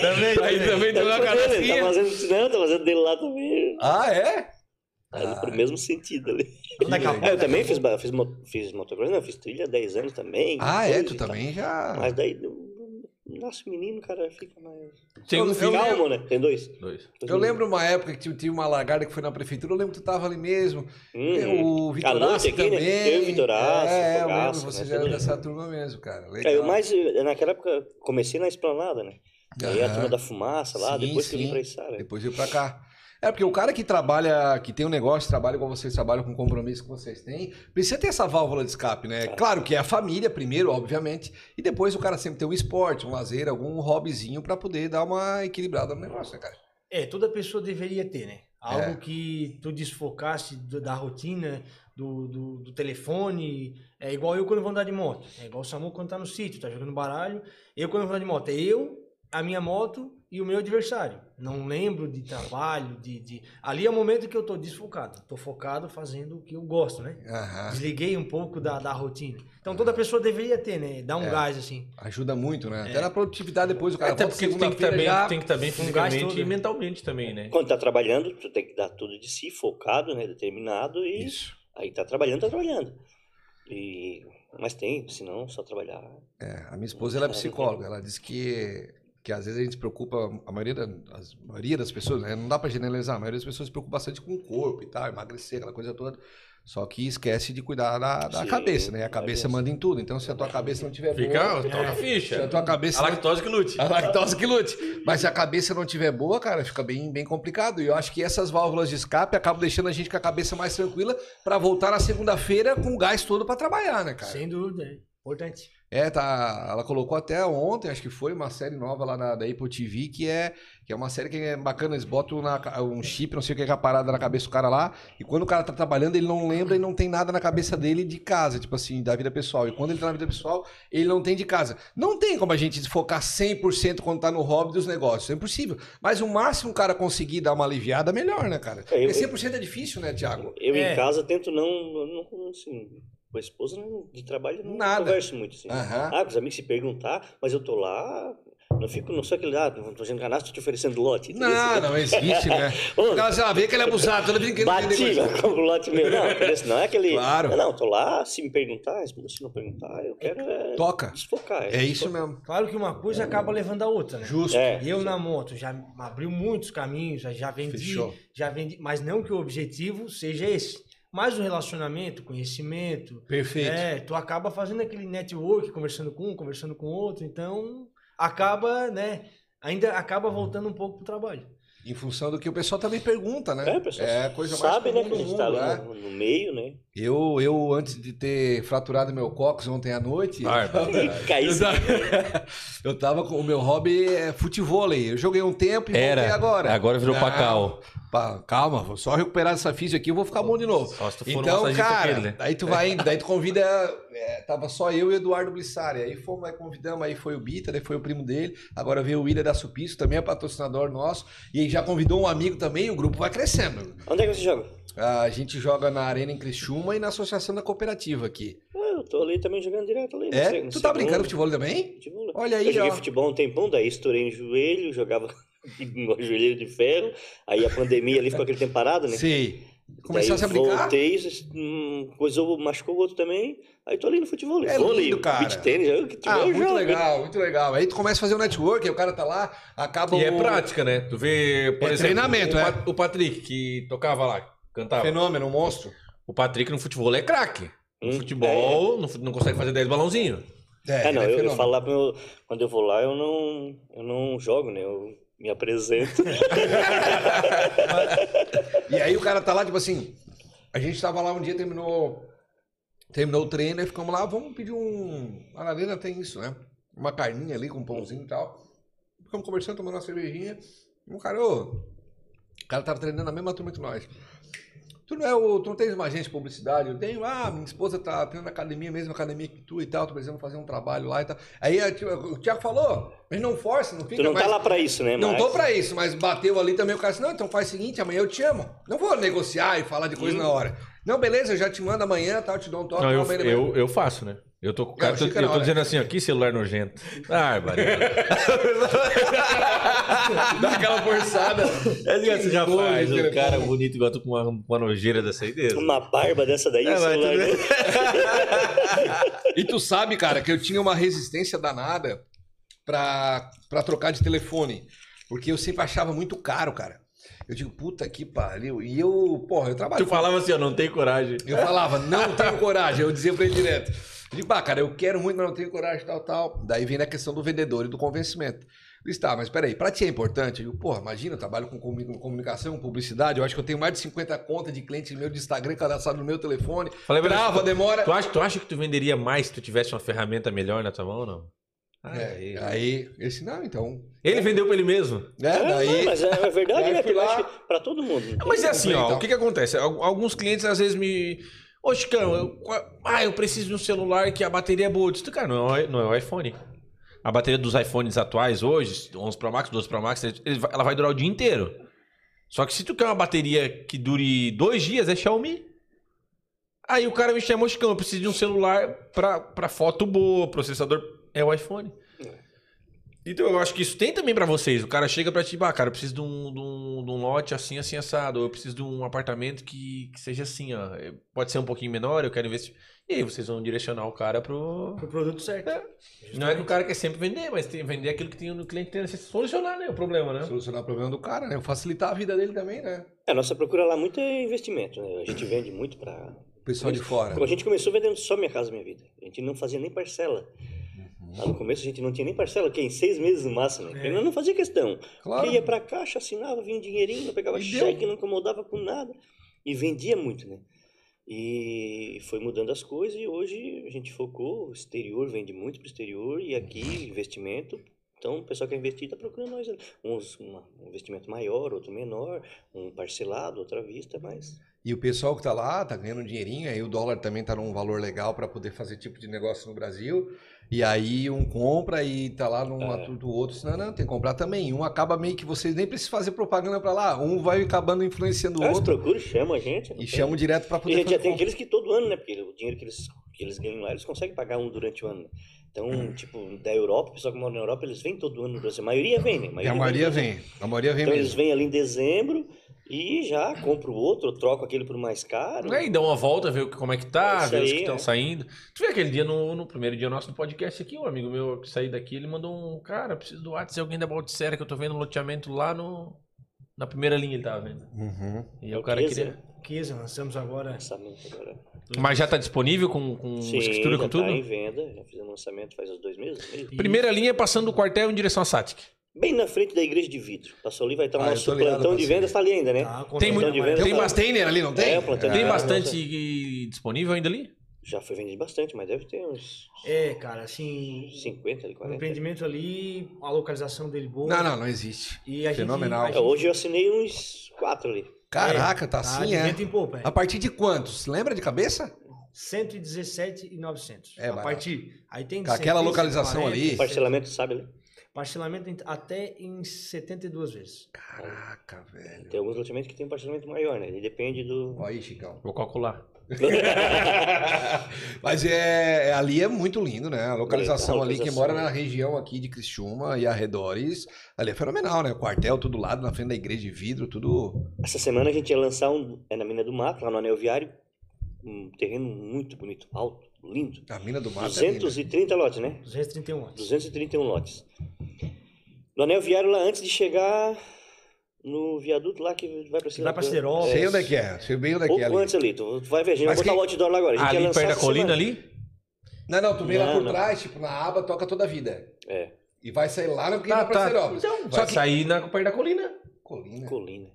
Speaker 3: Também, aí também tem uma
Speaker 4: Tá indo pro dele,
Speaker 3: cadasquinha.
Speaker 4: tá fazendo, não, tá fazendo dele lá também.
Speaker 1: ah, é?
Speaker 4: Tá indo pro
Speaker 1: Ah,
Speaker 4: mesmo sentido ali.
Speaker 1: que
Speaker 5: Daqui a
Speaker 1: legal.
Speaker 4: Ah, eu também fiz, ba- fiz, mo- fiz motocross, não, fiz trilha há 10 anos também.
Speaker 1: Ah, é?
Speaker 4: 14
Speaker 1: Tu
Speaker 4: e tal.
Speaker 1: também já...
Speaker 4: Mas daí, eu- nossa, menino, cara, fica mais.
Speaker 3: Tem um
Speaker 1: Eu-
Speaker 3: filho.
Speaker 4: Calmo, né? Tem dois.
Speaker 3: Dois.
Speaker 1: Eu lembro uma época que tinha uma largada que foi na prefeitura, eu lembro que tu tava ali mesmo.
Speaker 4: Uhum.
Speaker 1: O
Speaker 4: À noite
Speaker 1: Vitoraço
Speaker 4: aqui, né?
Speaker 1: também.
Speaker 4: Eu e o Vitoraço,
Speaker 1: É, eu lembro,
Speaker 4: Fogaça,
Speaker 1: você
Speaker 4: né?
Speaker 1: já era
Speaker 4: Tudo
Speaker 1: dessa turma mesmo, cara. Legal.
Speaker 4: É, eu mais, eh, naquela época, comecei na esplanada, né? Aí a turma da fumaça lá,
Speaker 1: Sim,
Speaker 4: depois que eu
Speaker 1: sim.
Speaker 4: vim pra Içara.
Speaker 1: Depois veio pra cá. É, porque o cara que trabalha, que tem um negócio, trabalha igual vocês trabalham, com o compromisso que vocês têm, precisa ter essa válvula de escape, né?
Speaker 4: Claro.
Speaker 1: Claro que é a família primeiro, obviamente, e depois o cara sempre tem um esporte, um lazer, algum hobbyzinho pra poder dar uma equilibrada no negócio, né, cara?
Speaker 5: É, toda pessoa deveria ter, né? Algo
Speaker 1: É.
Speaker 5: que tu desfocasse do- da rotina, do, do, do telefone. É igual eu quando vou andar de moto. É igual o Samu quando tá no sítio, tá jogando baralho. Eu quando vou andar de moto, é eu, a minha moto e o meu adversário. Não lembro de trabalho, de. de... Ali é o momento que eu tô desfocado. Tô focado fazendo o que eu gosto, né?
Speaker 1: Aham.
Speaker 5: Desliguei um pouco da, da rotina. Então toda pessoa deveria ter, né? Dar um
Speaker 1: É.
Speaker 5: gás, assim.
Speaker 1: Ajuda muito, né?
Speaker 4: É.
Speaker 1: Até na produtividade depois o cara
Speaker 3: Até
Speaker 1: volta
Speaker 3: porque tu tem que estar
Speaker 1: segunda-feira
Speaker 3: bem,
Speaker 1: já-
Speaker 3: tu tem que estar bem
Speaker 5: com gás
Speaker 3: fisicamente
Speaker 5: todo.
Speaker 3: e mentalmente também, né?
Speaker 4: Quando tá trabalhando, tu tem que dar tudo de si, focado, né? Determinado e
Speaker 1: Isso.
Speaker 4: aí tá trabalhando, tá trabalhando. E... Mas tem, senão só trabalhar.
Speaker 1: É, a minha esposa ela é psicóloga, ela diz que, que às vezes a gente se preocupa, a maioria, da, as- a maioria das pessoas, né, não dá pra generalizar, a maioria das pessoas se preocupa bastante com o corpo e tal, emagrecer, aquela coisa toda, só que esquece de cuidar da, da
Speaker 4: Sim,
Speaker 1: cabeça, né? A cabeça
Speaker 4: cabeça.
Speaker 1: manda em tudo, então se a tua cabeça não tiver
Speaker 3: Fica,
Speaker 1: boa... é,
Speaker 3: toca a
Speaker 1: Se a
Speaker 3: ficha.
Speaker 1: tua
Speaker 3: A
Speaker 1: cabeça... não-
Speaker 3: lactose que lute.
Speaker 1: A lactose que lute. Mas se a cabeça não tiver boa, cara, fica bem, bem complicado. E eu acho que essas válvulas de escape acabam deixando a gente com a cabeça mais tranquila pra voltar na segunda-feira com o gás todo pra trabalhar, né, cara?
Speaker 5: Sem dúvida, é importante.
Speaker 1: É, tá. Ela colocou até ontem, acho que foi, uma série nova lá na, da Apple TV, que é, que é uma série que é bacana. Eles botam na ca- um chip, não sei o que, que é a parada na cabeça do cara lá. E quando o cara tá trabalhando, ele não lembra e não tem nada na cabeça dele de casa, tipo assim, da vida pessoal. E quando ele tá na vida pessoal, ele não tem de casa. Não tem como a gente focar 100% quando tá no hobby dos negócios. É impossível. Mas o máximo o cara conseguir dar uma aliviada, melhor, né, cara?
Speaker 4: É, eu-
Speaker 1: Porque 100% é difícil, né, Thiago?
Speaker 4: Eu
Speaker 5: É.
Speaker 4: em casa tento não, não assim, com a esposa não, de trabalho não
Speaker 1: Nada.
Speaker 4: converso muito assim.
Speaker 1: Aham.
Speaker 4: Ah, com os amigos se perguntar, mas eu tô lá, não fico, não sou aquele, ah, não tô fazendo canastra, tô te oferecendo lote. entendeu?
Speaker 1: Não, não existe, né? O cara já vê que ele é abusado, ele brinca
Speaker 4: Bati, mas compro o lote meu. Não, esse não é aquele.
Speaker 1: Claro.
Speaker 4: Não, tô lá, se me perguntar, respondo, se não perguntar, eu quero é
Speaker 1: Toca.
Speaker 4: desfocar.
Speaker 1: É isso mesmo.
Speaker 5: Claro que uma
Speaker 1: É.
Speaker 5: coisa acaba levando a outra, né?
Speaker 1: Justo.
Speaker 4: É.
Speaker 5: Eu na moto já abriu muitos caminhos, já, já vendi,
Speaker 1: Fechou.
Speaker 5: já vendi, mas não que o objetivo seja esse. Mas o relacionamento, conhecimento,
Speaker 1: Perfeito.
Speaker 5: é, tu acaba fazendo aquele network, conversando com um, conversando com outro, então acaba, né, ainda acaba voltando um pouco pro trabalho.
Speaker 1: Em função do que o pessoal também pergunta, né?
Speaker 4: É, o pessoal
Speaker 1: É a coisa
Speaker 4: sabe, né,
Speaker 1: mais
Speaker 4: que
Speaker 1: comum
Speaker 4: a
Speaker 1: do
Speaker 4: gente tá
Speaker 1: mundo,
Speaker 4: ali
Speaker 1: né?
Speaker 4: no, no meio, né?
Speaker 1: Eu, eu, antes de ter fraturado meu cóccix ontem à noite,
Speaker 3: Bárbaro.
Speaker 4: Caí
Speaker 1: eu, tava, eu tava com o meu hobby é futevôlei. Eu joguei um tempo e voltei agora.
Speaker 6: virou
Speaker 1: Não.
Speaker 6: Pacal.
Speaker 1: Pá, calma, vou só recuperar essa físio aqui, eu vou ficar bom de novo.
Speaker 3: Só se tu for um
Speaker 1: Então,
Speaker 3: massagista
Speaker 1: cara,
Speaker 3: aquele, né?
Speaker 1: aí tu vai indo, daí tu convida. é, tava só eu e o Eduardo Blissari. Aí fomos, aí convidamos, aí foi o Bita, daí foi o primo dele. Agora veio o William da Supiço, também é patrocinador nosso. E aí já convidou um amigo também, e o grupo vai crescendo.
Speaker 4: Onde é que você joga?
Speaker 1: A gente joga na Arena em Criciúma e na Associação da Cooperativa aqui.
Speaker 4: Ah, eu tô ali também jogando direto ali.
Speaker 1: É? Tu tá brincando de futebol também?
Speaker 4: futebol?
Speaker 5: Olha
Speaker 4: Eu
Speaker 5: aí,
Speaker 4: joguei
Speaker 5: ó.
Speaker 4: futebol um tempão, daí estourei no joelho, jogava no joelheiro de ferro. Aí a pandemia ali ficou aquele tempo parado, né?
Speaker 1: Sim. Começou a
Speaker 4: daí
Speaker 1: se brincar?
Speaker 4: voltei, hum, coisou, machucou o outro também. Aí tô ali no futebol.
Speaker 1: É
Speaker 4: vôlei,
Speaker 1: lindo, cara.
Speaker 4: beach tênis, eu, que tiver,
Speaker 1: Ah,
Speaker 4: eu
Speaker 1: muito
Speaker 4: jogo.
Speaker 1: legal, muito legal. Aí tu começa a fazer o network, aí o cara tá lá, acaba
Speaker 3: E é
Speaker 1: o-
Speaker 3: prática, né? Tu vê, por
Speaker 1: É
Speaker 3: exemplo,
Speaker 1: treinamento,
Speaker 3: o,
Speaker 1: é.
Speaker 3: Pat- o Patrick, que tocava lá, cantava.
Speaker 1: Fenômeno, um monstro.
Speaker 3: O Patrick no futebol é craque. No
Speaker 4: Hum,
Speaker 3: futebol,
Speaker 1: é.
Speaker 3: no fu- não consegue fazer 10 balãozinhos.
Speaker 4: É, não,
Speaker 1: ele
Speaker 4: eu, eu
Speaker 1: fenômeno.
Speaker 4: falo lá pro meu- quando eu vou lá, eu não, eu não jogo, né? Eu me apresento.
Speaker 1: E aí o cara tá lá, tipo assim, a gente tava lá um dia, terminou, terminou o treino, aí ficamos lá, vamos pedir um. A Arena tem isso, né? Uma carninha ali com um pãozinho e tal. Ficamos conversando, tomando uma cervejinha. E um cara, ô, o cara tava treinando na mesma turma que nós. Tu não é o. Tu não tens uma agência de publicidade? Eu tenho, ah, minha esposa tá treinando na academia, mesma academia que tu e tal, tô precisando fazer um trabalho lá e tal. Aí a- o Thiago falou, mas não force, não fica
Speaker 4: tu não
Speaker 1: mais.
Speaker 4: tá lá pra isso, né?
Speaker 1: Não
Speaker 4: mas-
Speaker 1: tô pra isso, mas bateu ali também o cara disse, não, então faz o seguinte, amanhã eu te amo. Não vou negociar e falar de coisa na hora. Não, beleza, eu já te mando amanhã, tal, eu te dou um toque.
Speaker 3: Não, eu,
Speaker 1: amanhã de manhã.
Speaker 3: eu, eu faço, né? Eu tô, com o cara,
Speaker 1: o
Speaker 3: tô-
Speaker 1: Chico
Speaker 3: eu
Speaker 1: não,
Speaker 3: tô
Speaker 1: né?
Speaker 3: dizendo assim, ó, que celular nojento. Ai, barulho.
Speaker 1: Dá aquela forçada.
Speaker 3: É que você já
Speaker 1: Que nojo,
Speaker 3: faz, um
Speaker 1: telefone.
Speaker 3: cara bonito igual tu com uma, uma nojeira dessa aí dele.
Speaker 4: Uma barba dessa daí,
Speaker 3: É,
Speaker 4: o
Speaker 3: vai,
Speaker 4: celular,
Speaker 3: tudo
Speaker 4: né?
Speaker 1: E tu sabe, cara, que eu tinha uma resistência danada pra, pra trocar de telefone. Porque eu sempre achava muito caro, cara. Eu digo, puta que pariu. E eu, porra, eu trabalho.
Speaker 3: Tu falava assim, ó, não tem coragem.
Speaker 1: Eu falava, não tenho coragem. Eu dizia pra ele direto. Eu digo, bah, cara, eu quero muito, mas não tenho coragem, tal, tal. Daí vem a questão do vendedor e do convencimento. Eu disse, tá, mas peraí, pra ti é importante? Eu digo, porra, imagina, eu trabalho com comi- com comunicação, com publicidade. Eu acho que eu tenho mais de 50 contas de clientes meu de Instagram cadastrado no meu telefone.
Speaker 3: Falei pra ele,
Speaker 1: Trava, demora.
Speaker 3: Tu acha, tu acha que tu venderia mais se tu tivesse uma ferramenta melhor na tua mão ou não? Ah,
Speaker 1: É, aí, eu disse, não, então.
Speaker 3: Ele vendeu pra ele mesmo.
Speaker 1: É,
Speaker 4: É,
Speaker 1: daí.
Speaker 4: não, mas é, é verdade,
Speaker 1: Aí
Speaker 4: né?
Speaker 1: fui
Speaker 4: Eu
Speaker 1: lá.
Speaker 4: acho que pra todo mundo. não tem-
Speaker 3: Mas é assim, ó,
Speaker 1: Então.
Speaker 3: o que que acontece? Al- Alguns clientes às vezes me... Ô, Chicão, eu, qua- ah, eu preciso de um celular que a bateria é boa. Eu disse, cara, não é, o i- não é o iPhone. A bateria dos iPhones atuais hoje, 11 Pro Max, 12 Pro Max, ele vai- ela vai durar o dia inteiro. Só que se tu quer uma bateria que dure dois dias, é Xiaomi. Aí o cara me chamou, Chicão, eu preciso de um celular pra, pra foto boa, processador é o iPhone. Então eu acho que isso tem também pra vocês. O cara chega pra ti, ah, cara, eu preciso de um, de um, de um lote assim, assim, assado. Ou eu preciso de um apartamento que, que seja assim, ó. Eh, Pode ser um pouquinho menor, eu quero investir. E aí vocês vão direcionar o cara pro.
Speaker 5: Pro produto certo.
Speaker 3: Não é que o cara quer sempre vender, mas tem vender aquilo que tem no cliente tem necessidade de solucionar, né? O problema, né?
Speaker 1: Solucionar o problema do cara, né? Eu Facilitar a vida dele também, né?
Speaker 4: A nossa procura lá muito é investimento, né? A gente vende muito pra.
Speaker 1: O pessoal de fora.
Speaker 4: A gente começou vendendo só Minha Casa Minha Vida. A gente não fazia nem parcela. Lá no começo a gente não tinha nem parcela, que em seis meses no máximo, né?
Speaker 5: É.
Speaker 4: Eu não fazia questão.
Speaker 1: Claro.
Speaker 4: Ia pra caixa, assinava, vinha um dinheirinho, não pegava
Speaker 1: E deu.
Speaker 4: cheque, não incomodava com nada. E vendia muito, né? E foi mudando as coisas e hoje a gente focou, o exterior vende muito pro exterior e aqui investimento. Então o pessoal que quer investir tá procurando nós. né? Uns, uma- um investimento maior, outro menor, um parcelado, outra à vista, mas.
Speaker 1: E o pessoal que tá lá tá ganhando um dinheirinho, aí o dólar também tá num valor legal para poder fazer tipo de negócio no Brasil. E aí um compra e tá lá num
Speaker 4: É.
Speaker 1: ato do outro, senão não, tem que comprar também. Um acaba meio que vocês nem precisam fazer propaganda para lá, um vai acabando influenciando o
Speaker 4: Elas
Speaker 1: outro
Speaker 4: procuram, chamam a gente. não
Speaker 1: e
Speaker 4: tem-
Speaker 1: chamam direto para
Speaker 4: É, E a
Speaker 1: poder
Speaker 4: gente já
Speaker 1: fazer
Speaker 4: tem
Speaker 1: compra.
Speaker 4: aqueles que todo ano, né? Porque o dinheiro que eles, que eles ganham lá, eles conseguem pagar um durante o ano. né? Então,
Speaker 1: Uhum.
Speaker 4: tipo, da Europa, o pessoal que mora na Europa, eles vêm todo ano. durante- A maioria vem, né?
Speaker 1: E É, a maioria vem, a maioria vem
Speaker 4: Então, eles
Speaker 1: mesmo.
Speaker 4: vêm ali em dezembro e já compra o outro, troca aquele por mais caro.
Speaker 3: Aí dá uma volta, vê o que- como é que tá,
Speaker 4: É isso
Speaker 3: vê os que
Speaker 4: aí,
Speaker 3: estão
Speaker 4: é.
Speaker 3: saindo. Tu vê aquele dia no, no primeiro dia nosso do podcast aqui, um amigo meu que saiu daqui, ele mandou um cara, preciso do WhatsApp, alguém da Balticera que eu tô vendo um loteamento lá no na primeira linha ele tava vendo.
Speaker 1: Uhum.
Speaker 3: E
Speaker 4: É
Speaker 3: o
Speaker 4: o
Speaker 3: cara
Speaker 4: 15,
Speaker 3: queria.
Speaker 5: Kiesa, lançamos agora.
Speaker 4: Lançamento agora.
Speaker 3: Mas já tá disponível com, com escritura
Speaker 4: já
Speaker 3: com tudo?
Speaker 4: Tá em venda, já fizemos lançamento faz uns dois meses. um mês.
Speaker 3: Primeira linha é passando do quartel em direção à Satic.
Speaker 4: Bem na frente da igreja de vidro. Passou ali, vai estar o
Speaker 1: Ah, eu tô
Speaker 4: nosso
Speaker 1: ligado,
Speaker 4: plantão de
Speaker 1: passei.
Speaker 4: vendas, tá ali ainda, né?
Speaker 5: Tá,
Speaker 3: Tem
Speaker 5: contratando
Speaker 3: muito-
Speaker 5: amarelo.
Speaker 1: Tem
Speaker 4: Tem
Speaker 1: umas tênis ali, não tem?
Speaker 4: É, o plantel
Speaker 3: Tem
Speaker 4: Ah,
Speaker 3: bastante
Speaker 4: nossa.
Speaker 3: e- e disponível ainda ali?
Speaker 4: Já foi vendido bastante, mas deve ter uns
Speaker 5: É, cara, assim.
Speaker 4: 50, ali,
Speaker 5: O
Speaker 4: 40.
Speaker 5: empreendimento ali, a localização dele boa.
Speaker 1: Não, não, não existe.
Speaker 5: E a gente-
Speaker 1: Fenomenal.
Speaker 5: a
Speaker 4: É,
Speaker 5: gente-
Speaker 4: hoje eu assinei uns quatro ali.
Speaker 1: Caraca, tá
Speaker 5: tá
Speaker 1: assim,
Speaker 5: de
Speaker 1: é.
Speaker 5: vento em popa, é.
Speaker 1: A partir de quantos? Lembra de cabeça?
Speaker 5: 117,900.
Speaker 1: É
Speaker 5: a
Speaker 1: barato.
Speaker 5: partir. Aí tem
Speaker 1: É, Com aquela
Speaker 5: 140,
Speaker 1: localização ali.
Speaker 4: Parcelamento, sabe? né? ali?
Speaker 5: Parcelamento em- até em 72 vezes.
Speaker 1: Caraca, velho.
Speaker 4: Tem alguns loteamentos que tem um parcelamento maior, né? Ele depende do.
Speaker 1: Olha aí, Chicão.
Speaker 3: Vou calcular.
Speaker 1: Mas é, é- ali é muito lindo, né? A localização
Speaker 4: Legal, assim.
Speaker 1: ali, quem
Speaker 4: localização.
Speaker 1: mora na região aqui de Criciúma e arredores, ali é fenomenal, né? O quartel, tudo lado, na frente da igreja de vidro, tudo.
Speaker 4: Essa semana a gente ia lançar um. É na Mina do Mato, lá no Anel Viário. Um terreno muito bonito, alto, lindo.
Speaker 1: A mina do mato. é linda.
Speaker 4: 230 lotes, né?
Speaker 5: 231 anos.
Speaker 4: 231 lotes. No Anel Viário, lá antes de chegar no viaduto lá que vai pra
Speaker 5: Você vai pra Siderópolis.
Speaker 1: Sei onde é que é, sei bem onde é que é
Speaker 4: Pouco
Speaker 1: ali.
Speaker 4: antes ali, tu vai ver, a gente vai
Speaker 1: Mas
Speaker 4: botar
Speaker 1: quem-
Speaker 4: o outdoor lá agora. A gente ia
Speaker 3: ali
Speaker 4: lançar
Speaker 3: perto da
Speaker 4: essa
Speaker 3: colina
Speaker 4: semana.
Speaker 3: ali?
Speaker 1: Não, não, tu vem lá
Speaker 4: Não,
Speaker 1: por
Speaker 4: não.
Speaker 1: trás, tipo, na aba, toca toda a vida.
Speaker 4: É,
Speaker 1: E vai sair lá no
Speaker 3: Tá,
Speaker 1: Guilherme
Speaker 3: tá.
Speaker 1: Pracerópolis.
Speaker 3: Então,
Speaker 1: Só
Speaker 3: vai
Speaker 1: que-
Speaker 3: sair na, perto da colina.
Speaker 1: Colina.
Speaker 4: colina.
Speaker 1: Colina.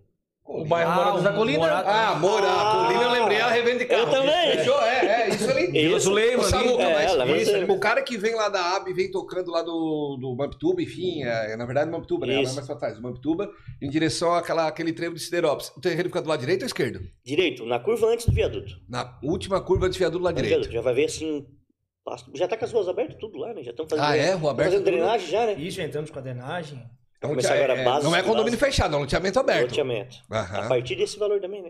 Speaker 3: O bairro
Speaker 5: Ah,
Speaker 3: Moradas da
Speaker 5: o
Speaker 3: Colina.
Speaker 5: Moradas-
Speaker 1: Ah, Moura,
Speaker 4: Ah!
Speaker 1: Colina, eu
Speaker 3: é
Speaker 1: lembrei, ela revende de carro.
Speaker 4: Eu também.
Speaker 1: Fechou? É, é, isso é lindo.
Speaker 4: Isso.
Speaker 1: Ô,
Speaker 3: Zuleima ali.
Speaker 1: Samuca,
Speaker 4: É,
Speaker 1: mas
Speaker 4: ela vai
Speaker 1: isso,
Speaker 4: ser.
Speaker 1: o cara que vem lá da AB e vem tocando lá do, do Mamptuba, enfim, é, na verdade Mamptuba, né? Ela é
Speaker 4: Isso.
Speaker 1: mais pra trás, do Mamptuba, em direção àquela, àquele trevo de Siderópolis. O terreno fica do lado direito ou esquerdo?
Speaker 4: Direito, na curva antes do viaduto.
Speaker 1: Na última curva de viaduto do lado
Speaker 4: Antes do
Speaker 1: direito.
Speaker 4: viaduto, Tá já vai ver assim. um pasto- Já tá com as ruas abertas, tudo lá, né? Já estão fazendo.
Speaker 1: Ah, é? Rua
Speaker 4: tão
Speaker 1: aberta,
Speaker 4: Fazendo
Speaker 1: tudo.
Speaker 4: drenagem já, né?
Speaker 5: Isso, entramos com a drenagem.
Speaker 1: Então,
Speaker 4: Começar
Speaker 1: é-
Speaker 4: agora
Speaker 1: é,
Speaker 4: base-
Speaker 1: não é condomínio
Speaker 4: base.
Speaker 1: fechado, é um loteamento aberto.
Speaker 4: Loteamento.
Speaker 1: Aham.
Speaker 4: A partir desse valor também, né?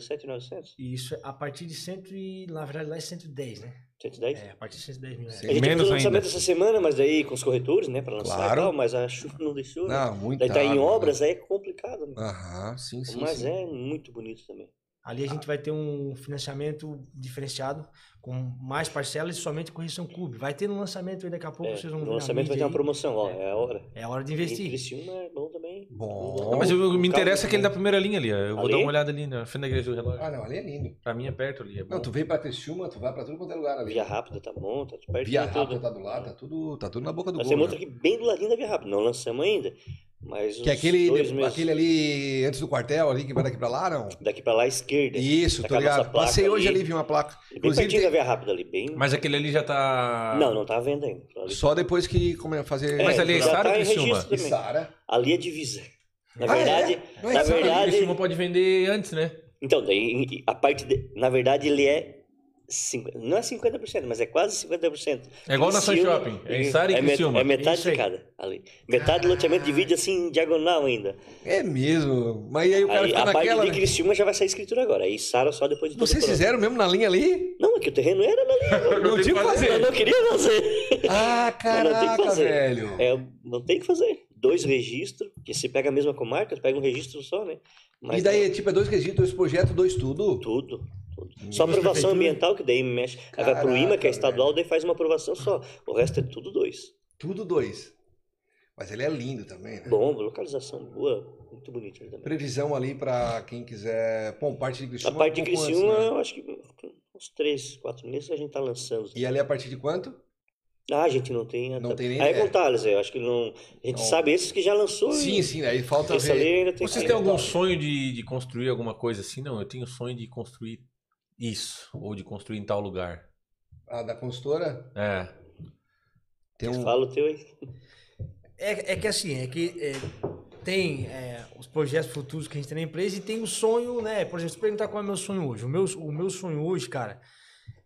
Speaker 4: 117,900.
Speaker 5: E isso é a partir de 100 e... Na verdade, lá é 110, né?
Speaker 4: 110.
Speaker 5: É, a partir de 110 mil reais.
Speaker 4: A gente
Speaker 3: Menos
Speaker 4: fez o lançamento
Speaker 3: ainda.
Speaker 4: essa semana, mas daí com os corretores, né? Pra lançar
Speaker 1: Claro.
Speaker 4: e tal, mas a chuva não deixou. né?
Speaker 1: Não, muito
Speaker 4: Daí tá em
Speaker 1: água, né?
Speaker 4: obras, aí é complicado, né?
Speaker 1: Aham, sim, sim.
Speaker 4: Mas
Speaker 1: sim.
Speaker 4: é muito bonito também.
Speaker 5: Ali a gente vai ter um financiamento diferenciado, com mais parcelas e somente correção um clube. Vai ter no lançamento aí daqui a pouco,
Speaker 4: É,
Speaker 5: vocês vão ver
Speaker 4: no
Speaker 5: na
Speaker 4: lançamento vai ter
Speaker 5: mídia
Speaker 4: uma promoção, ó. É a hora.
Speaker 5: aí. É a hora de
Speaker 4: E
Speaker 5: investir.
Speaker 4: Criciúma é bom também.
Speaker 1: Bom.
Speaker 3: Não, mas eu, me interessa aquele da primeira linha ali. ó. Eu vou
Speaker 4: é Ali?
Speaker 3: dar uma olhada ali né, na frente da igreja do relógio.
Speaker 1: Ah, não, ali é lindo.
Speaker 3: Pra mim é perto ali. É bom.
Speaker 1: Não, tu vem pra Criciúma, tu vai pra tudo quanto é lugar ali.
Speaker 4: Via Rápida tá bom, tá perto
Speaker 1: Via
Speaker 4: de tudo.
Speaker 1: Rápida tá do lado, tá tudo, tá tudo na boca do
Speaker 4: Nós
Speaker 1: gol.
Speaker 4: temos
Speaker 1: né?
Speaker 4: outro aqui bem do ladinho da Via Rápida. Não lançamos ainda. Mas uns
Speaker 1: Que é aquele,
Speaker 4: dois meses
Speaker 1: aquele ali antes do quartel, ali que vai daqui pra lá, não?
Speaker 4: daqui pra lá à esquerda.
Speaker 1: Isso,
Speaker 4: Tá
Speaker 1: tô
Speaker 4: com a nossa
Speaker 1: ligado.
Speaker 4: placa
Speaker 1: Passei hoje
Speaker 4: ali.
Speaker 1: ali, vi uma placa.
Speaker 4: Bem
Speaker 1: Inclusive,
Speaker 4: pertinho da
Speaker 1: tem-
Speaker 4: Via Rápida ali, bem.
Speaker 3: Mas aquele ali já tá.
Speaker 4: Não, não tá à venda ainda. Ali,
Speaker 1: só depois que come- fazer.
Speaker 4: É,
Speaker 3: Mas ali é
Speaker 4: já
Speaker 3: Sara ou
Speaker 4: tá em
Speaker 3: Criciúma?
Speaker 4: registro também.
Speaker 1: Sara.
Speaker 4: ali é divisa. Na
Speaker 1: Ah, é?
Speaker 4: verdade,
Speaker 1: Não é
Speaker 4: na
Speaker 1: Sara,
Speaker 3: Sabe,
Speaker 4: verdade,
Speaker 3: Criciúma pode vender antes, né?
Speaker 4: Então, daí a parte. de- na verdade, ele é. 50, não é 50%, mas é quase 50%.
Speaker 3: É igual na Sun
Speaker 4: Criciúma-
Speaker 3: Shopping. É em Sara e
Speaker 4: é, met-
Speaker 3: Criciúma.
Speaker 4: é metade
Speaker 5: Isso
Speaker 4: de
Speaker 5: aí.
Speaker 4: cada. Ali. Metade do loteamento divide assim em diagonal ainda.
Speaker 1: É mesmo. Mas aí o cara
Speaker 4: Aí,
Speaker 1: fica
Speaker 4: a parte
Speaker 1: naquela.
Speaker 4: de
Speaker 1: né?
Speaker 4: Criciúma já vai sair escritura agora. Aí Sara só depois de todo
Speaker 1: Vocês
Speaker 4: o processo.
Speaker 1: fizeram mesmo na linha ali?
Speaker 4: Não, é que o terreno era na linha.
Speaker 1: Não
Speaker 3: tem
Speaker 1: tinha o que
Speaker 3: que fazer.
Speaker 4: Eu
Speaker 1: fazer.
Speaker 4: não queria fazer.
Speaker 1: Ah,
Speaker 4: Mas não tem o que
Speaker 1: caraca,
Speaker 4: fazer.
Speaker 1: velho.
Speaker 4: É, não tem o que fazer. Dois registros, que se pega a mesma comarca, pega um registro só, né?
Speaker 1: E daí, tipo, é dois quesitos, dois projetos, dois tudo.
Speaker 4: Tudo. tudo. Só aprovação
Speaker 5: prefeituras.
Speaker 4: ambiental, que daí mexe. Aí vai pro IMA,
Speaker 1: Caraca,
Speaker 4: que é estadual, daí faz uma aprovação só. O resto é tudo dois.
Speaker 1: Tudo dois. Mas ele é lindo também, né?
Speaker 4: Bom, localização boa, muito bonito ali também.
Speaker 1: Previsão ali pra quem quiser. Bom, parte de
Speaker 4: A
Speaker 1: Criciúma.
Speaker 4: parte de
Speaker 1: um pouco antes,
Speaker 4: Criciúma,
Speaker 1: né?
Speaker 4: eu acho que uns três, quatro meses a gente tá lançando.
Speaker 1: E ali a partir de quanto?
Speaker 4: Ah, a gente não tem. a-
Speaker 1: Não tem nem
Speaker 4: Aí
Speaker 1: ideia.
Speaker 4: é Contales, eu acho que não. A gente
Speaker 1: Não.
Speaker 4: sabe esses que já lançou.
Speaker 1: Sim,
Speaker 4: e
Speaker 1: sim, aí falta
Speaker 4: Esse ali
Speaker 1: ver.
Speaker 4: ainda tá. tem
Speaker 3: Vocês
Speaker 4: que-
Speaker 3: têm algum sonho de, de construir alguma coisa assim? Não, eu tenho sonho de construir isso. Ou de construir em tal lugar.
Speaker 1: A da consultora
Speaker 3: É.
Speaker 1: tem um.
Speaker 4: Fala o teu aí.
Speaker 5: É, é que assim, é que é, tem é, os projetos futuros que a gente tem na empresa e tem o sonho, né? Por exemplo, se perguntar qual é o meu sonho hoje. O meu, o meu sonho hoje, cara,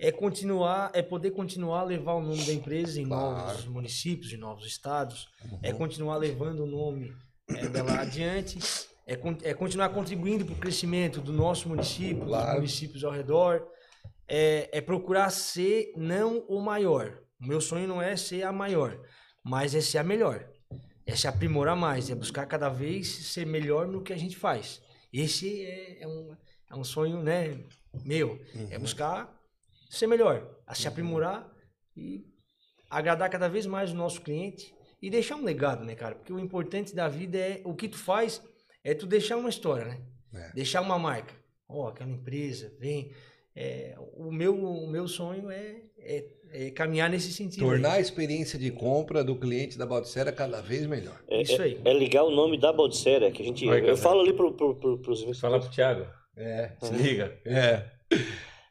Speaker 5: é continuar, é poder continuar a levar o nome da empresa em
Speaker 1: Claro.
Speaker 5: novos municípios, em novos estados. É continuar levando o nome é, dela adiante. É, con- é continuar contribuindo para o crescimento do nosso município,
Speaker 1: Claro.
Speaker 5: dos municípios ao redor. É, é procurar ser não o maior. O meu sonho não é ser a maior, mas é ser a melhor. É se aprimorar mais, é buscar cada vez ser melhor no que a gente faz. Esse é, é um, é um sonho, né, meu. É buscar ser melhor, a se aprimorar e agradar cada vez mais o nosso cliente e deixar um legado, né, cara? Porque o importante da vida é o que tu faz é tu deixar uma história, né?
Speaker 1: É.
Speaker 5: Deixar uma marca. Ó, aquela empresa, vem. É, o, meu, o meu sonho é, é- é caminhar nesse sentido. aí.
Speaker 1: Tornar a experiência de compra do cliente da Baldicera cada vez melhor.
Speaker 4: É,
Speaker 5: Isso aí.
Speaker 4: É ligar o nome da Baldicera, que a gente.
Speaker 3: Vai,
Speaker 4: eu
Speaker 3: cara.
Speaker 4: falo ali pro, pro, pro, pros
Speaker 3: Fala
Speaker 4: investidores.
Speaker 3: pro Thiago.
Speaker 1: É.
Speaker 3: Se liga.
Speaker 1: É.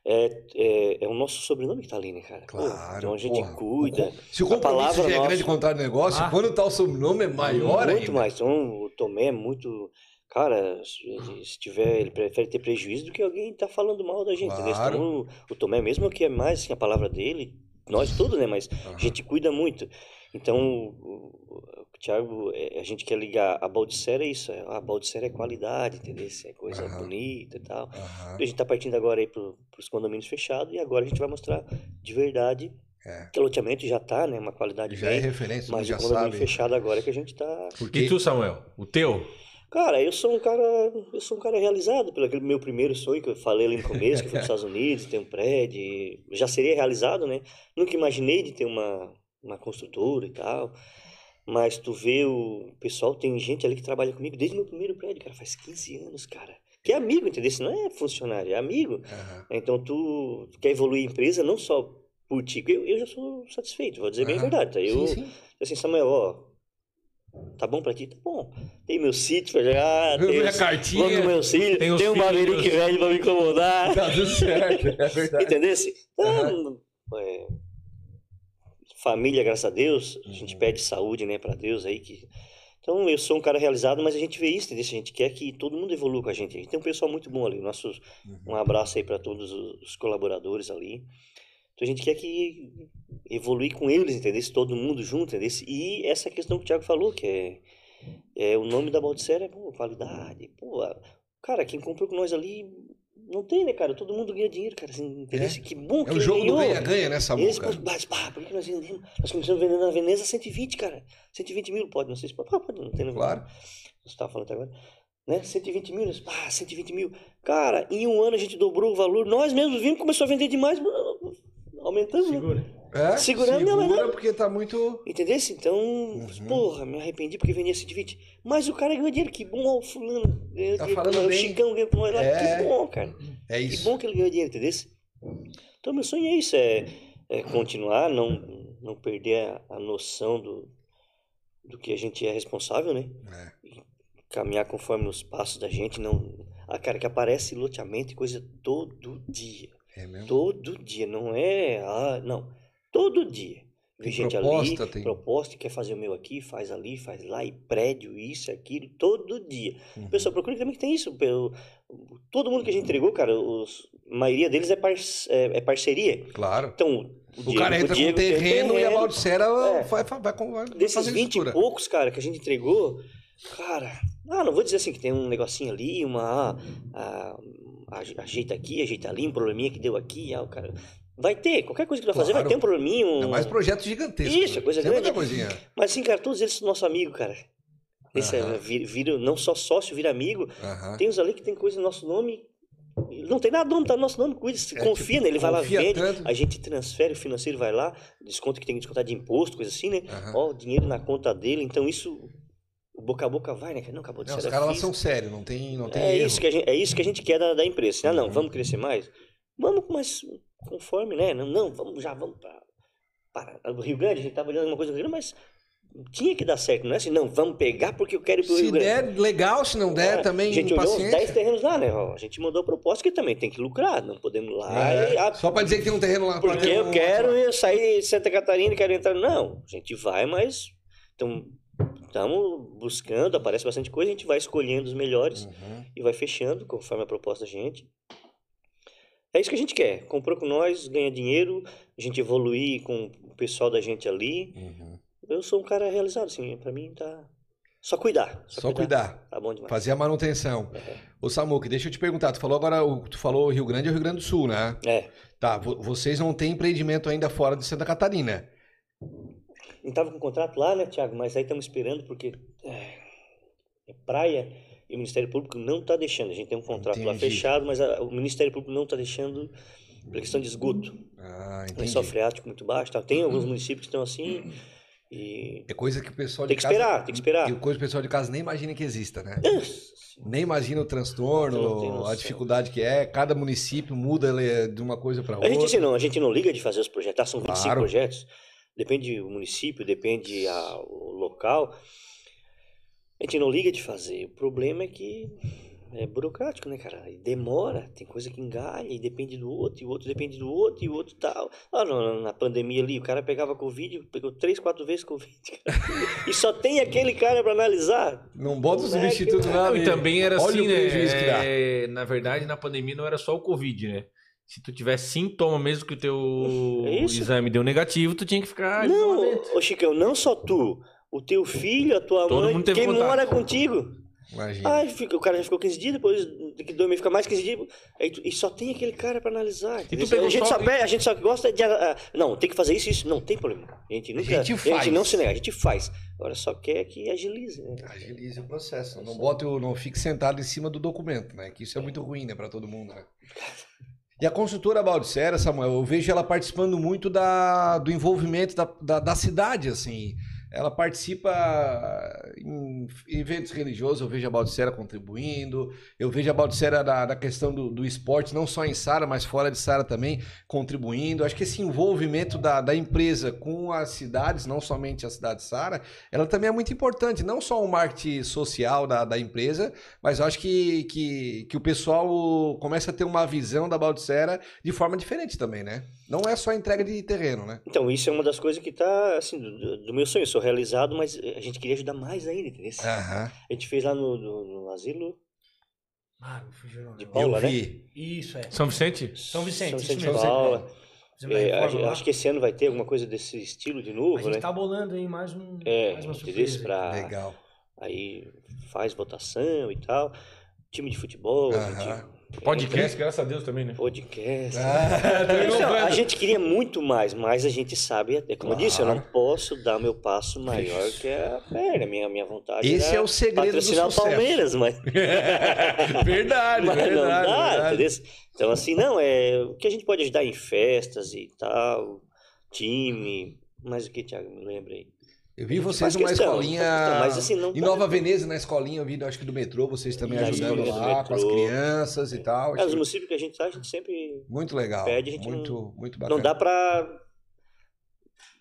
Speaker 4: É, é o nosso sobrenome que tá ali, né, cara? Pô,
Speaker 1: Claro.
Speaker 4: então a gente
Speaker 1: porra.
Speaker 4: cuida.
Speaker 1: Se o
Speaker 4: A
Speaker 1: compromisso
Speaker 4: palavra
Speaker 1: já é
Speaker 4: nossa-
Speaker 1: grande contar o negócio,
Speaker 5: Ah.
Speaker 1: quando tá o sobrenome é maior
Speaker 4: Muito
Speaker 1: ainda.
Speaker 4: mais. Então, o Tomé é muito. Cara, se ele- se tiver, ele prefere ter prejuízo do que alguém tá falando mal da gente. entendeu?
Speaker 1: Claro.
Speaker 4: Então, o, o Tomé, mesmo que é mais assim, a palavra dele, nós tudo, né? Mas a gente cuida muito. Então, o, o- o Thiago, é, a gente quer ligar a Baldissera é isso. é- A Baldissera é qualidade, entendeu? Isso É coisa
Speaker 1: Aham.
Speaker 4: bonita e tal.
Speaker 1: Aham.
Speaker 4: A gente está partindo agora aí para os condomínios fechados e agora a gente vai mostrar de verdade
Speaker 1: É.
Speaker 4: que o loteamento já tá, né? Uma qualidade
Speaker 1: Já é
Speaker 4: bem.
Speaker 1: referência,
Speaker 4: mas
Speaker 1: já
Speaker 4: o condomínio
Speaker 1: sabe.
Speaker 4: fechado agora é que a gente tá.
Speaker 1: Porque
Speaker 3: E tu, Samuel? O teu?
Speaker 4: Cara, eu sou um cara. Eu sou um cara realizado pelo aquele meu primeiro sonho que eu falei ali no começo, que eu fui para os Estados Unidos, ter um prédio. e Já seria realizado, né? Nunca imaginei de ter uma, uma construtora e tal. Mas tu vê o pessoal, tem gente ali que trabalha comigo desde o meu primeiro prédio, cara, faz 15 anos, cara. Que é amigo, entendeu? Isso não é funcionário, é amigo.
Speaker 1: Aham.
Speaker 4: Então tu, tu quer evoluir a empresa não só por ti, porque eu, eu já sou satisfeito, vou dizer bem a
Speaker 1: Aham.
Speaker 4: verdade. Tá? Eu,
Speaker 1: Sim, sim.
Speaker 4: assim, Samuel, ó, tá bom pra ti? Tá bom. Tem meu sítio pra já, tem
Speaker 3: Minha
Speaker 4: os-
Speaker 3: cartinha,
Speaker 4: vou no meu
Speaker 3: tem
Speaker 4: sítio, tem,
Speaker 3: os
Speaker 4: um Maverick
Speaker 3: filhos.
Speaker 4: velho pra me incomodar,
Speaker 1: Tá tudo certo, é verdade.
Speaker 4: entendesse? Então, é, família, graças a Deus, a
Speaker 1: Uhum.
Speaker 4: gente pede saúde, né, pra Deus aí que... Então, eu sou um cara realizado, mas a gente vê isso, entendeu? A gente quer que todo mundo evolua com a gente. A gente tem um pessoal muito bom ali, nossos
Speaker 1: Uhum.
Speaker 4: um abraço aí para todos os os colaboradores ali. Então a gente quer que evoluir com eles, entendeu? Todo mundo junto, entendeu? E essa questão que o Thiago falou, que é, é o nome da Baldissera é pô, qualidade. Pô, a- cara, quem comprou com nós ali não tem, né, cara? Todo mundo ganha dinheiro, cara. Assim, entendeu? Que bom que
Speaker 1: É o
Speaker 4: ele
Speaker 1: jogo do
Speaker 4: ganhou.
Speaker 1: ganha-ganha, né, Samu?
Speaker 4: Eles,
Speaker 1: cara?
Speaker 4: pô, mas, pá, por que nós vendemos? Nós começamos vendendo na Veneza 120, cara. 120 mil, pode, não sei se pode, Ah, pode não tem não-
Speaker 1: Claro.
Speaker 4: você estava falando até agora, né? 120 mil, nós, pá, 120 mil. Cara, em um ano a gente dobrou o valor, nós mesmos vimos, começou a vender demais, aumentando, né?
Speaker 5: Segura.
Speaker 1: É,
Speaker 4: Segurando, não, mas
Speaker 1: segura
Speaker 4: não.
Speaker 1: porque tá muito.
Speaker 4: Entendesse? Então,
Speaker 1: Uhum.
Speaker 4: porra, me arrependi porque vendia 120. Mas o cara ganhou dinheiro, que bom, ó, o fulano ganhou
Speaker 1: Tá
Speaker 4: dinheiro,
Speaker 1: falando
Speaker 4: o
Speaker 1: bem.
Speaker 4: Chicão ganhou com nós lá,
Speaker 1: É.
Speaker 4: que bom, cara.
Speaker 1: É
Speaker 4: Que
Speaker 1: isso.
Speaker 4: bom que ele ganhou dinheiro, entendeu? Então, meu sonho é isso, é, é continuar, não, não perder a, a noção do, do que a gente é responsável, né?
Speaker 1: É.
Speaker 4: Caminhar conforme os passos da gente, não... Ah, cara, que aparece loteamento e coisa todo dia.
Speaker 1: É mesmo.
Speaker 4: Todo dia, não é... Ah, não, todo dia. Vê
Speaker 1: Tem
Speaker 4: gente
Speaker 1: proposta,
Speaker 4: ali,
Speaker 1: tem-
Speaker 4: proposta, quer fazer o meu aqui, faz ali, faz lá, e prédio, isso, aquilo, todo dia.
Speaker 1: Uhum.
Speaker 4: O pessoal procura também que tem isso. pelo- Todo mundo que a gente entregou, cara, os- a maioria deles é, par- é- é parceria.
Speaker 1: Claro.
Speaker 4: Então,
Speaker 1: O cara entra com
Speaker 4: Diego tem um
Speaker 1: terreno e a Baldicera
Speaker 4: É.
Speaker 1: vai, vai, vai, com- vai
Speaker 4: Desses
Speaker 1: fazer
Speaker 4: 20 e um
Speaker 1: estrutura.
Speaker 4: poucos, cara, que a gente entregou, cara, ah, não vou dizer assim que tem um negocinho ali, uma. ah, aje- ajeita aqui, ajeita ali, um probleminha que deu aqui, ah, o cara. Vai ter, qualquer coisa que tu vai fazer, vai
Speaker 1: Claro.
Speaker 4: ter um probleminha. um-
Speaker 1: É mais né? projeto gigantesco.
Speaker 4: Isso, é coisa
Speaker 1: Sempre
Speaker 4: grande.
Speaker 1: tem coisinha.
Speaker 4: Mas assim, cara, todos eles são nosso amigo, cara. Esse
Speaker 1: Aham. Ah.
Speaker 4: é, vira, vira não só sócio, vira amigo.
Speaker 1: Aham.
Speaker 4: Tem uns ali que tem coisa no nosso nome. Não tem nada no nome, tá no nosso nome, cuida, se
Speaker 1: É,
Speaker 4: confia nele, vai lá,
Speaker 1: confia
Speaker 4: vende.
Speaker 1: tanto.
Speaker 4: A gente transfere, o financeiro vai lá, desconto que tem que descontar de imposto, coisa assim, né?
Speaker 1: Aham.
Speaker 4: Ó, o dinheiro na conta dele, então isso. O boca a boca vai, né? cara? Não, acabou de
Speaker 1: Não, os
Speaker 4: ser
Speaker 1: caras lá
Speaker 4: fiz.
Speaker 1: são sérios, não tem, não tem
Speaker 4: é,
Speaker 1: erro.
Speaker 4: isso que a gente, é isso que a gente quer da, da empresa. assim, Ah, não,
Speaker 1: Uhum.
Speaker 4: vamos crescer mais? Vamos, mas conforme, né? Não, não vamos já, vamos para. Para o Rio Grande, a gente tava olhando uma coisa no Rio Grande, mas tinha que dar certo, não é assim, não, vamos pegar porque eu quero ir pro
Speaker 1: Se
Speaker 4: Rio Grande.
Speaker 1: der, legal. Se não der,
Speaker 4: É,
Speaker 1: também
Speaker 4: A gente olhou uns
Speaker 1: paciência.
Speaker 4: 10 terrenos lá, né? Ó, a gente mandou proposta que também tem que lucrar, não podemos lá.
Speaker 1: É,
Speaker 4: e, ah,
Speaker 1: Só pra dizer que tem um terreno lá. pra
Speaker 4: porque
Speaker 1: ter
Speaker 4: eu
Speaker 1: um-
Speaker 4: quero eu sair de Santa Catarina e quero entrar. Não, a gente vai, mas estamos buscando, aparece bastante coisa, a gente vai escolhendo os melhores
Speaker 1: Uhum.
Speaker 4: e vai fechando conforme a proposta da gente. É isso que a gente quer. Comprou com nós, ganha dinheiro, a gente evoluir com o pessoal da gente ali.
Speaker 1: Uhum.
Speaker 4: Eu sou um cara realizado, assim, pra mim tá. Só cuidar.
Speaker 1: Só cuidar.
Speaker 4: Tá bom demais.
Speaker 1: Fazer a manutenção. Ô Samuca, deixa eu te perguntar. Tu falou agora, o- tu falou Rio Grande é o Rio Grande do Sul, né?
Speaker 4: É.
Speaker 1: Tá, vo- vocês não têm empreendimento ainda fora de Santa Catarina.
Speaker 4: A gente tava com um contrato lá, né, Thiago? Mas aí estamos esperando porque é, é praia e o Ministério Público não está deixando. A gente tem um contrato lá
Speaker 1: Entendi.
Speaker 4: fechado, mas a- o Ministério Público não está deixando pela questão de esgoto.
Speaker 1: Ah,
Speaker 4: Lençol
Speaker 1: entendi. Uhum.
Speaker 4: freático muito baixo. Tá? Tem alguns municípios que estão assim e...
Speaker 1: É coisa que o pessoal de
Speaker 4: Tem que
Speaker 1: casa-
Speaker 4: esperar, tem que esperar.
Speaker 1: E coisa que o pessoal de casa nem imagina que exista, né?
Speaker 4: Nossa,
Speaker 1: Nem imagina o
Speaker 4: Eu não tenho
Speaker 1: transtorno, a
Speaker 4: noção.
Speaker 1: dificuldade que é. Cada município muda ele, é de uma coisa pra
Speaker 4: A
Speaker 1: outra.
Speaker 4: gente, assim, não, a gente não liga de fazer os projetos, tá? são 25
Speaker 1: Claro.
Speaker 4: projetos. Depende do município, depende a- o local. A gente não liga de fazer. O problema é que é burocrático, né, cara? E demora, tem coisa que engalha, e depende do outro, e o outro depende do outro, e o outro tal. Ah, não, na pandemia ali, o cara pegava Covid, pegou três, quatro vezes Covid. cara. e só tem aquele cara pra analisar.
Speaker 1: Não bota o
Speaker 4: Como é que-
Speaker 1: substituto lá.
Speaker 3: Não, e
Speaker 1: né?
Speaker 3: também era
Speaker 1: Olha
Speaker 3: assim,
Speaker 1: o
Speaker 3: né?
Speaker 1: prejuízo que dá.
Speaker 3: É, na verdade, na pandemia não era só o Covid, né? Se tu tiver sintoma mesmo que o teu
Speaker 4: É isso?
Speaker 3: exame deu negativo, tu tinha que ficar.
Speaker 4: não,
Speaker 3: isolamento.
Speaker 4: ô Chicão, não só tu. O teu filho, a tua
Speaker 3: Todo
Speaker 4: mãe,
Speaker 3: mundo teve
Speaker 4: quem
Speaker 3: contato.
Speaker 4: mora contigo.
Speaker 1: Imagina.
Speaker 4: Ai, fica- o cara já ficou 15 dias, depois de que dormir fica mais 15 dias. aí tu- e só tem aquele cara pra analisar. entendeu?
Speaker 3: pegou
Speaker 4: a, gente
Speaker 3: só-
Speaker 4: só, pede- a gente só gosta de. ah, não, tem que fazer isso, isso. Não tem problema. A gente nunca.
Speaker 1: gente faz.
Speaker 4: não se nega, a gente faz. Agora só quer que agilize. Né?
Speaker 1: Agilize o processo. né? Não, bota, o- não fique sentado em cima do documento, né? Que isso é muito ruim, né, pra todo mundo, né? E a consultora Baldissera, Samuel, eu vejo ela participando muito da, do envolvimento da, da, da cidade, assim. Ela participa em eventos religiosos, eu vejo a Baldissera contribuindo, eu vejo a Baldissera na, na questão do, do esporte, não só em Sara, mas fora de Sara também, contribuindo. Acho que esse envolvimento da, da empresa com as cidades, não somente a cidade de Sara, ela também é muito importante, não só o marketing social da, da empresa, mas eu acho que, que, que o pessoal começa a ter uma visão da Baldicera de forma diferente também, né? Não é só entrega de terreno, né?
Speaker 4: Então, isso é uma das coisas que tá, assim, do- do, do meu sonho. Eu sou realizado, mas a gente queria ajudar mais ainda, entendeu?
Speaker 5: É.
Speaker 1: Aham.
Speaker 4: A gente fez lá no, no- no asilo
Speaker 5: Ah, me fugiu o nome.
Speaker 4: de
Speaker 1: Eu
Speaker 4: Paula, né?
Speaker 1: vi.
Speaker 5: Isso, é.
Speaker 3: São Vicente?
Speaker 5: São Vicente,
Speaker 4: São
Speaker 5: isso
Speaker 4: Vicente de
Speaker 5: mesmo.
Speaker 4: Paula.
Speaker 5: Fizemos a
Speaker 4: É, a
Speaker 5: reforma
Speaker 4: gente-
Speaker 5: lá.
Speaker 4: acho que esse ano vai ter alguma coisa desse estilo de
Speaker 5: a
Speaker 4: novo,
Speaker 5: gente
Speaker 4: né?
Speaker 5: tá bolando aí mais, um,
Speaker 4: É,
Speaker 5: mais
Speaker 4: entendeu?
Speaker 5: uma surpresa.
Speaker 4: Pra-
Speaker 1: Legal.
Speaker 4: aí faz votação e tal. Time de futebol, a
Speaker 1: Aham.
Speaker 4: gente- é
Speaker 3: Podcast, graças a Deus também, né?
Speaker 4: Podcast.
Speaker 1: Ah,
Speaker 4: É,
Speaker 3: Terminou
Speaker 4: assim, ó,
Speaker 3: o
Speaker 4: a
Speaker 3: Vando.
Speaker 4: gente queria muito mais, mas a gente sabe, é como eu disse, eu não posso dar meu passo maior que a perna. Minha, minha vontade
Speaker 1: Esse
Speaker 4: era
Speaker 1: é o segredo do
Speaker 4: patrocinar o
Speaker 1: sucesso.
Speaker 4: Palmeiras, mas,
Speaker 1: verdade,
Speaker 4: mas não
Speaker 1: verdade. é
Speaker 4: dá,
Speaker 1: verdade.
Speaker 4: entendeu? Então, assim, não, é o que a gente pode ajudar em festas e tal, time, mas o que, Thiago, me lembra aí?
Speaker 1: Eu vi vocês
Speaker 4: Faz
Speaker 1: numa
Speaker 4: questão,
Speaker 1: escolinha
Speaker 4: faz questão, mas, assim, não
Speaker 1: em
Speaker 4: tá-
Speaker 1: Nova Veneza, na escolinha, eu vi, acho que do metrô, vocês também
Speaker 4: Da
Speaker 1: ajudando
Speaker 4: escolinha do
Speaker 1: lá, com as
Speaker 4: metrô.
Speaker 1: crianças e tal.
Speaker 4: É, os
Speaker 1: Acho
Speaker 4: municípios que a gente tá, a gente sempre
Speaker 1: Muito legal.
Speaker 4: pede, a gente
Speaker 1: Muito, muito
Speaker 4: Não
Speaker 1: bacana.
Speaker 4: dá pra.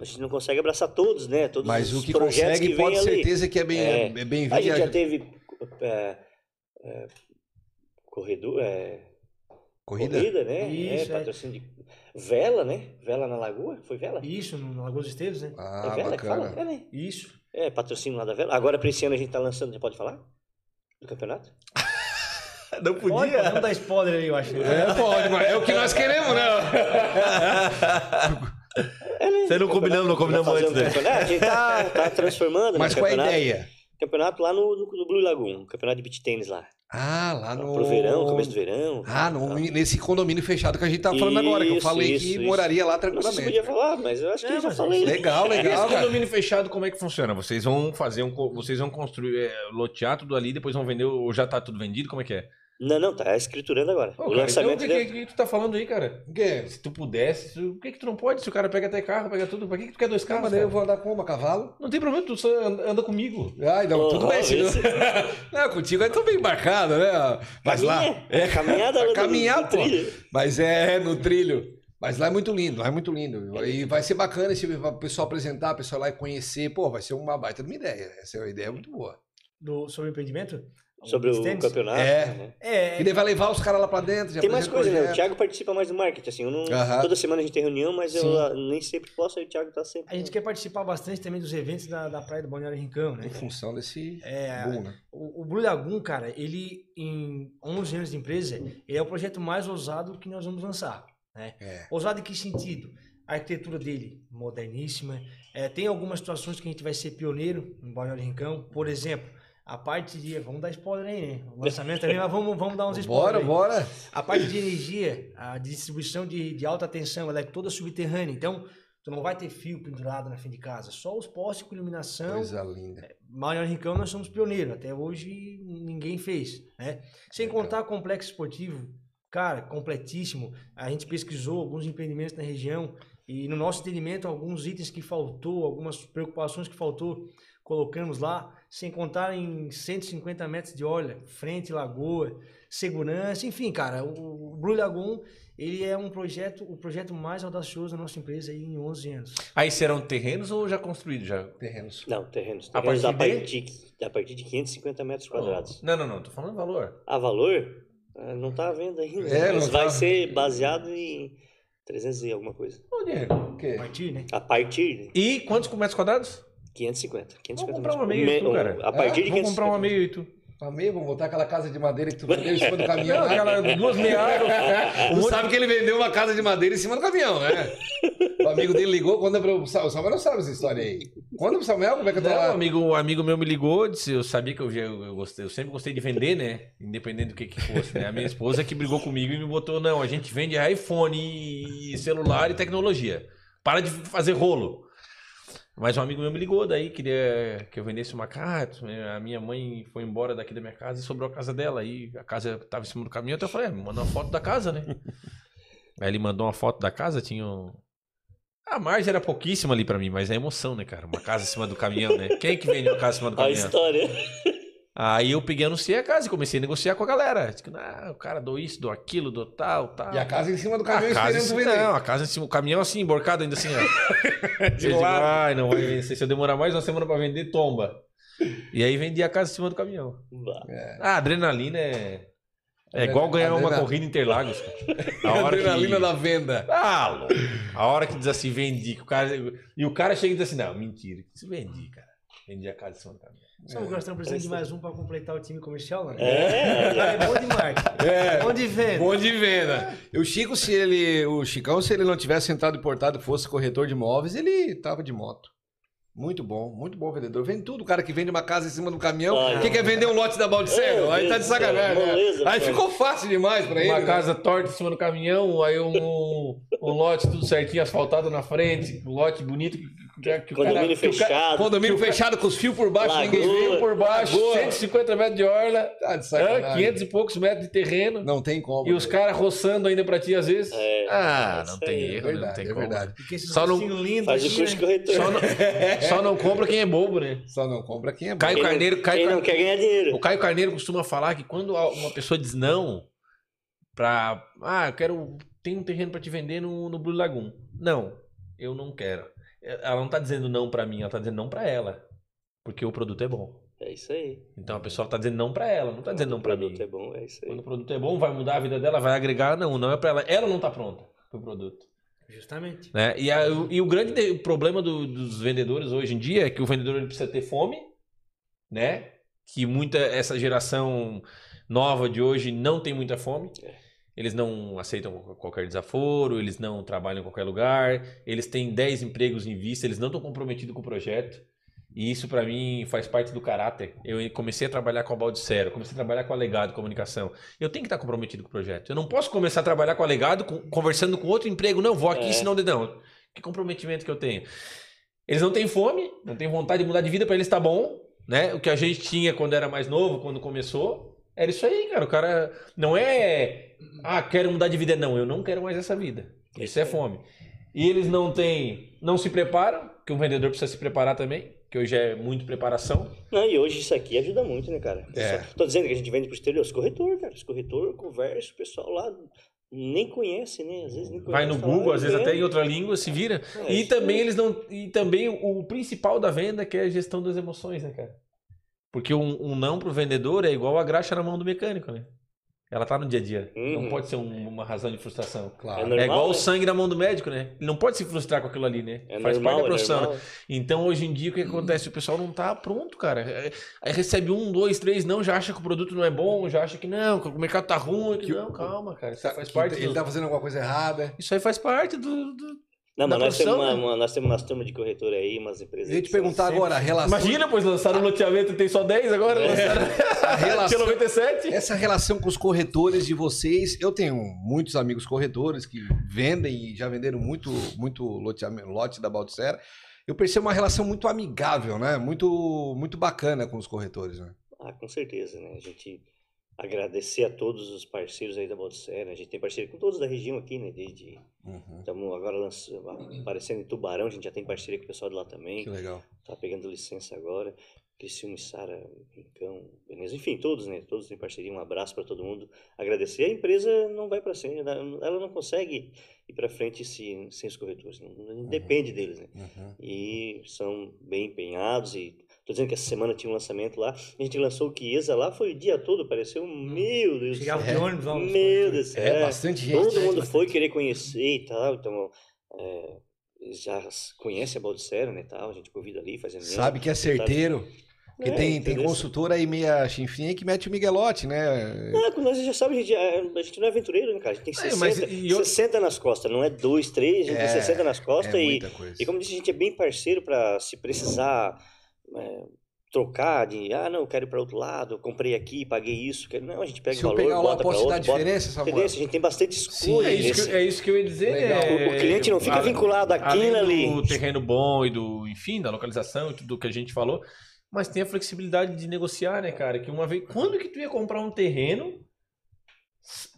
Speaker 4: A gente não consegue abraçar todos, né? Todos
Speaker 1: Mas
Speaker 4: os
Speaker 1: o que
Speaker 4: projetos
Speaker 1: consegue,
Speaker 4: que vem
Speaker 1: pode ter
Speaker 4: ali.
Speaker 1: certeza que é bem, é.
Speaker 4: É.
Speaker 1: bem vindo.
Speaker 4: A gente já teve é, é, corredor, é,
Speaker 1: Corrida?
Speaker 4: corrida? né?
Speaker 5: Isso,
Speaker 4: é,
Speaker 5: é.
Speaker 4: patrocínio de vela, né? Vela na Lagoa? Foi vela?
Speaker 5: Isso, no Lagoa dos Esteves, né?
Speaker 1: Ah,
Speaker 4: é vela que fala?
Speaker 1: bacana.
Speaker 4: É, né?
Speaker 5: Isso.
Speaker 4: É, patrocínio lá da vela. Agora, pra esse ano, a gente tá lançando, já pode falar? Do campeonato?
Speaker 1: Não
Speaker 5: Pode, não dá spoiler aí, eu acho.
Speaker 1: É, pode, mas é o que nós queremos, né?
Speaker 4: É, né?
Speaker 3: Você não
Speaker 4: Do
Speaker 3: combinamos, não
Speaker 4: campeonato.
Speaker 3: combinamos
Speaker 4: Vai fazer
Speaker 3: antes,
Speaker 4: um
Speaker 3: né?
Speaker 4: campeonato. A gente tá, tá transformando. né,
Speaker 1: Mas qual é a
Speaker 4: campeonato-
Speaker 1: ideia?
Speaker 4: Campeonato lá no, no Blue Lagoon, campeonato de beach tênis lá.
Speaker 1: Ah, lá no.
Speaker 4: Pro verão, começo do verão. Tá.
Speaker 1: Ah, no, nesse condomínio fechado que a gente tava falando agora, que eu
Speaker 4: Isso,
Speaker 1: falei
Speaker 4: isso,
Speaker 1: que
Speaker 4: isso.
Speaker 1: moraria lá
Speaker 4: Não sei se
Speaker 1: tranquilamente.
Speaker 4: podia falar, mas eu acho que
Speaker 5: É,
Speaker 4: eu já
Speaker 5: mas
Speaker 4: falei.
Speaker 1: Legal,
Speaker 3: E esse
Speaker 1: legal, cara.
Speaker 3: condomínio fechado, como é que funciona? Vocês vão fazer um. co- Vocês vão construir, é, lotear tudo ali, depois vão vender, ou já tá tudo vendido? Como é que é?
Speaker 4: Não, não, tá escriturando agora.
Speaker 3: Ô,
Speaker 4: o
Speaker 3: cara,
Speaker 4: lançamento
Speaker 3: então, o que,
Speaker 1: é?
Speaker 4: dele.
Speaker 3: que- que tu tá falando aí, cara?
Speaker 1: O quê?
Speaker 3: Se tu pudesse, tu- por que, que tu não pode? Se o cara pega até carro, pega tudo, pra que, que tu quer dois
Speaker 1: Calma,
Speaker 3: carros?
Speaker 1: daí eu
Speaker 3: Cara?
Speaker 1: vou andar com uma cavalo.
Speaker 3: Não tem problema, tu só anda, anda comigo.
Speaker 1: Ai, não,
Speaker 4: Oh,
Speaker 1: tudo né? bem, senhor.
Speaker 4: esse-
Speaker 1: Não, contigo aí tô bem embarcado, né? Mas lá.
Speaker 4: Caminha, É, Caminhada
Speaker 1: Pra
Speaker 4: lá do-
Speaker 1: caminhar,
Speaker 4: do
Speaker 1: pô.
Speaker 4: trilho.
Speaker 1: Mas é no trilho. Mas lá é muito lindo, lá é muito lindo. E vai ser bacana esse o pessoal apresentar, o pessoal lá e conhecer. Pô, vai ser uma baita de uma ideia. Essa é uma ideia muito boa.
Speaker 5: Do, sobre o empreendimento?
Speaker 4: Sobre o
Speaker 5: Tênis?
Speaker 4: campeonato.
Speaker 1: É.
Speaker 4: né?
Speaker 5: É,
Speaker 1: E daí vai levar os caras lá pra dentro. já
Speaker 4: Tem mais
Speaker 1: apresenta o
Speaker 4: coisa, né? O
Speaker 1: projeto.
Speaker 4: Thiago participa mais do marketing, assim. eu não-
Speaker 1: Aham.
Speaker 4: Toda semana a gente tem reunião, mas eu
Speaker 1: Sim.
Speaker 4: ah, nem sempre posso, aí o Thiago tá sempre.
Speaker 5: a gente quer participar bastante também dos eventos da, da Praia do Balneário Rincão, né?
Speaker 1: Em função desse
Speaker 5: É,
Speaker 1: boom, né?
Speaker 5: O, o Blue Lagoon, cara, ele em 11 anos de empresa, ele é o projeto mais ousado que nós vamos lançar. Né?
Speaker 1: É.
Speaker 5: Ousado em que sentido? A arquitetura dele, moderníssima. É, tem algumas situações que a gente vai ser pioneiro em Balneário Rincão. Por exemplo, a parte de... Vamos dar spoiler aí, né? O lançamento também, mas vamos, vamos dar uns spoilers
Speaker 1: Bora,
Speaker 5: aí.
Speaker 1: bora.
Speaker 5: A parte de energia, a distribuição de, de alta tensão, ela é toda subterrânea. Então, tu não vai ter fio pendurado na frente de casa. Só os postes com iluminação.
Speaker 1: Coisa linda.
Speaker 5: Maior Rincão, nós somos pioneiros. Até hoje, ninguém fez. Né? Sem
Speaker 1: Legal.
Speaker 5: contar complexo esportivo, cara, completíssimo. A gente pesquisou alguns empreendimentos na região e, no nosso entendimento, alguns itens que faltou, algumas preocupações que faltou, colocamos lá. Sem contar em 150 metros de olha, frente, lagoa, segurança, enfim, cara. O o Blue Lagoon, ele é um projeto, o projeto mais audacioso da nossa empresa aí em 11 anos.
Speaker 3: Aí serão terrenos ou já construídos? Já?
Speaker 1: Terrenos.
Speaker 4: Não, terrenos.
Speaker 3: A
Speaker 4: terrenos a,
Speaker 3: partir
Speaker 4: partir de... a partir de 550 metros
Speaker 1: Oh.
Speaker 4: quadrados.
Speaker 3: Não, não, não, tô falando valor.
Speaker 4: A valor ah, não tá à venda ainda.
Speaker 1: É,
Speaker 4: mas
Speaker 1: não
Speaker 4: vai
Speaker 1: tá.
Speaker 4: ser baseado em 300 e alguma coisa.
Speaker 3: Ô, Diego,
Speaker 1: O quê?
Speaker 5: A partir, né?
Speaker 4: A partir de
Speaker 3: E quantos metros quadrados?
Speaker 4: 550. 550
Speaker 3: Vamos comprar uma
Speaker 4: metros.
Speaker 3: meia e tu,
Speaker 4: Me-
Speaker 3: cara.
Speaker 4: A partir
Speaker 1: É?
Speaker 4: de
Speaker 3: Vou comprar um
Speaker 4: 550
Speaker 3: uma meia e tu.
Speaker 1: Tá meio, vamos botar aquela casa de madeira que tu vendeu em cima do caminhão.
Speaker 3: Não,
Speaker 1: né?
Speaker 3: aquela duas Um meadas.
Speaker 1: Tu sabe que ele vendeu uma casa de madeira em cima do caminhão, né? O amigo dele ligou quando pro Samuel. O Samuel não sabe essa história aí. Quando pro Samuel, como é que eu tô
Speaker 3: Não, um
Speaker 1: lá?
Speaker 3: amigo, um amigo meu me ligou, disse, eu sabia que eu, já- eu, eu gostei, eu sempre gostei de vender, né? Independente do que, que fosse, né? A minha esposa que brigou comigo e me botou, não, a gente vende iPhone e celular e tecnologia. Para de fazer rolo. Mas um amigo meu me ligou, daí queria que eu vendesse uma casa. A minha mãe foi embora daqui da minha casa e sobrou a casa dela. E a casa tava em cima do caminhão, então eu falei, é, me manda uma foto da casa, né? Aí ele mandou uma foto da casa, tinha um... A margem era pouquíssima ali pra mim, mas é emoção, né, cara? Uma casa em cima do caminhão, né? Quem que vende uma casa em cima do
Speaker 4: A
Speaker 3: caminhão?
Speaker 4: história.
Speaker 3: Aí eu peguei, anunciei a casa e comecei a negociar com a galera. Diz que, "Ah, o cara dou isso, dou aquilo, dou tal, tal.
Speaker 1: E a casa em cima do
Speaker 3: A
Speaker 1: caminhão
Speaker 3: Ah, casa em
Speaker 1: esperando tu
Speaker 3: cima,
Speaker 1: vender.
Speaker 3: não, a casa em cima, o caminhão assim, emborcado ainda assim, ó. Eu digo,
Speaker 1: lado.
Speaker 3: Ai, não vai vencer. Se eu demorar mais uma semana pra vender, tomba. E aí vendi a casa em cima do caminhão.
Speaker 4: Bah.
Speaker 3: Ah, adrenalina é. É
Speaker 1: Adrena-
Speaker 3: igual ganhar uma
Speaker 1: adrena-
Speaker 3: corrida em Interlagos, cara. Na hora que-
Speaker 1: Adrenalina da venda.
Speaker 3: ah, louco. A hora que diz assim, vendi. Que o cara... E o cara chega e diz assim, não, mentira. Isso vendi, cara. Vendi a casa de Santa Maria.
Speaker 5: Só que nós estamos precisando de mais um para completar o time comercial, né?
Speaker 4: É,
Speaker 5: É bom de marketing.
Speaker 1: É.
Speaker 5: Bom de venda.
Speaker 1: Bom de venda. E o Chico, se ele. O Chicão, se ele não tivesse sentado e portado e fosse corretor de imóveis, ele tava de moto. Muito bom, muito bom vendedor. Vende tudo. O cara que vende uma casa em cima do caminhão.
Speaker 4: Olha.
Speaker 1: Quem quer vender um lote da Baldicego?
Speaker 3: É,
Speaker 4: Meu
Speaker 1: Aí tá de
Speaker 4: Deus do céu,
Speaker 1: sacanagem. né?
Speaker 4: moleza,
Speaker 1: Aí
Speaker 4: cara.
Speaker 1: ficou fácil demais pra ele.
Speaker 3: Uma
Speaker 1: né?
Speaker 3: casa torta em cima do caminhão, aí um, um lote tudo certinho, asfaltado na frente, um lote bonito. Que, que o cara,
Speaker 4: Condomínio
Speaker 3: que o cara-
Speaker 4: fechado.
Speaker 1: Condomínio fechado com os fios por baixo,
Speaker 4: Lagoa.
Speaker 1: ninguém vê.
Speaker 3: por baixo,
Speaker 1: Lagoa.
Speaker 3: 150 metros de orla,
Speaker 1: Tá de
Speaker 3: ah,
Speaker 1: sacanagem.
Speaker 3: 500 e poucos metros de terreno,
Speaker 1: Não tem como.
Speaker 3: e os
Speaker 1: né?
Speaker 3: caras roçando ainda pra ti às vezes.
Speaker 4: É,
Speaker 3: é. ah, não
Speaker 4: isso
Speaker 3: tem
Speaker 4: aí, é
Speaker 3: erro, né? não
Speaker 1: verdade,
Speaker 3: tem
Speaker 1: é
Speaker 3: como.
Speaker 1: verdade.
Speaker 5: Porque esses
Speaker 3: Só não-
Speaker 5: rostinhos lindos
Speaker 4: Faz
Speaker 5: aqui,
Speaker 4: o curso
Speaker 5: Assim, né?
Speaker 4: corretor.
Speaker 3: Só não, é só não compra quem é bobo, né?
Speaker 1: Só não compra quem é bom.
Speaker 3: Caio
Speaker 4: Quem não-
Speaker 3: Carneiro, Caio
Speaker 4: Quem
Speaker 3: Car-
Speaker 4: não quer ganhar dinheiro.
Speaker 3: O Caio Carneiro costuma falar que quando a- uma pessoa diz não pra. Ah, eu quero. Tem um terreno pra te vender no, no Blue Lagoon. Não, eu não quero. Ela não tá dizendo não pra mim, ela tá dizendo não pra ela. Porque o produto é bom.
Speaker 4: É isso aí.
Speaker 3: Então a pessoa tá dizendo não pra ela, não tá dizendo não pra
Speaker 4: O
Speaker 3: mim.
Speaker 4: produto é bom, é isso
Speaker 3: Quando o
Speaker 4: aí.
Speaker 3: produto é bom, vai mudar a vida dela, vai agregar. Não, não é pra ela. Ela não tá pronta pro produto.
Speaker 5: Justamente.
Speaker 3: Né? E, a- e o grande de- problema do- dos vendedores hoje em dia é que o vendedor ele precisa ter fome, né? Que muita essa geração nova de hoje não tem muita fome.
Speaker 4: É.
Speaker 3: Eles não aceitam qual- qualquer desaforo, eles não trabalham em qualquer lugar, eles têm 10 empregos em vista, eles não estão comprometidos com o projeto. E isso para mim faz parte do caráter. Eu comecei a trabalhar com a Baldicero, comecei a trabalhar com a Legado Comunicação. Eu tenho que estar comprometido com o projeto. Eu não posso começar a trabalhar com a Legado com- conversando com outro emprego. Não, vou aqui,
Speaker 4: É.
Speaker 3: senão dedão. Que comprometimento que eu tenho. Eles não têm fome, não têm vontade de mudar de vida, para eles tá bom, né? O que a gente tinha quando era mais novo, quando começou, era isso aí, cara. O cara não é, ah, quero mudar de vida, não, eu não quero mais essa vida. Isso é fome. E eles não têm, não se preparam, que um vendedor precisa se preparar também, que hoje é muito preparação.
Speaker 4: Não, e hoje isso aqui ajuda muito, né, cara?
Speaker 1: É.
Speaker 4: Só- Tô dizendo que a gente vende pro exterior. Os corretor, cara. Os corretor, eu converso, o pessoal lá nem conhece, né? Às vezes nem conhece.
Speaker 3: Vai no
Speaker 4: tá lá
Speaker 3: Google,
Speaker 4: e
Speaker 3: às vezes
Speaker 4: vende.
Speaker 3: até em outra língua, se vira.
Speaker 4: É,
Speaker 3: E
Speaker 4: isso aí.
Speaker 3: também eles não. E também o principal da venda que é a gestão das emoções, né, cara? Porque um, um não pro vendedor é igual a graxa na mão do mecânico, né? Ela tá no dia a dia.
Speaker 4: Uhum.
Speaker 3: Não pode ser um- uma razão de frustração.
Speaker 1: Claro.
Speaker 4: Normal,
Speaker 3: é igual o
Speaker 4: né?
Speaker 3: sangue na mão do médico, né? Ele não pode se frustrar com aquilo ali, né?
Speaker 4: É
Speaker 3: Faz
Speaker 4: normal,
Speaker 3: parte da profissão.
Speaker 4: é
Speaker 3: né?
Speaker 4: normal.
Speaker 3: Então, hoje em dia,
Speaker 1: Uhum.
Speaker 3: o que acontece? O pessoal não tá pronto, cara. É- Aí recebe um, dois, três, não, já acha que o produto não é bom, já acha que não, que o mercado tá ruim. que-
Speaker 1: Que-
Speaker 3: não, calma, cara. Isso
Speaker 1: Tá-
Speaker 3: aí faz
Speaker 1: que
Speaker 3: parte.
Speaker 1: Ele
Speaker 3: do-
Speaker 1: tá fazendo alguma coisa errada.
Speaker 3: Isso aí faz parte do- do,
Speaker 4: Não,
Speaker 3: da
Speaker 4: mas nós temos,
Speaker 3: profissão,
Speaker 4: uma,
Speaker 3: né?
Speaker 4: uma- nós temos umas turmas de corretora aí, umas empresas.
Speaker 1: Eu ia
Speaker 4: que
Speaker 1: te
Speaker 4: são
Speaker 1: perguntar
Speaker 4: sempre-
Speaker 1: agora, a relação.
Speaker 3: Imagina, pois lançaram o loteamento e tem só 10 agora? Lançaram
Speaker 1: um É. a
Speaker 3: tinha
Speaker 1: relação é assim,
Speaker 3: 97?
Speaker 1: Essa relação com os corretores de vocês, eu tenho muitos amigos corretores que vendem e já venderam muito, muito lote, lote da Balticera. Eu percebo uma relação muito amigável, né? Muito, muito bacana com os corretores, né?
Speaker 4: Ah, com certeza, né? A gente agradecer a todos os parceiros aí da Baldicera. A gente tem parceiro com todos da região aqui, né? Desde.
Speaker 1: Uhum,
Speaker 4: Estamos agora lançando, aparecendo em Tubarão, a gente já tem parceria com o pessoal de lá também.
Speaker 1: Que legal.
Speaker 4: Tá pegando licença agora. Criciúma, Sara, Rincão, Veneza, enfim, todos, né? Todos têm parceria. Um abraço para todo mundo. Agradecer. A empresa não vai para frente, ela ela não consegue ir para frente se, sem os corretores. Não,
Speaker 1: Ah,
Speaker 4: não depende deles, né?
Speaker 1: Uhum.
Speaker 4: e são bem empenhados e tô dizendo que essa semana tinha um lançamento lá, a gente lançou o Chiesa lá, foi o dia todo, pareceu,
Speaker 1: Hum.
Speaker 4: meu Deus do céu,
Speaker 5: Chegava de ônibus lá. os
Speaker 4: meu Deus do
Speaker 1: É,
Speaker 4: céu,
Speaker 1: bastante gente.
Speaker 4: todo mundo foi querer conhecer e tal, então é, eles já s- conhece a Baldicero, né, tal, a gente convida ali, fazendo
Speaker 1: Sabe é que é certeiro. Porque
Speaker 4: É,
Speaker 1: tem, tem
Speaker 4: entendeu?
Speaker 1: consultora aí meia chinfinha que mete o Miguelote, né?
Speaker 4: Ah, como nós já sabe, a gente, a gente não é aventureiro, né, cara? A gente tem
Speaker 3: É,
Speaker 4: 60,
Speaker 3: mas e eu-
Speaker 4: 60 nas costas, não é 2, 3, a gente
Speaker 1: É,
Speaker 4: tem 60 nas costas
Speaker 1: é
Speaker 4: e,
Speaker 1: muita coisa.
Speaker 4: e como disse, a gente é bem parceiro pra se precisar é, trocar de, ah, não, eu quero ir pra outro lado, eu comprei aqui, paguei isso. quero- Não, a gente pega
Speaker 1: Se
Speaker 4: o
Speaker 1: eu
Speaker 4: valor,
Speaker 1: pegar lá,
Speaker 4: bota pra
Speaker 1: posso te dar
Speaker 4: outro, bota...
Speaker 1: diferença, Samuel?
Speaker 4: Entendeu? Assim, A gente tem bastante escolha.
Speaker 3: É isso,
Speaker 4: nesse-
Speaker 3: que, é isso que eu ia dizer.
Speaker 1: Legal.
Speaker 3: é-
Speaker 4: O- o cliente não fica
Speaker 3: a-
Speaker 4: vinculado
Speaker 3: além
Speaker 4: àquilo ali.
Speaker 3: do terreno bom e do, enfim, da localização e tudo que a gente falou. Mas tem a flexibilidade de negociar, né, cara? Que uma vez. Quando que tu ia comprar um terreno?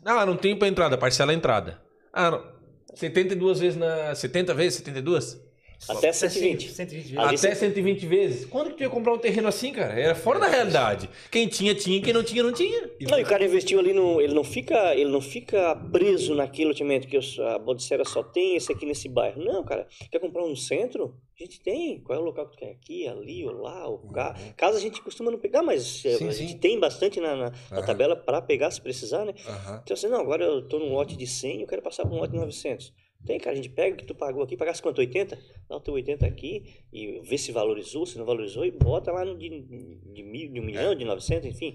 Speaker 3: Ah, não tem pra entrada, parcela a entrada. Ah, não. 72 vezes na. 70 vezes? 72?
Speaker 4: Até
Speaker 3: é,
Speaker 5: Até
Speaker 4: 120.
Speaker 5: 120 vezes.
Speaker 4: Ah,
Speaker 3: Até
Speaker 4: isso é-
Speaker 3: 120 vezes? Quando que tu ia comprar um terreno assim, cara? Era fora da realidade. Quem tinha, tinha, quem não tinha, não tinha.
Speaker 4: Não, e o cara investiu ali no. Ele não fica, ele não fica preso naquele loteamento que eu só- a Bodicera só tem esse aqui nesse bairro. Não, cara. Quer comprar um centro? A gente tem. Qual é o local que tu quer? Aqui, ali, ou lá, ou cá. Casa a gente costuma não pegar, mas eh,
Speaker 1: Uhum. Sim,
Speaker 4: a
Speaker 1: sim.
Speaker 4: gente tem bastante na, na- na
Speaker 1: Aham.
Speaker 4: tabela para pegar se precisar, né?
Speaker 1: Aham.
Speaker 4: Então assim, não, agora eu tô num lote de 100 eu quero passar para um lote de 900. Tem, cara, a gente pega o que tu pagou aqui, pagasse quanto? 80? Dá o teu 80 aqui e vê se valorizou, se não valorizou e bota lá no de, de mil,
Speaker 1: É.
Speaker 4: de um milhão, de 900, enfim.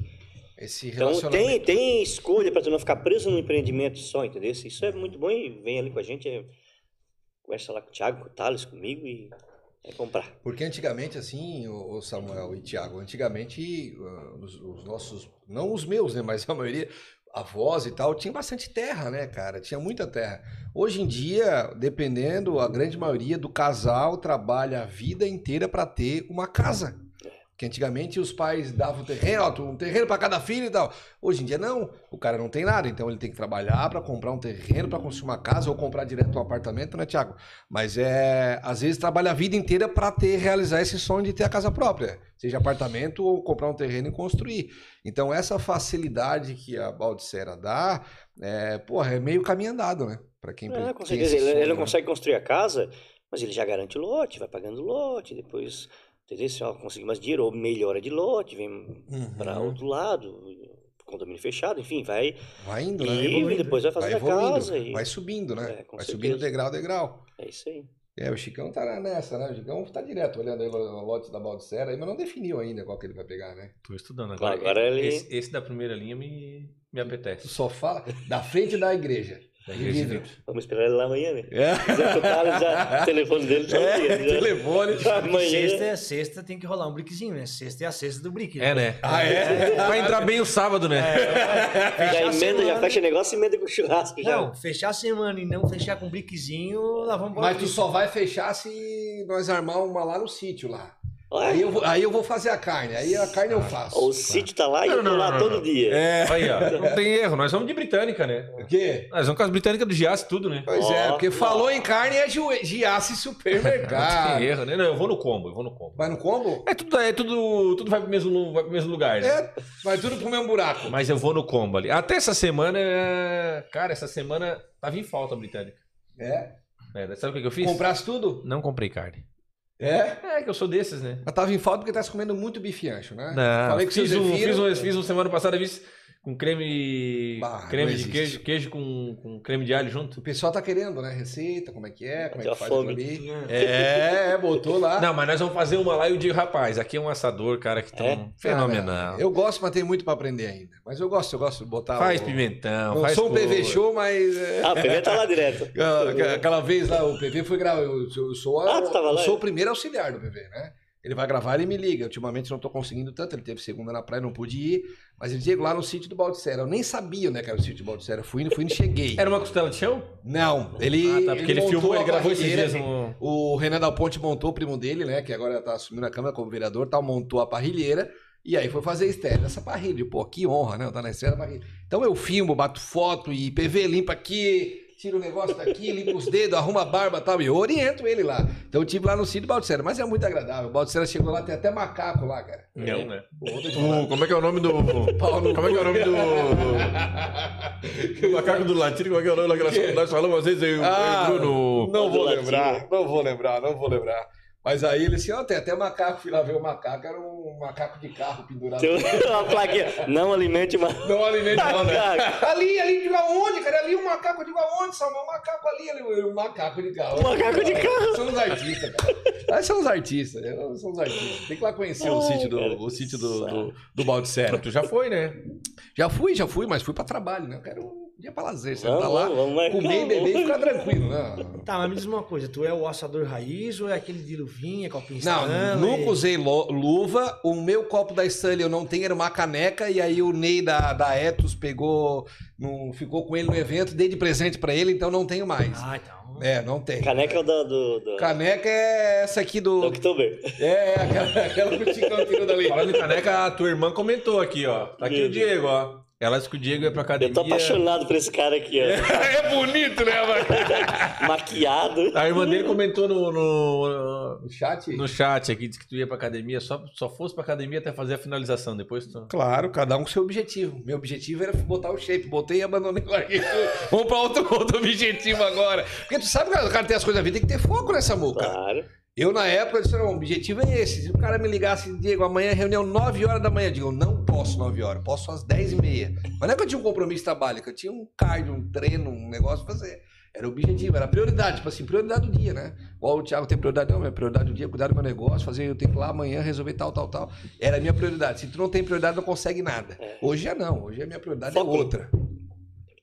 Speaker 1: Esse
Speaker 4: Então
Speaker 1: relacionamento.
Speaker 4: tem, tem escolha para tu não ficar preso num empreendimento só, entendeu? Isso é muito bom e vem ali com a gente, é, conversa lá com o Thiago, com o Thales, comigo e é comprar.
Speaker 1: Porque antigamente, assim, o, o Samuel e Tiago, antigamente ah, os, os nossos, não os meus, né, mas a maioria, avós e tal, tinha bastante terra, né, cara? Tinha muita terra. Hoje em dia, dependendo, a grande maioria do casal trabalha a vida inteira para ter uma casa. Que antigamente os pais davam terreno, ó, tu- um terreno para cada filho e tal. Hoje em dia não, o cara não tem nada, então ele tem que trabalhar para comprar um terreno, para construir uma casa ou comprar direto um apartamento, né, Tiago? Mas é, às vezes trabalha a vida inteira para ter realizar esse sonho de ter a casa própria, seja apartamento ou comprar um terreno e construir. Então essa facilidade que a Baldicera dá, é, porra, é meio caminho andado, né? Para quem
Speaker 4: Ah, com
Speaker 1: tem esse
Speaker 4: certeza, ele, ele
Speaker 1: sonho,
Speaker 4: não
Speaker 1: né?
Speaker 4: consegue construir a casa, mas ele já garante o lote, vai pagando o lote, depois, entendeu? Se ó, conseguir mais dinheiro, ou melhora de lote, vem
Speaker 1: Uhum.
Speaker 4: para outro lado, condomínio fechado, enfim, vai
Speaker 1: Vai indo, né?
Speaker 4: e depois vai
Speaker 1: Vai
Speaker 4: fazendo a
Speaker 1: evoluindo,
Speaker 4: casa e
Speaker 1: vai subindo, né?
Speaker 4: É, com
Speaker 1: vai subindo
Speaker 4: certeza.
Speaker 1: degrau a degrau.
Speaker 4: é isso aí.
Speaker 1: É, o Chicão tá nessa, né? O Chicão tá direto olhando aí o lote da Baldicera, aí, mas não definiu ainda qual que ele vai pegar, né?
Speaker 3: Tô estudando
Speaker 4: agora.
Speaker 3: agora.
Speaker 4: Agora ele-
Speaker 3: esse, esse da primeira linha me,
Speaker 1: Tu
Speaker 3: me apetece.
Speaker 1: só fala da frente da igreja.
Speaker 3: Da igreja de
Speaker 1: Divino.
Speaker 3: Deus.
Speaker 4: Vamos esperar ele lá amanhã, né?
Speaker 1: É,
Speaker 4: Zé Totales já, o telefone dele já,
Speaker 1: é,
Speaker 4: né? já,
Speaker 1: telefone.
Speaker 5: Sexta,
Speaker 4: Amanhã.
Speaker 5: é- sexta tem que rolar um briquezinho, né? Sexta é a sexta do brique.
Speaker 3: É, né?
Speaker 1: Ah, é?
Speaker 3: Vai entrar bem o sábado, né?
Speaker 4: Já
Speaker 5: Fechar a
Speaker 4: emenda, já
Speaker 5: semana-
Speaker 4: fecha negócio e emenda com churrasco já.
Speaker 5: Não, fechar a semana e não fechar com briquezinho, lá vamos embora.
Speaker 1: Mas tu só vai fechar se nós armar uma lá no sítio lá.
Speaker 4: Olha,
Speaker 1: Aí eu vou, aí eu vou fazer a carne, aí a carne eu faço.
Speaker 4: o sítio tá lá e
Speaker 3: Não,
Speaker 4: eu tô
Speaker 3: não,
Speaker 4: lá
Speaker 3: não,
Speaker 4: todo
Speaker 3: não.
Speaker 4: dia.
Speaker 1: É.
Speaker 3: Aí, ó. Não tem erro. Nós vamos de britânica, né?
Speaker 1: O quê?
Speaker 3: Nós vamos com as britânicas do Giasse tudo, né?
Speaker 1: Pois é, porque falou em carne é ju- Giasse
Speaker 3: Não tem
Speaker 1: Supermercado.
Speaker 3: erro, né? Não, eu vou no combo, eu vou no combo.
Speaker 1: Vai no combo?
Speaker 3: É tudo, é tudo, tudo vai pro mesmo, lu- vai pro mesmo lugar, né?
Speaker 1: É, vai tudo pro mesmo buraco.
Speaker 3: Mas eu vou no combo ali. Até essa semana, é, cara, essa semana tava em falta a britânica.
Speaker 1: É.
Speaker 3: É, sabe o que que eu fiz?
Speaker 1: Comprasse tudo?
Speaker 3: Não comprei carne.
Speaker 1: É.
Speaker 3: É que eu sou desses, né?
Speaker 1: Mas tava em falta porque tava comendo muito bife ancho, né?
Speaker 3: Não,
Speaker 1: Falei que
Speaker 3: fiz,
Speaker 1: seu
Speaker 3: um,
Speaker 1: Zefiro-
Speaker 3: fiz, um, fiz um semana passada, fiz com creme.
Speaker 1: Bah,
Speaker 3: creme
Speaker 1: não
Speaker 3: de
Speaker 1: existe.
Speaker 3: queijo, queijo com, com creme de alho junto.
Speaker 1: O pessoal tá querendo, né? Receita, como é que é, como é
Speaker 4: Deu
Speaker 1: que
Speaker 4: a
Speaker 1: faz
Speaker 4: fome.
Speaker 1: aquilo ali.
Speaker 5: É.
Speaker 1: É, botou lá.
Speaker 3: Não, mas nós vamos fazer uma lá e eu digo, rapaz, aqui é um assador, cara, que tão
Speaker 4: É?
Speaker 3: fenomenal.
Speaker 1: "Ah, Eu gosto, mas tem muito pra aprender ainda. Mas eu gosto, eu gosto de botar.
Speaker 3: Faz
Speaker 1: o-
Speaker 3: pimentão,
Speaker 1: Não
Speaker 3: faz
Speaker 1: sou um
Speaker 3: cor.
Speaker 1: PV show, mas. é,
Speaker 4: Ah, o PV tá lá direto.
Speaker 1: aquela- Aquela vez lá, o PV foi gravar. Eu sou, eu sou a-
Speaker 4: Ah, tu tava
Speaker 1: eu
Speaker 4: lá,
Speaker 1: sou
Speaker 4: é?
Speaker 1: o primeiro auxiliar do PV, né? Ele vai gravar, ele me liga. Ultimamente não tô conseguindo tanto. Ele teve segunda na praia, não pude ir. Mas ele chegou lá no sítio do Baldicera. Eu nem sabia, né, que era o sítio do Baldicera. Eu Fui indo, fui indo, cheguei.
Speaker 3: Era uma costela de chão?
Speaker 1: Não, ele.
Speaker 3: ah, tá, porque ele,
Speaker 1: montou
Speaker 3: filmou,
Speaker 1: a
Speaker 3: ele gravou esses
Speaker 1: barrilheira.
Speaker 3: dias né? no...
Speaker 1: O Renan Dal Ponte montou o primo dele, né? Que agora tá assumindo a Câmara como vereador, tal, montou a parrilheira. E aí foi fazer estéreo nessa parrilha. Pô, que honra, né? Eu tá na estéreo da parrilha. Então eu filmo, bato foto, e PV limpa aqui, tira o negócio daqui, limpa os dedos, arruma a barba e tal. E eu oriento ele lá. Então eu tive lá no Cid Baldicera. Mas é muito agradável. O Baldicera chegou lá, tem até macaco lá, cara.
Speaker 3: Não, né?
Speaker 1: Pô, vou te falar.
Speaker 6: O- como é que é o nome do.
Speaker 1: Pau no
Speaker 6: Como é que é o nome do. do macaco do latino? Como é que é o
Speaker 3: Ah.
Speaker 6: nome daquela. Nós falamos às vezes, eu, eu e o Bruno.
Speaker 1: não vou
Speaker 4: do
Speaker 1: lembrar, não vou lembrar, não vou lembrar. Mas aí ele assim, ó, tem até macaco, fui lá ver o macaco, era um macaco de carro pendurado.
Speaker 4: Tem um uma plaquinha. Não alimente mais.
Speaker 1: Não alimente não, né?
Speaker 4: Cara,
Speaker 1: Ali, ali, digo aonde, cara? Ali um macaco, digo aonde, Salma? Um macaco ali, ali, um macaco de carro.
Speaker 4: Um macaco de
Speaker 1: carro. São os artistas, cara. Aí são os artistas, né? são os artistas. Tem que ir lá conhecer o
Speaker 4: Ai,
Speaker 1: sítio do,
Speaker 4: cara,
Speaker 1: o sítio do, do, do Baldissero.
Speaker 3: Tu já foi, né?
Speaker 1: Já fui, já fui, mas fui pra trabalho, né? Eu quero um dia pra lazer. Você
Speaker 4: Vamos,
Speaker 1: tá lá,
Speaker 4: vamos, vamos marcar,
Speaker 1: comer e beber e ficar tranquilo, né?
Speaker 5: Tá, mas me diz uma coisa, tu é o assador raiz ou é aquele de luvinha, calpinha
Speaker 1: Não,
Speaker 5: Stanley?
Speaker 1: nunca usei lo- luva. O meu copo da Stanley eu não tenho, era uma caneca. E aí o Ney da, da Etos pegou, num- ficou com ele no evento, dei de presente pra ele, então não tenho mais.
Speaker 5: Ah, então.
Speaker 1: É, não tem.
Speaker 4: Caneca é o da- do. do...
Speaker 1: Caneca é essa aqui
Speaker 4: do
Speaker 1: do.
Speaker 4: Oktober.
Speaker 1: É, aquela, aquela que o Chicão tirou dali.
Speaker 3: Falando em caneca, a tua irmã comentou aqui, ó. Tá aqui o Diego, ó. Ela disse que o Diego ia pra academia.
Speaker 4: Eu tô apaixonado por esse cara aqui, ó.
Speaker 3: é bonito, né, mano?
Speaker 4: Maquiado.
Speaker 3: A irmã dele comentou no, no,
Speaker 1: No chat?
Speaker 3: no chat aqui, disse que tu ia pra academia, só, só fosse pra academia até fazer a finalização. Depois tu.
Speaker 1: Claro, cada um com seu objetivo. Meu objetivo era botar o shape. Botei e abandonei o larguei. Vamos pra outro, outro objetivo agora. Porque tu sabe que o cara tem as coisas da vida, tem que ter foco nessa muca.
Speaker 4: Claro.
Speaker 1: Eu, na época, eu disse, não, o objetivo é esse. Se o cara me ligasse, Diego, amanhã é reunião 9 horas da manhã, eu digo, eu não posso 9 horas, posso às 10 e meia. Mas não é que eu tinha um compromisso de trabalho, é que eu tinha um cardio, um treino, um negócio pra fazer. Era o objetivo, era a prioridade, tipo assim, prioridade do dia, né? Igual o Thiago tem prioridade, não, minha prioridade do dia é cuidar do meu negócio, fazer, eu tenho que ir lá amanhã resolver tal, tal, tal. Era a minha prioridade. Se tu não tem prioridade, não consegue nada. Hoje é não, hoje a minha prioridade
Speaker 4: Foco.
Speaker 1: é outra.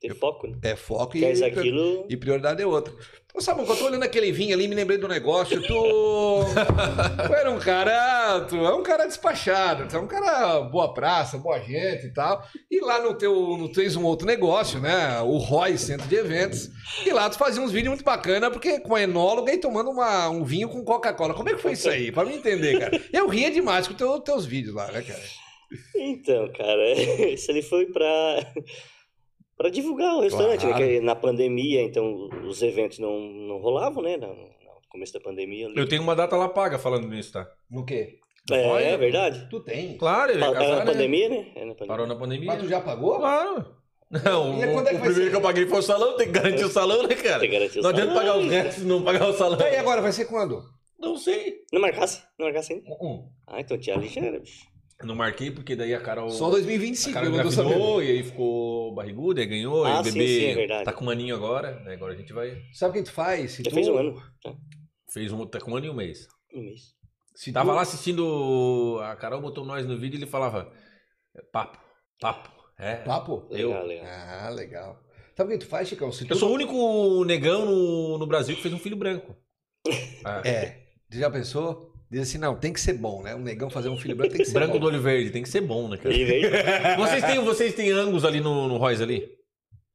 Speaker 4: Tem foco, né?
Speaker 1: É foco e...
Speaker 4: Queres aquilo.
Speaker 1: E prioridade é outra. Ô, Samu, quando eu tô olhando aquele vinho ali, me lembrei do negócio, tu... tu era um cara... Tu é um cara despachado, tu é um cara boa praça, boa gente e tal. E lá no teu... No, tu fez um outro negócio, né? O Roy Centro de Eventos. E lá tu fazia uns vídeos muito bacana, porque com a enóloga e tomando uma, um vinho com Coca-Cola. Como é que foi isso aí? Pra me entender, cara. Eu ria demais com teu, teus vídeos lá, né, cara?
Speaker 4: Então, cara, isso ali foi pra. Pra divulgar o restaurante,
Speaker 1: Claro.
Speaker 4: né? Que na pandemia, então, os eventos não, não rolavam, né? No, no começo da pandemia ali.
Speaker 3: Eu tenho uma data lá paga falando nisso, tá?
Speaker 1: No quê?
Speaker 4: É,
Speaker 3: Olha.
Speaker 4: é verdade.
Speaker 1: Tu tem.
Speaker 3: Claro, ele ia
Speaker 4: Pa- Era
Speaker 3: casar,
Speaker 4: na
Speaker 3: né?
Speaker 4: pandemia, né? Era na pandemia.
Speaker 3: Parou na pandemia.
Speaker 1: Mas tu já pagou?
Speaker 3: Claro. Não,
Speaker 1: E
Speaker 3: o,
Speaker 1: quando é que vai
Speaker 3: o primeiro
Speaker 1: ser?
Speaker 3: que eu paguei foi o salão, tem que garantir o salão, né, cara?
Speaker 4: Tem que garantir o
Speaker 3: Não adianta
Speaker 4: salão.
Speaker 3: pagar os restos e não pagar o salão.
Speaker 1: Tá, E agora, vai ser quando?
Speaker 3: Não sei.
Speaker 4: Não marcasse? Não marcasse ainda?
Speaker 3: Hum,
Speaker 4: Ah, então tinha ali já era, bicho.
Speaker 3: Não marquei porque daí a Carol.
Speaker 1: Só
Speaker 3: a
Speaker 1: 2025,
Speaker 3: Carol
Speaker 1: eu não tô sabendo.
Speaker 3: engravidou e aí ficou barriguda, aí ganhou,
Speaker 4: Ah,
Speaker 3: e o
Speaker 4: sim,
Speaker 3: bebê
Speaker 4: sim, é verdade.
Speaker 3: tá com um aninho agora, né? Agora a gente vai.
Speaker 1: Sabe o que tu faz? Se
Speaker 4: Já
Speaker 1: tu,
Speaker 4: fez um ano.
Speaker 3: Fez um. Tá com um ano e um mês.
Speaker 4: Um mês.
Speaker 1: Se
Speaker 3: Tava
Speaker 1: tu-
Speaker 3: lá assistindo. A Carol botou nós no vídeo e ele falava: "É papo, papo. É.
Speaker 1: Papo?
Speaker 3: Eu-
Speaker 4: Legal, legal.
Speaker 1: Ah, legal. Sabe o que tu faz, Chicão? Se tu...
Speaker 3: Eu sou o único negão no, no Brasil que fez um filho branco. Ah, um
Speaker 1: É. Tu já pensou? Diz assim, não, tem que ser bom, né? Um negão fazer um filho branco tem que ser
Speaker 3: Branco
Speaker 1: bom.
Speaker 3: do olho verde, tem que ser bom, né, cara?
Speaker 4: Ele veio.
Speaker 3: Vocês têm, vocês têm Angus ali no, no Royce ali?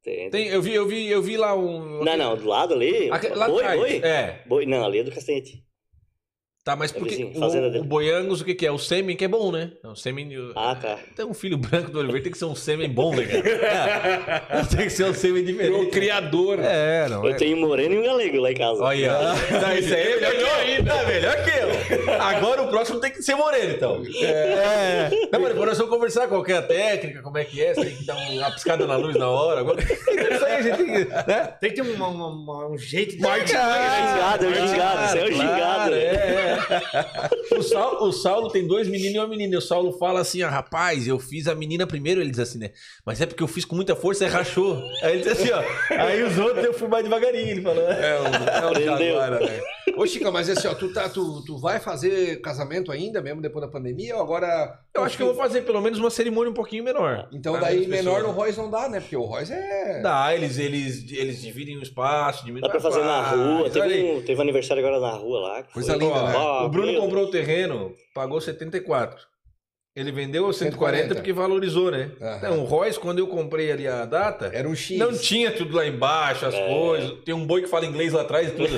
Speaker 4: Tem-
Speaker 3: Tem, eu vi, eu vi, eu vi lá um.
Speaker 4: Não, não, do lado ali.
Speaker 3: Aque- lá
Speaker 4: boi,
Speaker 3: atrás.
Speaker 4: boi?
Speaker 3: É.
Speaker 4: Boi, não, ali é do castanhete.
Speaker 3: Tá, mas
Speaker 4: É
Speaker 3: porque
Speaker 4: vizinho, fazenda
Speaker 3: o,
Speaker 4: dele.
Speaker 3: o boi Angus, o que, que é? O sêmen que é bom, né? É um sêmen.
Speaker 4: Ah, tá.
Speaker 3: Tem um filho branco do olho verde, tem que ser um sêmen bom, né, cara? É. Tem que ser um sêmen diferente.
Speaker 1: criador.
Speaker 3: É, não.
Speaker 4: Eu
Speaker 3: É.
Speaker 4: tenho um moreno e um galego lá em casa.
Speaker 3: Olha aí, ó. Tá, isso aí é melhor ainda. Tá melhor que eu. Agora o próximo tem que ser moreno, então. É. Não, mas depois nós vamos conversar qual que é a técnica, como é que é, se tem que dar uma piscada na luz na hora. Agora... Isso aí a gente tem que. Né?
Speaker 5: Tem que ter uma- uma- uma- um jeito de.
Speaker 4: É gingado, é o gingado, isso é o
Speaker 3: um
Speaker 4: gingado. né?
Speaker 3: é. O, Saulo, o Saulo tem dois meninos e uma menina. E o Saulo fala assim: ah, rapaz, eu fiz a menina primeiro. Ele diz assim, né? Mas é porque eu fiz com muita força e rachou. Aí ele diz assim: ó. Aí os outros eu fui mais devagarinho. Ele falou:
Speaker 1: É o, é o
Speaker 4: Aprendeu.
Speaker 1: Jaguara, né? Ô, Chicão, mas assim, ó, tu, tá, tu, tu vai fazer casamento ainda, mesmo depois da pandemia, ou agora...
Speaker 3: Eu acho que eu vou fazer pelo menos uma cerimônia um pouquinho menor.
Speaker 1: Então
Speaker 3: Pra
Speaker 1: daí
Speaker 3: menos
Speaker 1: menor
Speaker 3: pessoas.
Speaker 1: no Royce não dá, né? Porque o Royce é...
Speaker 3: Dá, eles, eles, eles dividem o espaço, diminuem
Speaker 4: Dá pra fazer na
Speaker 3: Ah,
Speaker 4: rua.
Speaker 3: olha aí.
Speaker 4: Teve um, teve um aniversário agora na rua lá. que
Speaker 1: Coisa
Speaker 4: foi-
Speaker 1: linda, né?
Speaker 4: Ó,
Speaker 3: O Bruno
Speaker 4: meu
Speaker 3: comprou o
Speaker 4: Deus.
Speaker 3: terreno, pagou 74. Ele vendeu a 140
Speaker 1: 140.
Speaker 3: porque valorizou, né?
Speaker 1: Aham.
Speaker 3: Então, o Royce, quando eu comprei ali a data,
Speaker 1: Era um X.
Speaker 3: não tinha tudo lá embaixo,
Speaker 4: É.
Speaker 3: as coisas. Tem um boi que fala inglês lá atrás e tudo.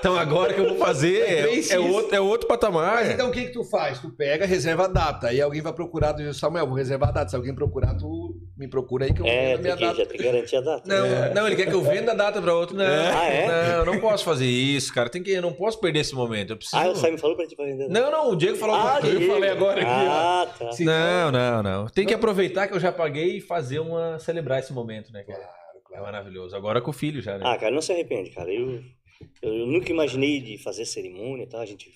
Speaker 3: então agora que eu vou fazer
Speaker 1: Três
Speaker 3: é, é
Speaker 1: X.
Speaker 3: outro, é outro patamar.
Speaker 1: Mas então o que que tu faz? Tu pega, reserva a data. Aí alguém vai procurar, tu diz, Samuel, vou reservar a data. Se alguém procurar, tu me procura aí que eu
Speaker 4: É,
Speaker 1: vendo a minha
Speaker 4: tem que,
Speaker 1: data.
Speaker 4: já tem que garantir a data.
Speaker 3: Não, não, ele quer que eu venda a data pra outro. Não,
Speaker 4: Ah, é?
Speaker 3: não, eu não posso fazer isso, cara. Tem que, eu não posso perder esse momento. Eu preciso.
Speaker 4: Ah, o Simon falou pra gente pra vender.
Speaker 3: Não, não, o Diego falou
Speaker 4: ah,
Speaker 3: alguma coisa.
Speaker 4: Diego.
Speaker 3: ó.
Speaker 4: Ah, Então- tá.
Speaker 1: Se-
Speaker 3: Não, não, não. Tem que aproveitar que eu já paguei e fazer uma. celebrar esse momento, né, cara? É maravilhoso. Agora com o filho já, né?
Speaker 4: Ah, cara, não se arrepende, cara. Eu, eu nunca imaginei de fazer cerimônia e tal. A gente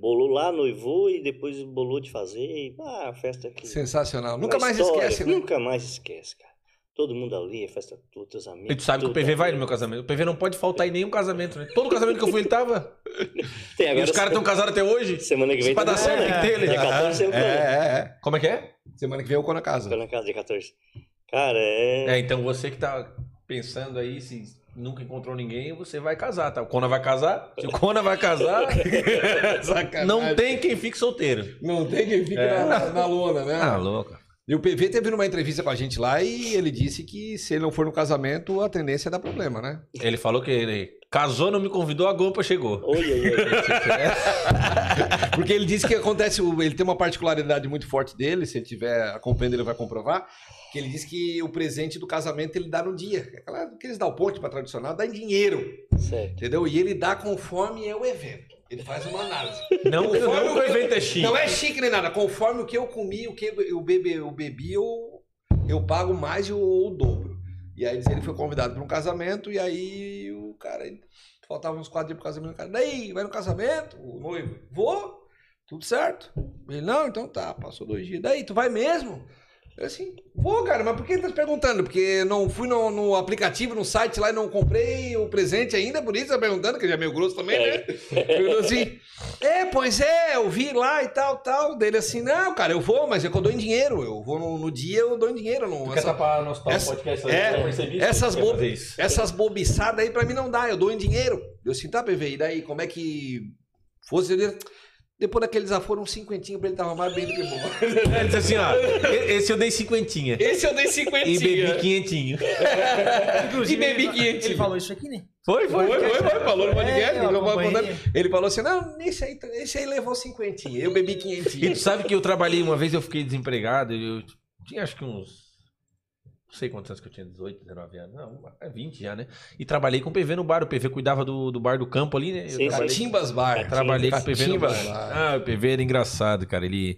Speaker 4: bolou lá, noivou e depois bolou de fazer. E, ah, a festa que.
Speaker 1: Sensacional.
Speaker 4: uma
Speaker 1: Nunca mais
Speaker 4: história,
Speaker 1: esquece, né?
Speaker 4: Nunca mais esquece, cara. Todo mundo ali, a festa, todos teus amigos.
Speaker 3: E tu sabe que o
Speaker 4: tudo
Speaker 3: PV vai
Speaker 4: ali.
Speaker 3: no meu casamento. O PV não pode faltar em nenhum casamento, né? Todo casamento que eu fui, ele tava.
Speaker 4: Tem,
Speaker 3: E
Speaker 4: É, agora
Speaker 3: os caras estão casados até hoje.
Speaker 4: Semana que vem
Speaker 3: Pra
Speaker 4: tá
Speaker 3: dar certo, né? tem que ter ele.
Speaker 4: Dia 14 eu é.
Speaker 1: É, é, é.
Speaker 3: Como é que é?
Speaker 1: Semana que vem eu vou na casa.
Speaker 4: na casa, dia 14. Cara, é.
Speaker 3: É, então você que tá pensando aí, se nunca encontrou ninguém, você vai casar, tá? O Kona vai casar. Se o Kona vai casar,
Speaker 1: Sacanagem.
Speaker 3: não tem quem fique solteiro.
Speaker 1: Não tem que ficar
Speaker 3: É.
Speaker 1: na, na lona, né?
Speaker 3: Ah, louco.
Speaker 1: E o PV teve numa entrevista com a gente lá e ele disse que se ele não for no casamento, a tendência é dar problema, né?
Speaker 3: Ele falou que ele casou, não me convidou, a Gompa chegou.
Speaker 4: Oi, oi, oi.
Speaker 1: Porque ele disse que acontece, o- ele tem uma particularidade muito forte dele, se ele tiver acompanhando ele vai comprovar, que ele diz que o presente do casamento ele dá no dia. Aquela que eles dão o ponte para tradicional, dá em dinheiro,
Speaker 3: É.
Speaker 4: Certo.
Speaker 1: entendeu? E ele dá conforme é o evento. Ele faz uma análise.
Speaker 3: Não, que- não que o evento é chique.
Speaker 1: Não é chique nem nada. Conforme o que eu comi, o que eu bebi, eu, bebi, eu, eu pago mais ou o dobro. E aí diz, ele foi convidado para um casamento e aí o cara faltava uns quatro dias pro casamento. O cara, daí, vai no casamento? O noivo, vou, tudo certo. Ele, não, então tá, passou dois dias. Daí, tu vai mesmo? Eu assim, vou, cara, mas por que ele tá se perguntando? Porque não fui no, no aplicativo, no site lá e não comprei o presente ainda, por isso tá perguntando, que ele é meio grosso também, né? Perguntou assim, é, pois é, eu vi lá e tal, tal. Dele assim, não, cara, eu vou, mas é que eu dou em dinheiro. Eu vou no, no dia, eu dou em dinheiro. Não, é
Speaker 3: Quer
Speaker 1: essa-
Speaker 3: tapar nosso papo,
Speaker 1: essa-
Speaker 3: podcast?
Speaker 1: é,
Speaker 3: um eu percebi isso,
Speaker 1: essas
Speaker 3: quer
Speaker 1: bo-
Speaker 3: fazer isso.
Speaker 1: essas bobiçadas aí pra mim não dá, eu dou em dinheiro. Eu assim, tá, PV, e daí como é que fosse? Ele- Depois daquele desaforo, um cinquentinho pra ele tava mais bem do que bom.
Speaker 3: Ele disse assim, ó, e- esse eu dei cinquentinha.
Speaker 1: Esse eu dei cinquentinho.
Speaker 3: E bebi quinhentinho.
Speaker 5: Inclusive,
Speaker 1: E bebi
Speaker 5: ele-
Speaker 1: quente.
Speaker 5: Ele falou isso aqui, né? É,
Speaker 3: Foi, foi, foi.
Speaker 1: falou no
Speaker 5: podcast, né? ele falou,
Speaker 1: Ele falou assim, não, esse aí, esse aí levou cinquentinho, eu bebi
Speaker 3: E tu
Speaker 1: quinhentinho.
Speaker 3: sabe que eu trabalhei uma vez, eu fiquei desempregado, eu tinha acho que uns. Não sei quantos anos que eu tinha, 18, 19 anos. Não, é 20 já, né? E trabalhei com o PV no bar. O PV cuidava do, do bar do campo ali, né? Eu
Speaker 4: Sim,
Speaker 3: trabalhei,
Speaker 4: sim.
Speaker 1: Timbas Bar.
Speaker 3: trabalhei com o PV no bar.
Speaker 1: Catimbas
Speaker 3: Ah, o PV era engraçado, cara. Ele.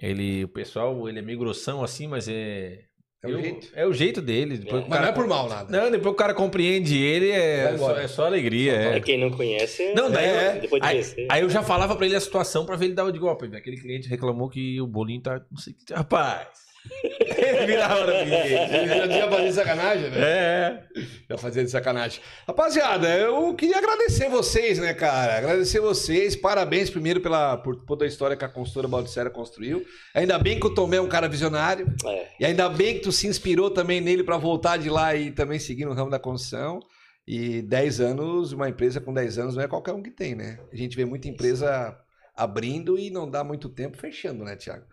Speaker 3: Ele. O pessoal, ele é meio grossão assim, mas é.
Speaker 1: É o
Speaker 3: eu-
Speaker 1: jeito.
Speaker 3: É o jeito dele. Depois o
Speaker 1: Mas não
Speaker 3: cara-
Speaker 1: é por mal nada.
Speaker 3: Não, depois o cara compreende ele,
Speaker 1: Vai
Speaker 3: é,
Speaker 1: embora.
Speaker 3: só, é só alegria. é.
Speaker 4: Pra quem não conhece.
Speaker 3: Não, daí
Speaker 4: é,
Speaker 3: eu-
Speaker 4: Depois de
Speaker 3: aí,
Speaker 4: conhecer.
Speaker 3: aí eu já falava pra ele a situação pra ver ele dar o de golpe. Aquele cliente reclamou que o bolinho tá. Não sei o que. Rapaz! Ele virava na minha.
Speaker 1: Ele já tinha fazer sacanagem, né?
Speaker 3: É.
Speaker 1: Já fazia de sacanagem. Rapaziada, eu queria agradecer vocês, né, cara? Agradecer vocês. Parabéns primeiro pela, por toda a história que a construtora Baldissera construiu. Ainda bem que o Tomé é um cara visionário.
Speaker 4: É.
Speaker 1: E ainda bem que tu se inspirou também nele pra voltar de lá e também seguir no ramo da construção. E 10 anos, uma empresa com 10 anos não é qualquer um que tem, né? A gente vê muita empresa abrindo e não dá muito tempo fechando, né, Thiago?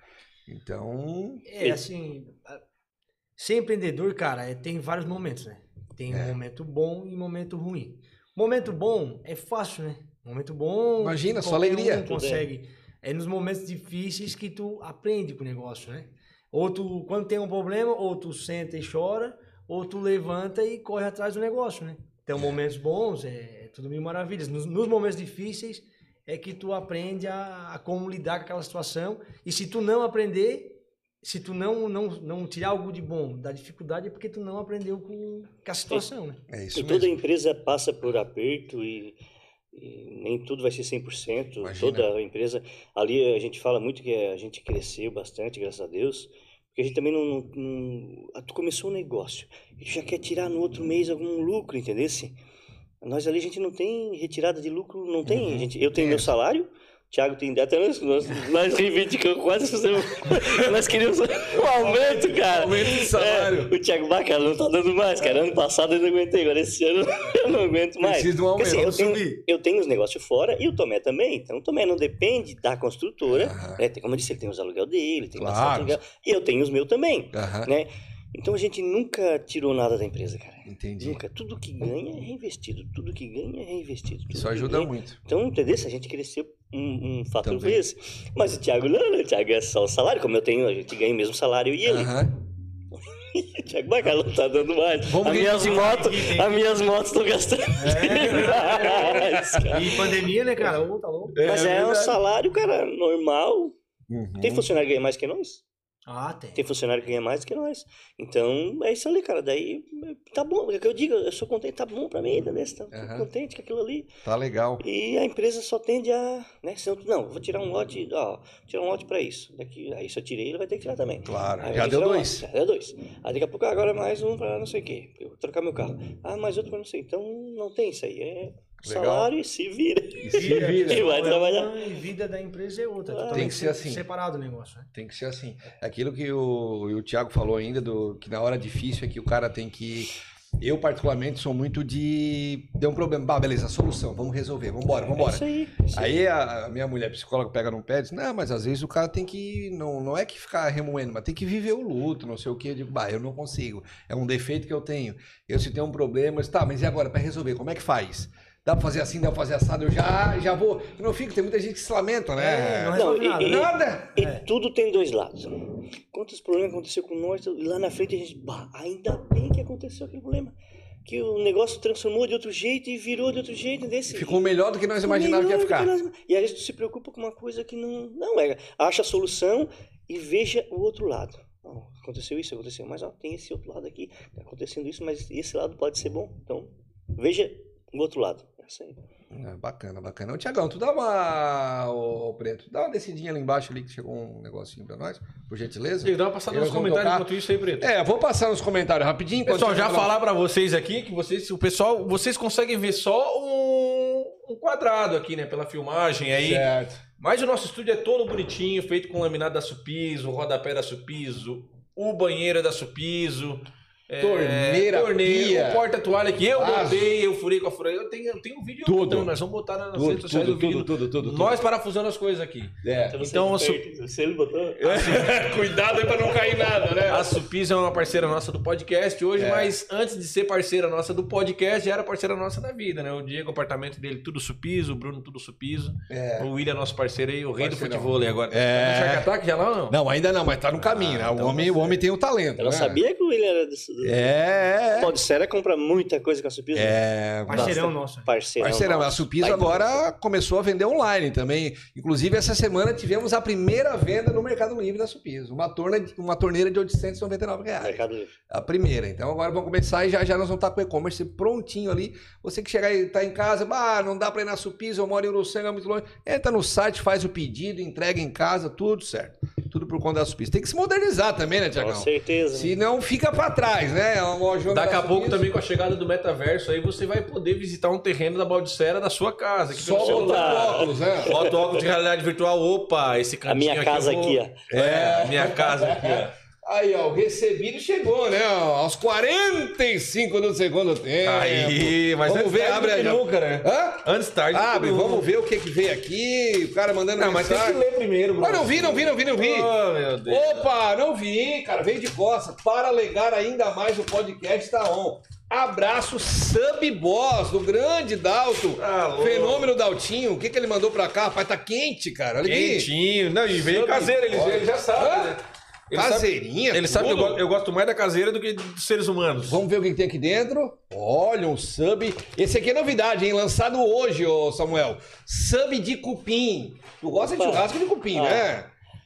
Speaker 1: Então,
Speaker 5: É, assim, a- ser empreendedor, cara, é- tem vários momentos, né? Tem
Speaker 1: É.
Speaker 5: momento bom e momento ruim. Momento bom é fácil, né? Momento bom.
Speaker 1: Imagina, só
Speaker 5: qualquer
Speaker 1: alegria.
Speaker 5: Um consegue. É nos momentos difíceis que tu aprende com o negócio, né? Ou tu, quando tem um problema, ou tu senta e chora, ou tu levanta e corre atrás do negócio, né? Então, momentos bons é, é tudo mil maravilhas. Nos, nos momentos difíceis é que tu aprende a, a como lidar com aquela situação. E se tu não aprender, se tu não, não, não tirar algo de bom da dificuldade, é porque tu não aprendeu com, com a situação, né?
Speaker 1: é isso
Speaker 4: E toda
Speaker 1: mesmo.
Speaker 4: empresa passa por aperto e, e nem tudo vai ser 100%.
Speaker 1: Imagina.
Speaker 4: Toda empresa. Ali a gente fala muito que a gente cresceu bastante, graças a Deus. Porque a gente também não. não- não- ah, tu começou um negócio e tu já quer tirar no outro mês algum lucro, entendeu? Assim, Nós ali a gente não tem retirada de lucro, não tem.
Speaker 1: Uhum.
Speaker 4: A gente, eu tenho meu salário. Thiago tem até nós, nós, nós reivindicamos quase fizemos. nós queríamos um aumento, cara.
Speaker 1: Aumento de salário.
Speaker 4: É, o Thiago Baca não tá dando mais, cara. Ano passado eu não aguentei, agora esse ano eu não aguento mais.
Speaker 1: Preciso de um
Speaker 4: Porque,
Speaker 1: aumento.
Speaker 4: assim, eu,
Speaker 1: Vamos
Speaker 4: tenho, eu tenho os negócios fora e o Tomé também. Então o Tomé não depende da construtora.
Speaker 1: Aham.
Speaker 4: né? Tem- como eu disse, ele tem os aluguel dele, tem
Speaker 1: Claro.
Speaker 4: bastante aluguel. E eu tenho os meus também,
Speaker 1: Aham,
Speaker 4: né? Então a gente nunca tirou nada da empresa, cara.
Speaker 1: entendi.
Speaker 4: Nunca. Tudo que ganha é reinvestido. Tudo que ganha é reinvestido. tudo
Speaker 1: Isso
Speaker 4: que
Speaker 1: ajuda
Speaker 4: ganha-
Speaker 1: muito.
Speaker 4: Então, entendeu? Se a gente cresceu um, um fator
Speaker 1: Também.
Speaker 4: vezes. Mas o Thiago não, né? O Thiago é só o salário. Como eu tenho, a gente ganha o mesmo salário e ele.
Speaker 1: Aham.
Speaker 4: O Thiago Bacalhau tá dando mais.
Speaker 1: Vamos um
Speaker 4: as, minhas
Speaker 1: reivindicar
Speaker 4: moto, as minhas motos estão gastando
Speaker 1: É.
Speaker 4: demais, cara. é
Speaker 5: E pandemia, né, cara?
Speaker 1: É,
Speaker 5: Ô, tá louco.
Speaker 6: Uhum.
Speaker 4: Mas é, um salário, cara, normal. Tem funcionário que ganha mais que nós?
Speaker 5: Ah, tem.
Speaker 4: Tem funcionário que ganha mais do que nós. Então, é isso ali, cara. Daí, tá bom. É o que eu digo, eu sou contente, tá bom pra mim, entendeu? Tá, tô
Speaker 1: Aham.
Speaker 4: contente com aquilo ali.
Speaker 6: Tá legal.
Speaker 4: E a empresa só tende a, né? se eu- não, vou tirar um lote, ó, tirar um lote pra isso. Daqui, aí se eu tirei, ele vai ter que tirar também.
Speaker 6: Claro.
Speaker 4: Aí
Speaker 1: Já
Speaker 4: vai
Speaker 1: deu
Speaker 4: tirar um lote,
Speaker 1: dois.
Speaker 4: Já deu dois. Aí daqui a pouco, agora mais um pra não sei o quê. Eu vou trocar meu carro. Ah, mais outro pra não sei. Então, não tem isso aí. É
Speaker 6: Legal.
Speaker 4: salário e se vira.
Speaker 1: E se vira.
Speaker 4: E vai
Speaker 5: tipo, é Uma
Speaker 4: trabalhar.
Speaker 5: E vida da empresa é outra.
Speaker 4: Tem
Speaker 5: totalmente
Speaker 1: que ser assim.
Speaker 5: Separado o negócio, né?
Speaker 6: Tem que ser assim. É Aquilo que o, e o Thiago falou ainda, do, que na hora difícil é que o cara tem que. Eu, particularmente, sou muito de. Deu um problema. Bah, beleza, solução. Vamos resolver. Vambora,
Speaker 4: É
Speaker 6: vambora.
Speaker 4: isso aí. é isso aí.
Speaker 6: Aí a a minha mulher psicóloga pega num pé e diz, não, mas às vezes o cara tem que, não, não é que ficar remoendo, mas tem que viver o luto, não sei o quê. Eu digo, bah, eu não consigo, é um defeito que eu tenho. Eu se tenho um problema, eu disse, tá, mas e agora, para resolver, como é que faz? Dá pra fazer assim, dá pra fazer assado, eu já, já vou. Eu não fico, tem muita gente que se lamenta,
Speaker 5: É, não
Speaker 6: né?
Speaker 5: resolve
Speaker 4: e-
Speaker 5: nada.
Speaker 4: e-
Speaker 5: né?
Speaker 6: Nada!
Speaker 4: E tudo tem dois lados. Quantos problemas aconteceu com nós, e lá na frente a gente, bah, ainda bem que aconteceu aquele problema. Que o negócio transformou de outro jeito e virou de outro jeito desse.
Speaker 6: Ficou melhor do que nós imaginávamos que ia
Speaker 4: Melhor do
Speaker 6: ficar.
Speaker 4: nós- E a gente se preocupa com uma coisa que não. Não, é. Acha a solução e veja o outro lado. Ó, aconteceu isso, aconteceu, mas ó, tem esse outro lado aqui. Tá acontecendo isso, mas esse lado pode ser bom. Então, veja o outro lado. É isso aí.
Speaker 6: É, bacana, bacana. Ô, Tiagão, tu dá uma, ô, ô, Preto, dá uma descidinha ali embaixo ali que chegou um negocinho pra nós, por gentileza.
Speaker 3: Diego, dá uma passada
Speaker 6: Eles
Speaker 3: nos
Speaker 6: vão
Speaker 3: comentários
Speaker 6: tocar.
Speaker 3: enquanto isso aí, Preto.
Speaker 6: É, vou passar nos comentários rapidinho. enquanto
Speaker 3: Pessoal,
Speaker 6: você
Speaker 3: já
Speaker 6: fala-
Speaker 3: falar pra vocês aqui que vocês, o pessoal, vocês conseguem ver só um, um quadrado aqui, né, pela filmagem aí.
Speaker 1: Certo.
Speaker 3: Mas o nosso estúdio é todo bonitinho, feito com laminado da Supiso, rodapé da Supiso, o banheiro é da Supiso, é,
Speaker 1: Torneira, pia.
Speaker 3: o porta-toalha que eu
Speaker 1: Vaso.
Speaker 3: botei, eu furei com a furei. Eu tenho, eu tenho um vídeo,
Speaker 1: Tudo.
Speaker 3: então nós vamos botar nas redes
Speaker 6: tá
Speaker 1: Tudo,
Speaker 3: sociais
Speaker 1: tudo,
Speaker 3: o vídeo.
Speaker 1: tudo, tudo, tudo.
Speaker 3: Nós parafusando as coisas aqui.
Speaker 1: tudo. É.
Speaker 3: Então, eu sou-
Speaker 4: você ele botou.
Speaker 1: Cuidado aí pra não cair nada, né? É.
Speaker 3: A Supiso é uma parceira nossa do podcast hoje, mas antes de ser parceira nossa do podcast, já era parceira nossa da vida, né? O Diego, o apartamento dele, tudo Supiso, o Bruno, tudo Supiso. O William, nosso parceiro aí, o rei do
Speaker 1: É. Parceirão.
Speaker 3: futebol aí agora.
Speaker 6: É.
Speaker 3: Tá no Shark Attack já lá ou não?
Speaker 6: Não, ainda não, mas tá no caminho,
Speaker 1: Ah,
Speaker 6: né?
Speaker 1: então
Speaker 6: o, homem, o homem tem o talento.
Speaker 4: Ela
Speaker 6: né?
Speaker 4: sabia que o William era desse.
Speaker 6: É, é,
Speaker 4: Pode ser, ela compra muita coisa com a Supisa.
Speaker 6: é. É,
Speaker 5: Parceirão nosso.
Speaker 4: Parceirão.
Speaker 6: Parceirão, a
Speaker 4: nosso.
Speaker 6: Supiso
Speaker 1: tá
Speaker 4: Baita
Speaker 6: agora começou a vender online também. Inclusive, essa semana tivemos a primeira venda no Mercado Livre da Supiso. Uma, torna, uma torneira de R$ 899
Speaker 4: parceiro.
Speaker 6: reais.
Speaker 4: Mercado Livre.
Speaker 6: A primeira. Então agora vamos começar e já já nós vamos estar com o e-commerce prontinho ali. Você que chegar e tá em casa, bah, não dá para ir na Supisa, eu moro em Uruçanga, é muito longe. Entra no site, faz o pedido, entrega em casa, tudo certo. Tudo por conta da Supisa. Tem que se modernizar também, né,
Speaker 4: Com
Speaker 6: Tiagão?
Speaker 4: certeza.
Speaker 6: Se não fica para trás, né? É uma lojona
Speaker 3: Daqui
Speaker 6: da
Speaker 3: a pouco
Speaker 6: Supiso.
Speaker 3: também com a chegada do metaverso aí você vai poder visitar um terreno da Baldicera da sua casa. Aqui pelo
Speaker 1: Só o
Speaker 3: celular.
Speaker 1: óculos, né?
Speaker 3: Bota o óculos de realidade virtual. Opa, esse
Speaker 4: A
Speaker 3: cantinho
Speaker 4: minha casa
Speaker 3: eu
Speaker 4: aqui,
Speaker 3: vou-
Speaker 4: ó.
Speaker 3: É, a minha casa aqui, ó.
Speaker 1: Aí, ó, o recebido chegou, né? ó, aos 45 do segundo tempo.
Speaker 3: Aí, mas
Speaker 1: É, Vamos
Speaker 3: é antes
Speaker 1: ver,
Speaker 3: tarde
Speaker 1: abre
Speaker 3: do que
Speaker 1: aí, ó.
Speaker 3: nunca, né?
Speaker 1: Hã?
Speaker 3: Antes tarde. do que
Speaker 1: Abre,
Speaker 3: nunca.
Speaker 1: vamos ver o que que veio aqui. O cara mandando
Speaker 3: Não, Ah, mas tem que
Speaker 1: mensagem.
Speaker 3: ler primeiro, Bruno.
Speaker 1: Ah, não vi, não vi, não vi, não vi.
Speaker 3: Oh, meu Deus.
Speaker 1: Opa, não vi, cara. Veio de costa. Para alegar ainda mais o podcast tá on. Abraço sub boss do grande Dalto.
Speaker 3: Alô.
Speaker 1: Fenômeno Daltinho. O que, que ele mandou pra cá? Rapaz, tá quente, cara. Olha aqui.
Speaker 3: Quentinho. Não, e veio
Speaker 1: Sabe?
Speaker 3: caseiro, ele,
Speaker 1: Olha.
Speaker 3: ele já sabe,
Speaker 1: Hã?
Speaker 3: né? Ele sabe,
Speaker 1: Caseirinha.
Speaker 3: ele sabe que eu,
Speaker 1: tudo.
Speaker 3: go- eu gosto mais da caseira do que dos seres humanos.
Speaker 1: Vamos ver o que, que tem aqui dentro. Olha, um sub. Esse aqui é novidade, hein? Lançado hoje, ô Samuel. Sub de cupim. Tu gosta de
Speaker 4: Opa.
Speaker 1: churrasco de cupim,
Speaker 4: Ah.
Speaker 1: né?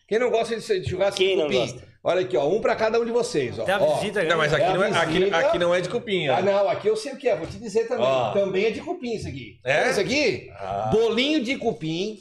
Speaker 1: Quem não gosta de de churrasco
Speaker 4: Quem
Speaker 1: de
Speaker 4: não
Speaker 1: cupim?
Speaker 4: gosta?
Speaker 1: Olha aqui, ó. Um pra cada um de vocês, ó.
Speaker 5: Até a
Speaker 1: Ó.
Speaker 5: visita,
Speaker 3: Não, mas
Speaker 5: galera.
Speaker 3: aqui, não é,
Speaker 1: É a
Speaker 3: aqui,
Speaker 1: visita.
Speaker 3: aqui não é de cupim, ó.
Speaker 1: Ah, não, aqui eu sei o que é, vou te dizer também.
Speaker 3: Ó.
Speaker 1: Também é de cupim isso aqui.
Speaker 3: É?
Speaker 1: Isso aqui? Bolinho de cupim,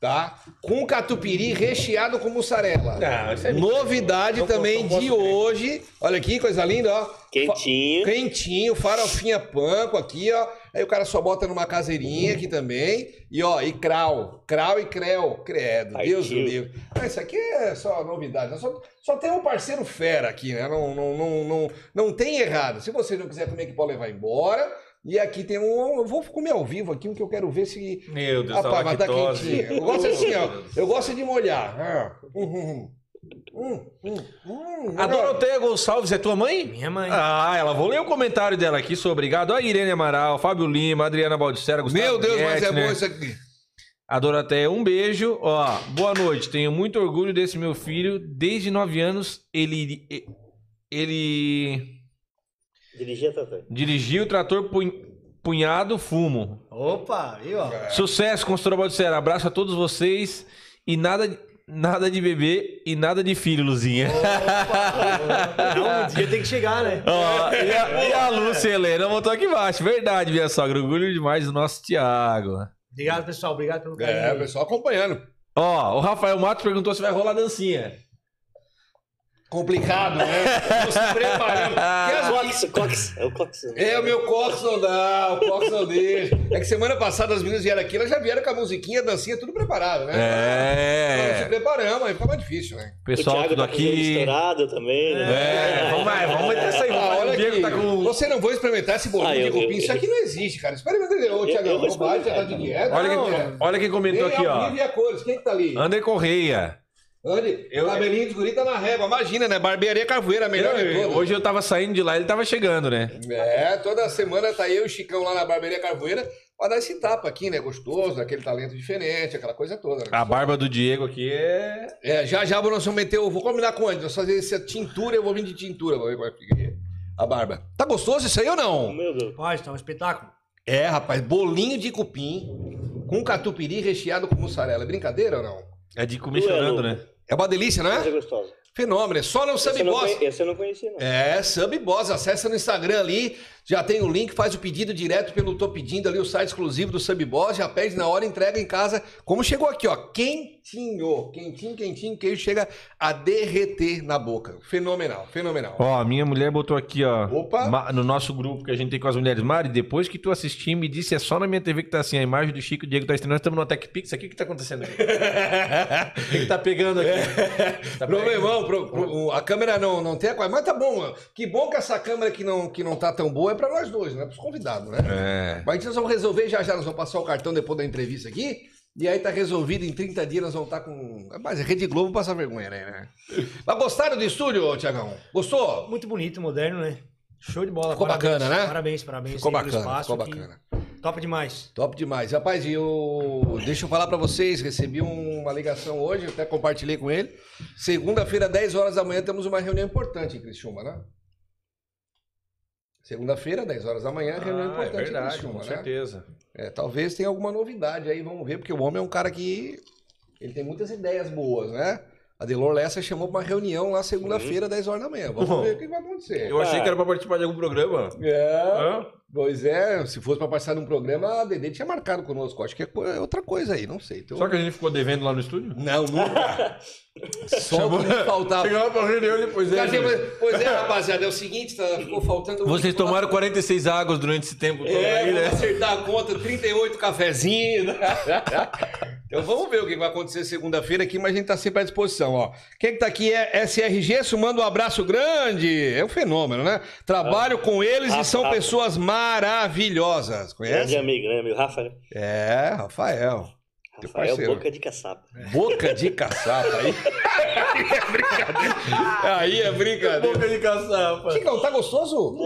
Speaker 1: tá? Com catupiry recheado com mussarela.
Speaker 3: Não, isso é mentira.
Speaker 1: Novidade
Speaker 3: Não posso-
Speaker 1: também
Speaker 3: não posso
Speaker 1: de
Speaker 3: ver.
Speaker 1: hoje. Olha aqui, coisa linda, ó.
Speaker 4: Quentinho.
Speaker 1: Fa- Quentinho, farofinha panko aqui, ó. Aí o cara só bota numa caseirinha aqui também. E ó, e crau. Crau e creu. Credo,
Speaker 4: Partiu.
Speaker 1: Deus do livro. Ah, isso aqui é só novidade. né? Só, só tem um parceiro fera aqui, né? Não, não, não, não, não tem errado. Se você não quiser comer, que pode levar embora. E aqui tem um. Eu vou comer ao vivo aqui, um que eu quero ver se.
Speaker 3: Meu Deus, tá
Speaker 1: Rapaz, mas tá
Speaker 3: lactose.
Speaker 1: quentinho. Eu gosto assim, ó. Eu gosto de molhar. Ah, hum, hum, hum. Hum, hum, hum.
Speaker 3: A Doroteia Gonçalves é tua mãe?
Speaker 5: Minha mãe.
Speaker 3: Ah, ela vou ler o comentário dela aqui, sou obrigado. A Irene Amaral, Fábio Lima, Adriana Baldissera, Gustavo.
Speaker 6: Meu Deus, mas é
Speaker 3: Gettner.
Speaker 6: bom isso aqui.
Speaker 3: A Doroteia, um beijo. Ó, boa noite. Tenho muito orgulho desse meu filho. Desde 9 anos, ele. Ele
Speaker 4: Dirigir a Tatã.
Speaker 3: dirigiu o trator Pun- Punhado Fumo.
Speaker 5: Opa, viu? ó?
Speaker 3: Sucesso, consultora Baldissera. Abraço a todos vocês. E nada, nada de bebê e nada de filho, Luzinha.
Speaker 5: Não, um dia tem que chegar, né?
Speaker 3: Ó, e, a, e a Lúcia Helena botou aqui embaixo. Verdade, minha sogra. Orgulho demais do nosso Tiago.
Speaker 5: Obrigado, pessoal. Obrigado pelo carinho.
Speaker 1: É, o pessoal acompanhando.
Speaker 3: Ó, o Rafael Matos perguntou se vai rolar dancinha.
Speaker 1: Complicado, né? Tô se preparando. Que as
Speaker 4: Cox, Cox. É o Cox.
Speaker 1: É, o meu Cox não dá, o Cox não deixa. É que semana passada as meninas vieram aqui, elas já vieram com a musiquinha, a dancinha, tudo preparado,
Speaker 4: É.
Speaker 1: né? Nós se
Speaker 3: É.
Speaker 1: preparamos, aí fica mais difícil, né?
Speaker 3: Pessoal, tudo
Speaker 4: tá com o joelho
Speaker 3: aqui.
Speaker 4: estourado também. né?
Speaker 3: É, vamos lá, vamos meter essa aí.
Speaker 1: Ah,
Speaker 3: Vamos lá,
Speaker 1: olha
Speaker 3: o Diego
Speaker 1: aqui.
Speaker 3: tá com.
Speaker 1: Você não vou experimentar esse bolinho
Speaker 4: Ah,
Speaker 1: de
Speaker 4: eu-
Speaker 1: cupim.
Speaker 4: eu-
Speaker 1: Isso aqui não existe, cara. Experimenta. Ô,
Speaker 4: eu
Speaker 1: Tiagão,
Speaker 4: vou
Speaker 1: não vai, já tá de
Speaker 4: experimentar.
Speaker 1: dieta.
Speaker 3: Olha
Speaker 1: não,
Speaker 3: quem,
Speaker 1: cara.
Speaker 3: olha quem
Speaker 1: Vem
Speaker 3: comentou aqui,
Speaker 1: ao
Speaker 3: ó.
Speaker 1: vivo e a cores. Quem que tá ali?
Speaker 3: Ander Correia.
Speaker 1: Andy,
Speaker 3: Eu-
Speaker 1: cabelinho dos guri tá na régua. Imagina, né? Barbearia Caveira, melhor de
Speaker 3: Eu-
Speaker 1: todas.
Speaker 3: hoje eu tava saindo de lá, ele tava chegando, né?
Speaker 1: É, toda semana tá eu e o Chicão lá na Barbearia Carvoeira pra dar esse tapa aqui, né? Gostoso, aquele talento diferente, aquela coisa toda. Né?
Speaker 3: A barba do Diego aqui é.
Speaker 1: É, já já vou nós vamos meter, eu vou combinar com o Andy, nós fazer essa tintura, eu vou vir de tintura, vou ver como é que fica a barba. Tá gostoso isso aí ou não?
Speaker 4: Meu Deus.
Speaker 5: Pode, tá um espetáculo.
Speaker 1: É, rapaz, bolinho de cupim com catupiry recheado com mussarela. É brincadeira ou não?
Speaker 3: É de comer
Speaker 4: Duelo.
Speaker 3: chorando, né?
Speaker 1: É uma delícia,
Speaker 4: Essa é
Speaker 1: né?
Speaker 4: gostosa.
Speaker 1: Fenômeno, é só no
Speaker 4: Essa
Speaker 1: Sub
Speaker 4: eu não
Speaker 1: Boss.
Speaker 4: conhe- essa eu não conhecia, não.
Speaker 1: É, Sub Boss, acessa no Instagram ali, já tem o link, faz o pedido direto pelo Tô Pedindo ali, o site exclusivo do Sub Boss, já pede na hora, entrega em casa, como chegou aqui, ó, quentinho, quentinho, quentinho, queijo chega a derreter na boca, fenomenal, fenomenal.
Speaker 3: Ó, a minha mulher botou aqui, ó.
Speaker 1: Opa.
Speaker 3: ma- No nosso grupo que a gente tem com as mulheres. Mari, depois que tu assistir, me disse, é só na minha TV que tá assim, a imagem do Chico e o Diego tá estranho. Nós estamos no Tech Pix. Aqui o que tá acontecendo aqui? O que, que tá pegando aqui? Tá
Speaker 1: Meu
Speaker 3: pegando.
Speaker 1: irmão, pro- pro- a câmera não, não tem a qual- mas tá bom, mano. que bom que essa câmera que não, que não tá tão boa é pra nós dois, né, pros convidados, né?
Speaker 3: É.
Speaker 1: Mas nós vamos resolver já já, nós vamos passar o cartão depois da entrevista aqui. E aí tá resolvido, em 30 dias nós vamos estar com. Mas é Rede Globo passar vergonha, né, né? Mas gostaram do estúdio, ô, Tiagão? Gostou?
Speaker 5: Muito bonito, moderno, né? Show de bola.
Speaker 1: Ficou
Speaker 5: parabéns,
Speaker 1: bacana, né?
Speaker 5: Parabéns, parabéns.
Speaker 1: Ficou
Speaker 5: aí pelo
Speaker 1: bacana, ficou
Speaker 5: que
Speaker 1: bacana.
Speaker 5: Top demais.
Speaker 1: Top demais. Rapaz, e eu. Deixa eu falar pra vocês, recebi um- uma ligação hoje, eu até compartilhei com ele. Segunda-feira, 10 horas da manhã, temos uma reunião importante em Criciúma, né? Segunda-feira, 10 horas da manhã, reunião
Speaker 3: Ah, é
Speaker 1: importante em
Speaker 3: verdade,
Speaker 1: Criciúma,
Speaker 3: com
Speaker 1: né?
Speaker 3: certeza.
Speaker 1: É, talvez tenha alguma novidade aí, vamos ver, porque o homem é um cara que ele tem muitas ideias boas, né? A Delor Lessa chamou pra uma reunião lá segunda-feira, 10 horas da manhã. Vamos
Speaker 3: Bom.
Speaker 1: ver o que vai acontecer.
Speaker 3: Eu achei que era pra participar de algum programa.
Speaker 1: É,
Speaker 3: Hã?
Speaker 1: pois é, se fosse pra passar num programa, a Dedê tinha marcado conosco. Acho que é co- é outra coisa aí, não sei. Então-
Speaker 3: Só que a gente ficou devendo lá no estúdio?
Speaker 1: Não, nunca. Só o que faltava.
Speaker 3: Chegava pra reunião depois
Speaker 1: Pois é, mas- pois é, rapaziada, é o seguinte, tá, ficou faltando...
Speaker 7: Vocês tomaram 46 águas durante esse tempo todo
Speaker 1: É,
Speaker 7: aí,
Speaker 1: vamos
Speaker 7: né?
Speaker 1: acertar a conta, 38 cafezinhos. né? então vamos ver o que vai acontecer segunda-feira aqui, mas a gente tá sempre à disposição, ó. Quem que tá aqui é SRG, sumando um abraço grande. É um fenômeno, né?
Speaker 7: Ah.
Speaker 1: Trabalho com eles e
Speaker 4: Rafa,
Speaker 1: são
Speaker 4: Rafa.
Speaker 1: pessoas maravilhosas.
Speaker 4: Grande
Speaker 1: Conhece?
Speaker 4: amigo, né, meu? Rafa, né?
Speaker 1: É, Rafael. Teu
Speaker 4: Rafael
Speaker 1: parceiro.
Speaker 4: Boca de Caçapa.
Speaker 1: Boca de caçapa aí. é aí é brincadeira. Aí é brincadeira.
Speaker 7: Boca de caçapa.
Speaker 5: Né?
Speaker 1: Chicão, tá gostoso?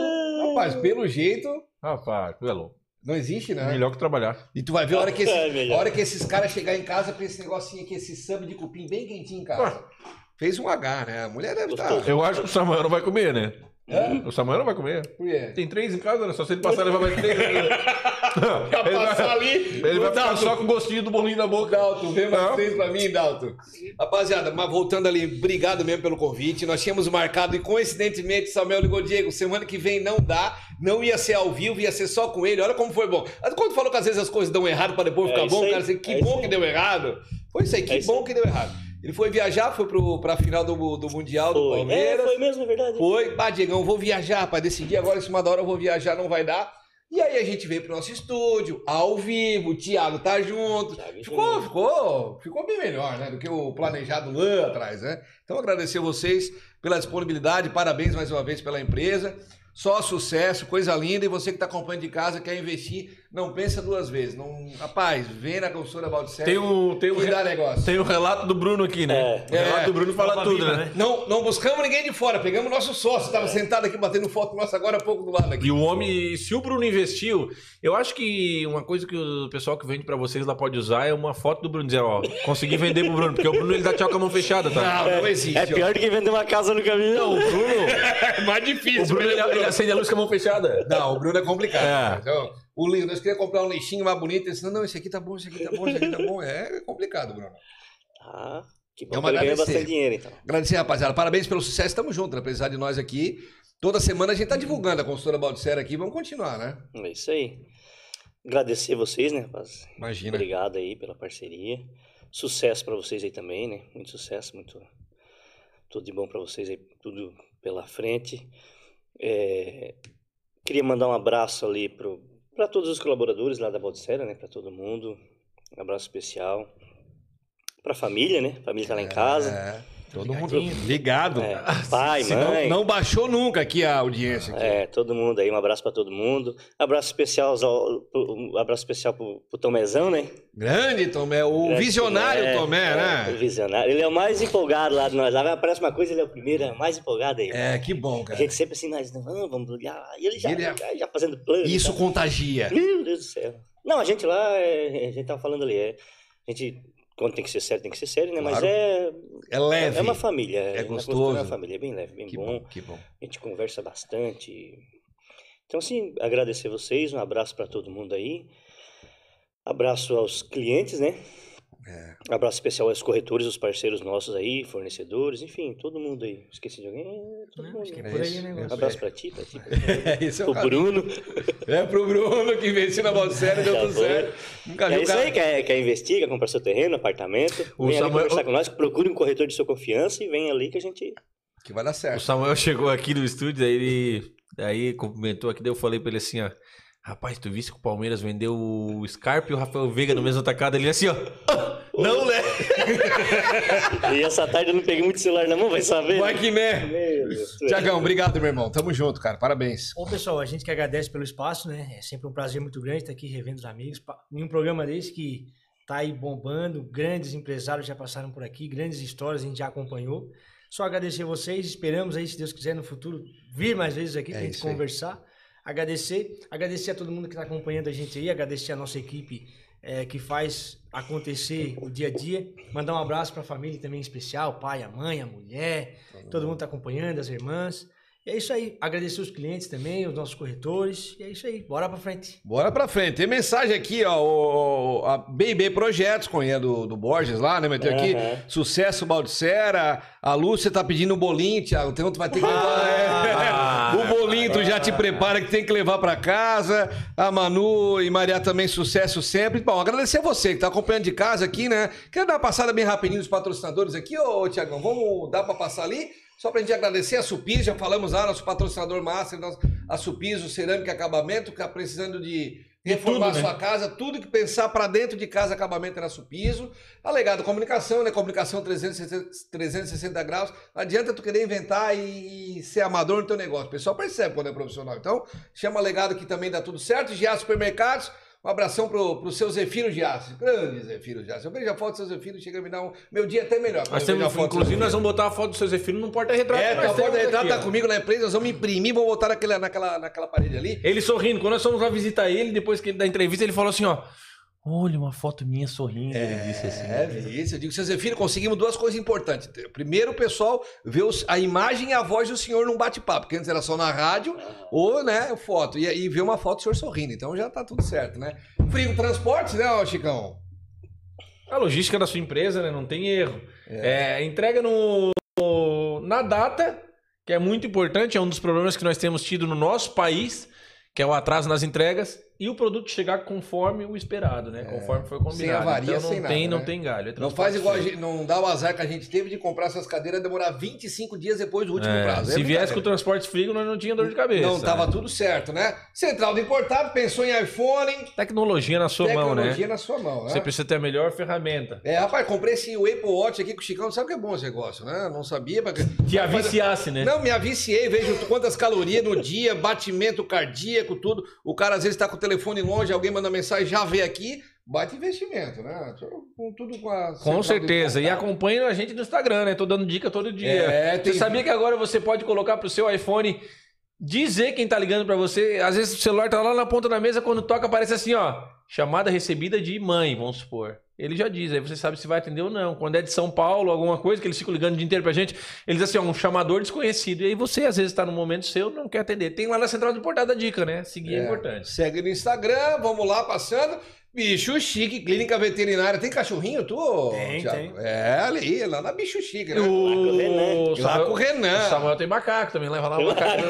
Speaker 1: Rapaz, pelo jeito,
Speaker 3: Rapaz, tu é louco.
Speaker 1: não existe, né?
Speaker 3: Melhor que trabalhar.
Speaker 1: E tu vai ver a hora que, esse-
Speaker 4: É, melhor.
Speaker 1: a hora que esses caras chegar em casa pra esse negocinho aqui, esse samba de cupim bem quentinho em casa. Fez um H, né? A mulher deve estar.
Speaker 4: Gostoso.
Speaker 3: Eu acho que o Samuel não vai comer, né?
Speaker 1: Hã?
Speaker 3: O Samuel não vai comer.
Speaker 1: Por quê?
Speaker 3: Tem três em casa, né? Só se ele passar, ele vai mais três. Não, ele
Speaker 1: Passar
Speaker 3: vai,
Speaker 1: ali.
Speaker 3: ele vai
Speaker 1: Ô,
Speaker 3: ficar
Speaker 1: Dalton,
Speaker 3: só com o gostinho do bolinho na boca.
Speaker 1: Dalton, vem mais
Speaker 3: Não.
Speaker 1: três pra mim, Dalton. Rapaziada, mas voltando ali, obrigado mesmo pelo convite. Nós tínhamos marcado e coincidentemente Samuel ligou, Diego, semana que vem não dá, não ia ser ao vivo, ia ser só com ele. Olha como foi bom. Mas Quando falou que às vezes as coisas dão errado pra depois
Speaker 4: É
Speaker 1: ficar
Speaker 4: isso
Speaker 1: bom,
Speaker 4: aí,
Speaker 1: cara, assim, que
Speaker 4: é
Speaker 1: bom
Speaker 4: isso
Speaker 1: que
Speaker 4: aí.
Speaker 1: deu errado. Foi isso aí, que
Speaker 4: É isso
Speaker 1: bom
Speaker 4: aí.
Speaker 1: que deu errado. Ele foi viajar, foi pro, pra final do, do Mundial do
Speaker 4: Foi. É,
Speaker 1: Palmeiras.
Speaker 4: foi mesmo, é verdade.
Speaker 1: Foi, pá, Diegão, vou viajar, rapaz. Decidi agora, em cima da hora eu vou viajar, não vai dar. E aí a gente veio pro nosso estúdio, ao vivo, o Thiago tá junto.
Speaker 4: Thiago
Speaker 1: Ficou,
Speaker 4: junto.
Speaker 1: ficou, ficou bem melhor, né? Do que o planejado lá atrás, né? Então agradecer vocês pela disponibilidade, parabéns mais uma vez pela empresa. Só sucesso, coisa linda. E você que tá acompanhando de casa, quer investir, não pensa duas vezes. Não... Rapaz, vem na consultora Valdicete.
Speaker 3: Tem um, tem, um,
Speaker 1: Cuidar negócio.
Speaker 3: tem um relato do Bruno aqui, né?
Speaker 4: É.
Speaker 3: O relato
Speaker 1: É.
Speaker 3: do Bruno fala
Speaker 5: Prova
Speaker 3: tudo,
Speaker 5: viva,
Speaker 3: né?
Speaker 5: né?
Speaker 1: Não, não buscamos ninguém de fora, pegamos nosso sócio. Tava sentado aqui batendo foto nossa agora há pouco do lado aqui.
Speaker 3: E o homem, se o Bruno investiu, eu acho que uma coisa que o pessoal que vende pra vocês lá pode usar é uma foto do Bruno dizer, ó, consegui vender pro Bruno, porque o Bruno ele dá tchau com a mão fechada, tá?
Speaker 1: Não, não existe.
Speaker 4: É pior do que vender uma casa no caminho.
Speaker 3: Não, o Bruno,
Speaker 1: É mais
Speaker 3: o
Speaker 1: difícil.
Speaker 3: Bruno ele, ele acende a luz com a mão fechada.
Speaker 1: Não, o Bruno é complicado.
Speaker 3: É.
Speaker 1: Então, o lixo, nós queríamos comprar um lixinho mais bonito. Ele disse, não, não, esse aqui tá bom, esse aqui tá bom, esse aqui tá bom. É complicado, Bruno.
Speaker 4: Ah, Que bom
Speaker 1: É uma
Speaker 4: que ele ganha
Speaker 1: agradecer.
Speaker 4: bastante dinheiro, então.
Speaker 1: Agradecer, rapaziada. Parabéns pelo sucesso. Estamos juntos, né? apesar de nós aqui. Toda semana a gente tá divulgando a consultora Baldissera aqui. Vamos continuar, né?
Speaker 4: É isso aí. Agradecer vocês, né, rapaz?
Speaker 1: Imagina.
Speaker 4: Obrigado aí pela parceria. Sucesso pra vocês aí também, né? Muito sucesso, muito tudo de bom pra vocês aí, tudo pela frente. É, Queria mandar um abraço ali pro para todos os colaboradores lá da Baldicera, né? Pra todo mundo, um abraço especial. Pra família, né? Família tá lá em casa.
Speaker 1: É. Todo mundo Ah,
Speaker 8: Ligado.
Speaker 4: É, pai,
Speaker 1: Se
Speaker 4: mãe.
Speaker 1: Não, não baixou nunca aqui a audiência. Aqui.
Speaker 4: É, todo mundo aí, um abraço pra todo mundo. Abraço especial, aos- ao- pro- um abraço especial pro, pro Tomezão, né?
Speaker 1: Grande Tomé, o
Speaker 4: Grande
Speaker 1: visionário
Speaker 4: Tomé,
Speaker 1: Tomé,
Speaker 4: é, O
Speaker 1: né?
Speaker 4: visionário. Ele é o mais empolgado lá de nós. Lá aparece uma coisa, ele é o primeiro, é o mais empolgado aí.
Speaker 1: É, que bom,
Speaker 4: A
Speaker 1: cara.
Speaker 4: gente sempre assim, nós não vamos, vamos olhar. E ele já,
Speaker 1: Ele é-
Speaker 4: já, já fazendo plano. e
Speaker 1: Isso contagia.
Speaker 4: tal. Meu Deus do céu. Não, a gente lá, é, a gente tava falando ali, é, a gente, quando tem que ser sério, tem que ser sério, né? Mas
Speaker 1: Claro.
Speaker 4: é,
Speaker 1: É leve.
Speaker 4: é uma família. na
Speaker 1: gostoso.
Speaker 4: construção É uma família, é bem leve, bem
Speaker 1: Que
Speaker 4: bom.
Speaker 1: bom, que bom.
Speaker 4: A gente conversa bastante. Então, assim, agradecer vocês, um abraço para todo mundo aí. Abraço aos clientes, né? Abraço especial aos corretores, os parceiros nossos aí, fornecedores, enfim, todo mundo aí. Esqueci de alguém? É, todo
Speaker 5: Não,
Speaker 4: mundo.
Speaker 5: acho que é
Speaker 4: né?
Speaker 5: por aí
Speaker 1: isso,
Speaker 5: o
Speaker 1: é
Speaker 5: negócio.
Speaker 4: Abraço para ti, para ti, pra ti.
Speaker 1: É, esse é o
Speaker 4: pro
Speaker 1: cara.
Speaker 4: Bruno.
Speaker 1: É pro Bruno que investiu na Baldissera, deu
Speaker 4: Já
Speaker 1: tudo
Speaker 4: foi.
Speaker 1: certo. Nunca viu
Speaker 4: É
Speaker 1: o
Speaker 4: isso
Speaker 1: cara.
Speaker 4: aí, quer, quer investir, quer comprar seu terreno, apartamento.
Speaker 3: O
Speaker 4: vem ali
Speaker 3: Samuel-
Speaker 4: conversar com nós, procure um corretor de sua confiança e vem ali que a gente.
Speaker 1: Que vai dar
Speaker 3: O
Speaker 1: certo.
Speaker 3: Samuel chegou aqui no estúdio, aí ele aí cumprimentou aqui, daí eu falei pra ele assim, ó. Rapaz, tu viste que o Palmeiras vendeu o Scarpa e o Rafael Veiga no mesmo atacado? Ele assim, ó. "Ah, Não, né?
Speaker 4: E essa tarde eu não peguei muito celular na mão, vai saber.
Speaker 1: Vai
Speaker 4: né?
Speaker 1: que né?
Speaker 4: Meu Deus. do céu.
Speaker 1: Tiagão, obrigado, meu irmão. Tamo junto, cara. Parabéns.
Speaker 5: Bom, pessoal, a gente que agradece pelo espaço, né? É sempre um prazer muito grande estar aqui revendo os amigos. Pa- Em um programa desse que tá aí bombando, grandes empresários já passaram por aqui, grandes histórias a gente já acompanhou. Só agradecer vocês, esperamos aí, se Deus quiser, no futuro vir mais vezes aqui
Speaker 1: É
Speaker 5: para a gente
Speaker 1: isso aí.
Speaker 5: conversar. Agradecer, agradecer a todo mundo que está acompanhando a gente aí, agradecer a nossa equipe eh, que faz acontecer o dia a dia. Mandar um abraço para a família também em especial, pai, a mãe, a mulher, todo mundo está acompanhando, as irmãs. E é isso aí. Agradecer os clientes também, os nossos corretores. E é isso aí. Bora pra frente.
Speaker 1: Bora pra frente. Tem mensagem aqui, ó. o- a BB Projetos, conhece do, do Borges lá, né? Meteu aqui.
Speaker 4: Aham.
Speaker 1: Sucesso Baldissera. A Lúcia tá pedindo um bolinho, Thiago. Então tu vai ter que levar.
Speaker 3: Ah!
Speaker 1: é. O bolinho tu já te prepara que tem que levar pra casa. A Manu e Maria também, sucesso sempre. Bom, agradecer a você que tá acompanhando de casa aqui, né? Quero dar uma passada bem rapidinho dos patrocinadores aqui, ô Tiagão. Vamos dar pra passar ali? Só pra gente agradecer a Supis, já falamos lá, nosso patrocinador master, nosso- a Supis, o Cerâmica e Acabamento, que tá precisando de reformar
Speaker 9: tudo, né?
Speaker 1: sua casa, tudo que pensar pra dentro de casa, acabamento era Supiso. Alegado comunicação, né? Comunicação 360, 360 graus. Não adianta tu querer inventar e, e ser amador no teu negócio. O pessoal percebe quando é profissional. Então, chama Alegado que também dá tudo certo. Giás Supermercados. Um abração pro, pro seu Zefiro Giás. Grande Zefiro Giás. Eu vejo a foto do seu Zefiro, chega a me dar um. Meu dia é até melhor. quando
Speaker 3: Nós
Speaker 1: eu vejo a foto
Speaker 3: temos,
Speaker 1: do seu
Speaker 3: inclusive,
Speaker 1: Zefiro.
Speaker 3: nós vamos botar a foto do seu Zefiro num porta-retrato.
Speaker 1: É,
Speaker 3: que
Speaker 1: tá,
Speaker 3: nós
Speaker 1: pode
Speaker 3: temos
Speaker 1: entrar,
Speaker 3: aqui,
Speaker 1: tá
Speaker 3: ó.
Speaker 1: comigo na empresa, nós vamos imprimir, vamos botar naquela, naquela, naquela parede ali.
Speaker 3: Ele sorrindo. Quando nós fomos lá visitar ele, depois que ele da entrevista, ele falou assim, ó. Olha uma foto minha sorrindo. ele disse assim.
Speaker 1: É, vi isso. Eu digo, seu Zefiro, conseguimos duas coisas importantes. Primeiro, o pessoal vê os- a imagem e a voz do senhor num bate-papo, porque antes era só na rádio
Speaker 3: Ah.
Speaker 1: ou, né, foto. E, e vê uma foto do senhor sorrindo. Então já tá tudo certo, né? Frigo Transportes, né, ô Chicão?
Speaker 3: A logística da sua empresa, né? Não tem erro. É, entrega no, na data, que é muito importante, é um dos problemas que nós temos tido no nosso país, que é o atraso nas entregas, e o produto chegar conforme o esperado, né? Conforme foi combinado.
Speaker 1: É. avaria,
Speaker 3: então, não
Speaker 1: sem nada,
Speaker 3: tem,
Speaker 1: né?
Speaker 3: não tem galho. é
Speaker 1: Não faz
Speaker 3: transporte
Speaker 1: igual a
Speaker 3: feito.
Speaker 1: gente, não dá o azar que a gente teve de comprar essas cadeiras e demorar 25 dias depois do último
Speaker 3: É,
Speaker 1: prazo. É
Speaker 3: se viesse com o
Speaker 1: brincadeira.
Speaker 3: transporte frio, nós não tinha dor de cabeça.
Speaker 1: Não, tava
Speaker 3: né?
Speaker 1: tudo certo, né? Central do importado, pensou em iPhone,
Speaker 3: Tecnologia na sua mão, né?
Speaker 1: tecnologia na sua mão, né?
Speaker 3: Você precisa ter a melhor ferramenta.
Speaker 1: É, rapaz, comprei esse Apple Watch aqui com o Chicão, sabe o que é bom esse negócio, né? Não sabia. Pra...
Speaker 3: Que a viciasse, né?
Speaker 1: Não, me aviciei, vejo quantas calorias no dia, batimento cardíaco, tudo. O cara às vezes tá com o telefone longe, alguém manda mensagem, já vê aqui, bate investimento, né? Com tudo com a.
Speaker 3: Com certeza. E acompanha a gente no Instagram, né? Tô dando dica todo dia.
Speaker 1: É, tem-
Speaker 3: Você sabia que agora você pode colocar pro seu iPhone dizer quem tá ligando pra você? Às vezes o celular tá lá na ponta da mesa, quando toca aparece assim, ó, chamada recebida de mãe, vamos supor. Ele já diz, aí você sabe se vai atender ou não. Quando é de São Paulo, alguma coisa, que eles ficam ligando o dia inteiro pra gente, eles assim, ó, um chamador desconhecido. E aí você, às vezes, tá no momento seu, não
Speaker 1: É.
Speaker 3: quer atender. Tem lá na central de portada a dica, né? Seguir é, importante.
Speaker 1: Segue no Instagram, vamos lá, passando. Bicho Chique, clínica veterinária. Tem cachorrinho, tu?
Speaker 5: Tem,
Speaker 1: Thiago? É, ali, lá na Bicho Chique, né?
Speaker 4: o Renan.
Speaker 3: O
Speaker 1: Lá com o
Speaker 3: Samuel, o
Speaker 1: Renan.
Speaker 3: Samuel tem macaco também, leva lá o macaco.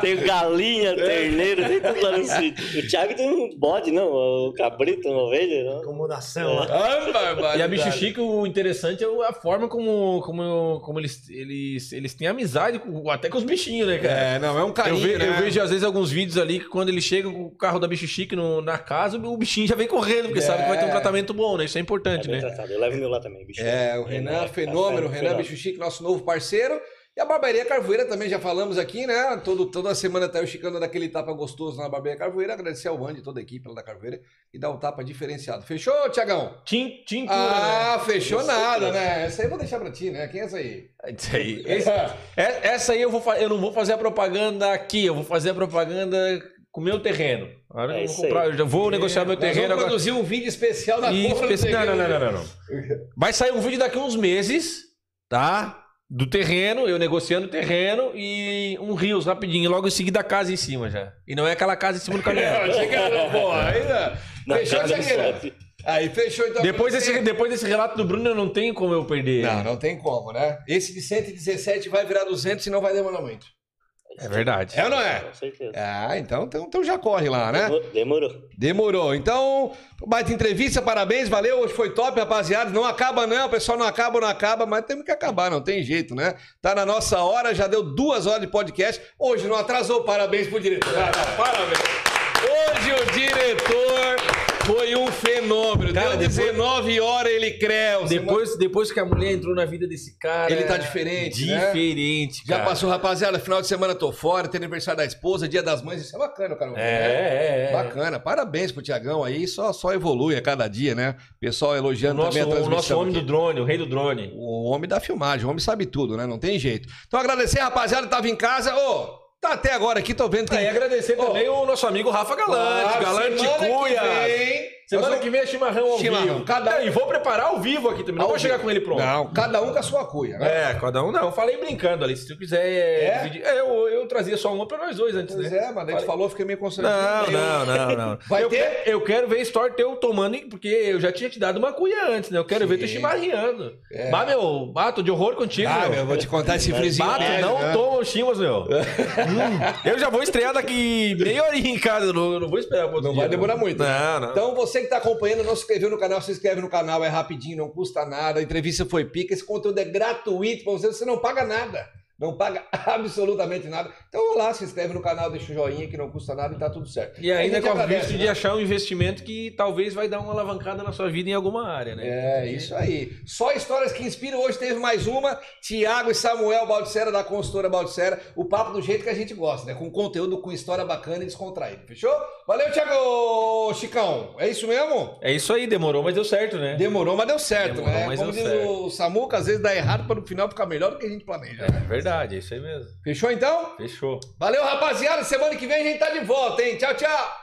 Speaker 4: tem galinha, terneiro, tem tudo lá no sítio. O Thiago tem um bode, não, o cabrito, uma ovelha, não.
Speaker 5: Acomodação lá.
Speaker 1: Ah, barbaridade.
Speaker 3: E a Bicho Chique, o interessante é a forma como, como, como eles, eles, eles têm amizade com- até com os bichinhos, né, cara?
Speaker 1: É, não, é um
Speaker 3: eu,
Speaker 1: carinho,
Speaker 3: ve-
Speaker 1: né?
Speaker 3: eu vejo às vezes alguns vídeos ali que quando ele chega com o carro da Bicho Chique no- na casa, o bichinho já vem correndo, porque sabe que vai ter um tratamento bom, né? Isso é
Speaker 4: É
Speaker 3: importante,
Speaker 4: bem
Speaker 3: né?
Speaker 4: tratado. Eu levo meu lá também, bicho.
Speaker 1: É, o Renan
Speaker 4: é
Speaker 1: Fenômeno, o Renan Bicho Chique, nosso novo parceiro. E a Barbearia Carvoeira também já falamos aqui, né? Todo, toda semana tá eu chicando daquele tapa gostoso na Barbearia Carvoeira. Agradecer ao Andy, toda a equipe lá da Carvoeira, e dar um tapa diferenciado. Fechou, Tiagão?
Speaker 3: Tim, tim cura,
Speaker 1: Ah, fechou
Speaker 4: Isso,
Speaker 1: nada,
Speaker 4: cara.
Speaker 1: né? Essa aí eu vou deixar pra ti, né? Quem é essa aí?
Speaker 3: né? Isso aí. Esse- é- essa aí eu, vou, fa- eu não vou fazer a propaganda aqui, eu vou fazer a propaganda com o meu terreno. Agora
Speaker 4: É
Speaker 3: eu vou
Speaker 4: isso aí.
Speaker 3: comprar, eu já vou negociar meu
Speaker 1: Nós
Speaker 3: terreno
Speaker 1: vamos
Speaker 3: agora.
Speaker 1: produzir um vídeo especial da
Speaker 3: E
Speaker 1: compra do
Speaker 3: especi- não,
Speaker 1: terreno.
Speaker 3: não, não, não, não, não. Vai sair um vídeo daqui a uns meses, tá? Do terreno, eu negociando o terreno e um rios rapidinho. E logo em seguida a casa em cima já. E não é aquela casa em cima do caminhão.
Speaker 1: Chega, pô, aí, né?
Speaker 4: Na
Speaker 1: Fechou,
Speaker 4: casa do
Speaker 1: Tiagueira?
Speaker 4: chefe.
Speaker 1: Aí, fechou então.
Speaker 3: depois,
Speaker 1: pra você.
Speaker 3: desse, depois desse relato do Bruno, eu não tenho como eu perder.
Speaker 1: Não, não tem como, né? Esse de 117 vai virar 200 e não vai demorar muito.
Speaker 3: É verdade.
Speaker 1: É ou não é?
Speaker 4: Com certeza.
Speaker 1: Ah, então, então, então já corre lá, né?
Speaker 4: Demorou. Demorou.
Speaker 1: Demorou. Então, baita entrevista, parabéns, valeu. Hoje foi top, rapaziada. Não acaba, não. O pessoal não acaba, não acaba, mas temos que acabar, não tem jeito, né? Tá na nossa hora, já deu duas horas de podcast. Hoje não atrasou, parabéns pro diretor. Vai lá, Parabéns. Hoje o diretor foi um fenômeno.
Speaker 3: Cara,
Speaker 1: deu 19 horas, ele creu.
Speaker 3: Depois, depois que a mulher entrou na vida desse cara.
Speaker 1: Ele tá diferente, né?
Speaker 3: Diferente.
Speaker 1: Já
Speaker 3: cara.
Speaker 1: passou, rapaziada. Final de semana tô fora, tem aniversário da esposa, dia das mães. Isso é bacana, cara.
Speaker 3: É, é, é.
Speaker 1: Bacana, parabéns pro Tiagão aí, só, só evolui a cada dia, né? Pessoal
Speaker 3: O
Speaker 1: elogiando
Speaker 3: nosso,
Speaker 1: também a
Speaker 3: o nosso
Speaker 1: transmissão.
Speaker 3: homem do
Speaker 1: aqui.
Speaker 3: drone, o rei do drone.
Speaker 1: O homem da filmagem, o homem sabe tudo, né? Não tem jeito. Então agradecer, rapaziada, tava em casa, ô, tá até agora aqui, tô vendo que
Speaker 3: Ah, E agradecer também o nosso amigo Rafa Galante, Galante Cunha. Semana
Speaker 1: tá
Speaker 3: que vem é chimarrão ao
Speaker 1: Chimarrão,
Speaker 3: vivo.
Speaker 1: cada um-
Speaker 3: Não, E vou preparar ao vivo aqui também. Não
Speaker 1: Ao
Speaker 3: vou chegar
Speaker 1: vivo.
Speaker 3: com ele pronto.
Speaker 1: Não, cada um com a sua cuia, né?
Speaker 3: É, cada um não. Falei brincando ali. Se tu quiser
Speaker 1: É?
Speaker 3: dividir. É, eu, eu trazia só uma pra nós dois antes,
Speaker 1: Pois
Speaker 3: né?
Speaker 1: é, mas daí tu falou, fiquei meio constrangido.
Speaker 3: Não, não, não, não.
Speaker 1: Vai
Speaker 3: eu,
Speaker 1: ter?
Speaker 3: eu quero ver Store teu tomando, em- porque eu já tinha te dado uma cuia antes, né? Eu quero ver tu
Speaker 1: Sim. É.
Speaker 3: chimarreando. Bah, meu, bato de horror contigo,
Speaker 1: Ah,
Speaker 3: meu.
Speaker 1: meu, eu vou te contar esse frizinho.
Speaker 3: Bato,
Speaker 1: dele,
Speaker 3: não
Speaker 1: né?
Speaker 3: toma o chimas, meu. Hum, eu já vou estrear daqui meia horinha em casa. eu Não, eu não vou esperar pro outro
Speaker 1: Não
Speaker 3: dia, né?
Speaker 1: vai demorar muito.
Speaker 3: Não, não.
Speaker 1: Então, você que está acompanhando, não se inscreveu no canal, se inscreve no canal, é rapidinho, não custa nada. A entrevista foi pica, esse conteúdo é gratuito para você, você não paga nada. Não paga absolutamente nada. Então, vai lá, se inscreve no canal, deixa o joinha que não custa nada e tá tudo certo.
Speaker 3: E ainda
Speaker 1: A gente
Speaker 3: com a
Speaker 1: agradece,
Speaker 3: vista
Speaker 1: né?
Speaker 3: de achar um investimento que talvez vai dar uma alavancada na sua vida em alguma área, né?
Speaker 1: É, isso aí. Só histórias que inspiram. Hoje teve mais uma. Tiago e Samuel Baldissera, da consultora Baldissera. O papo do jeito que a gente gosta, né? Com conteúdo, com história bacana e descontraído. Fechou? Valeu, Tiago Chicão. É isso mesmo?
Speaker 3: É isso aí, demorou, mas deu certo, né?
Speaker 1: Demorou, mas deu certo,
Speaker 3: Demorou,
Speaker 1: né?
Speaker 3: mas
Speaker 1: Como
Speaker 3: deu
Speaker 1: diz
Speaker 3: certo.
Speaker 1: o Samuca, às vezes dá errado para no final ficar melhor do que a gente planeja. né?
Speaker 3: É verdade, é isso aí mesmo.
Speaker 1: Fechou então?
Speaker 3: Fechou.
Speaker 1: Valeu, rapaziada. Semana que vem a gente tá de volta, hein? Tchau, tchau.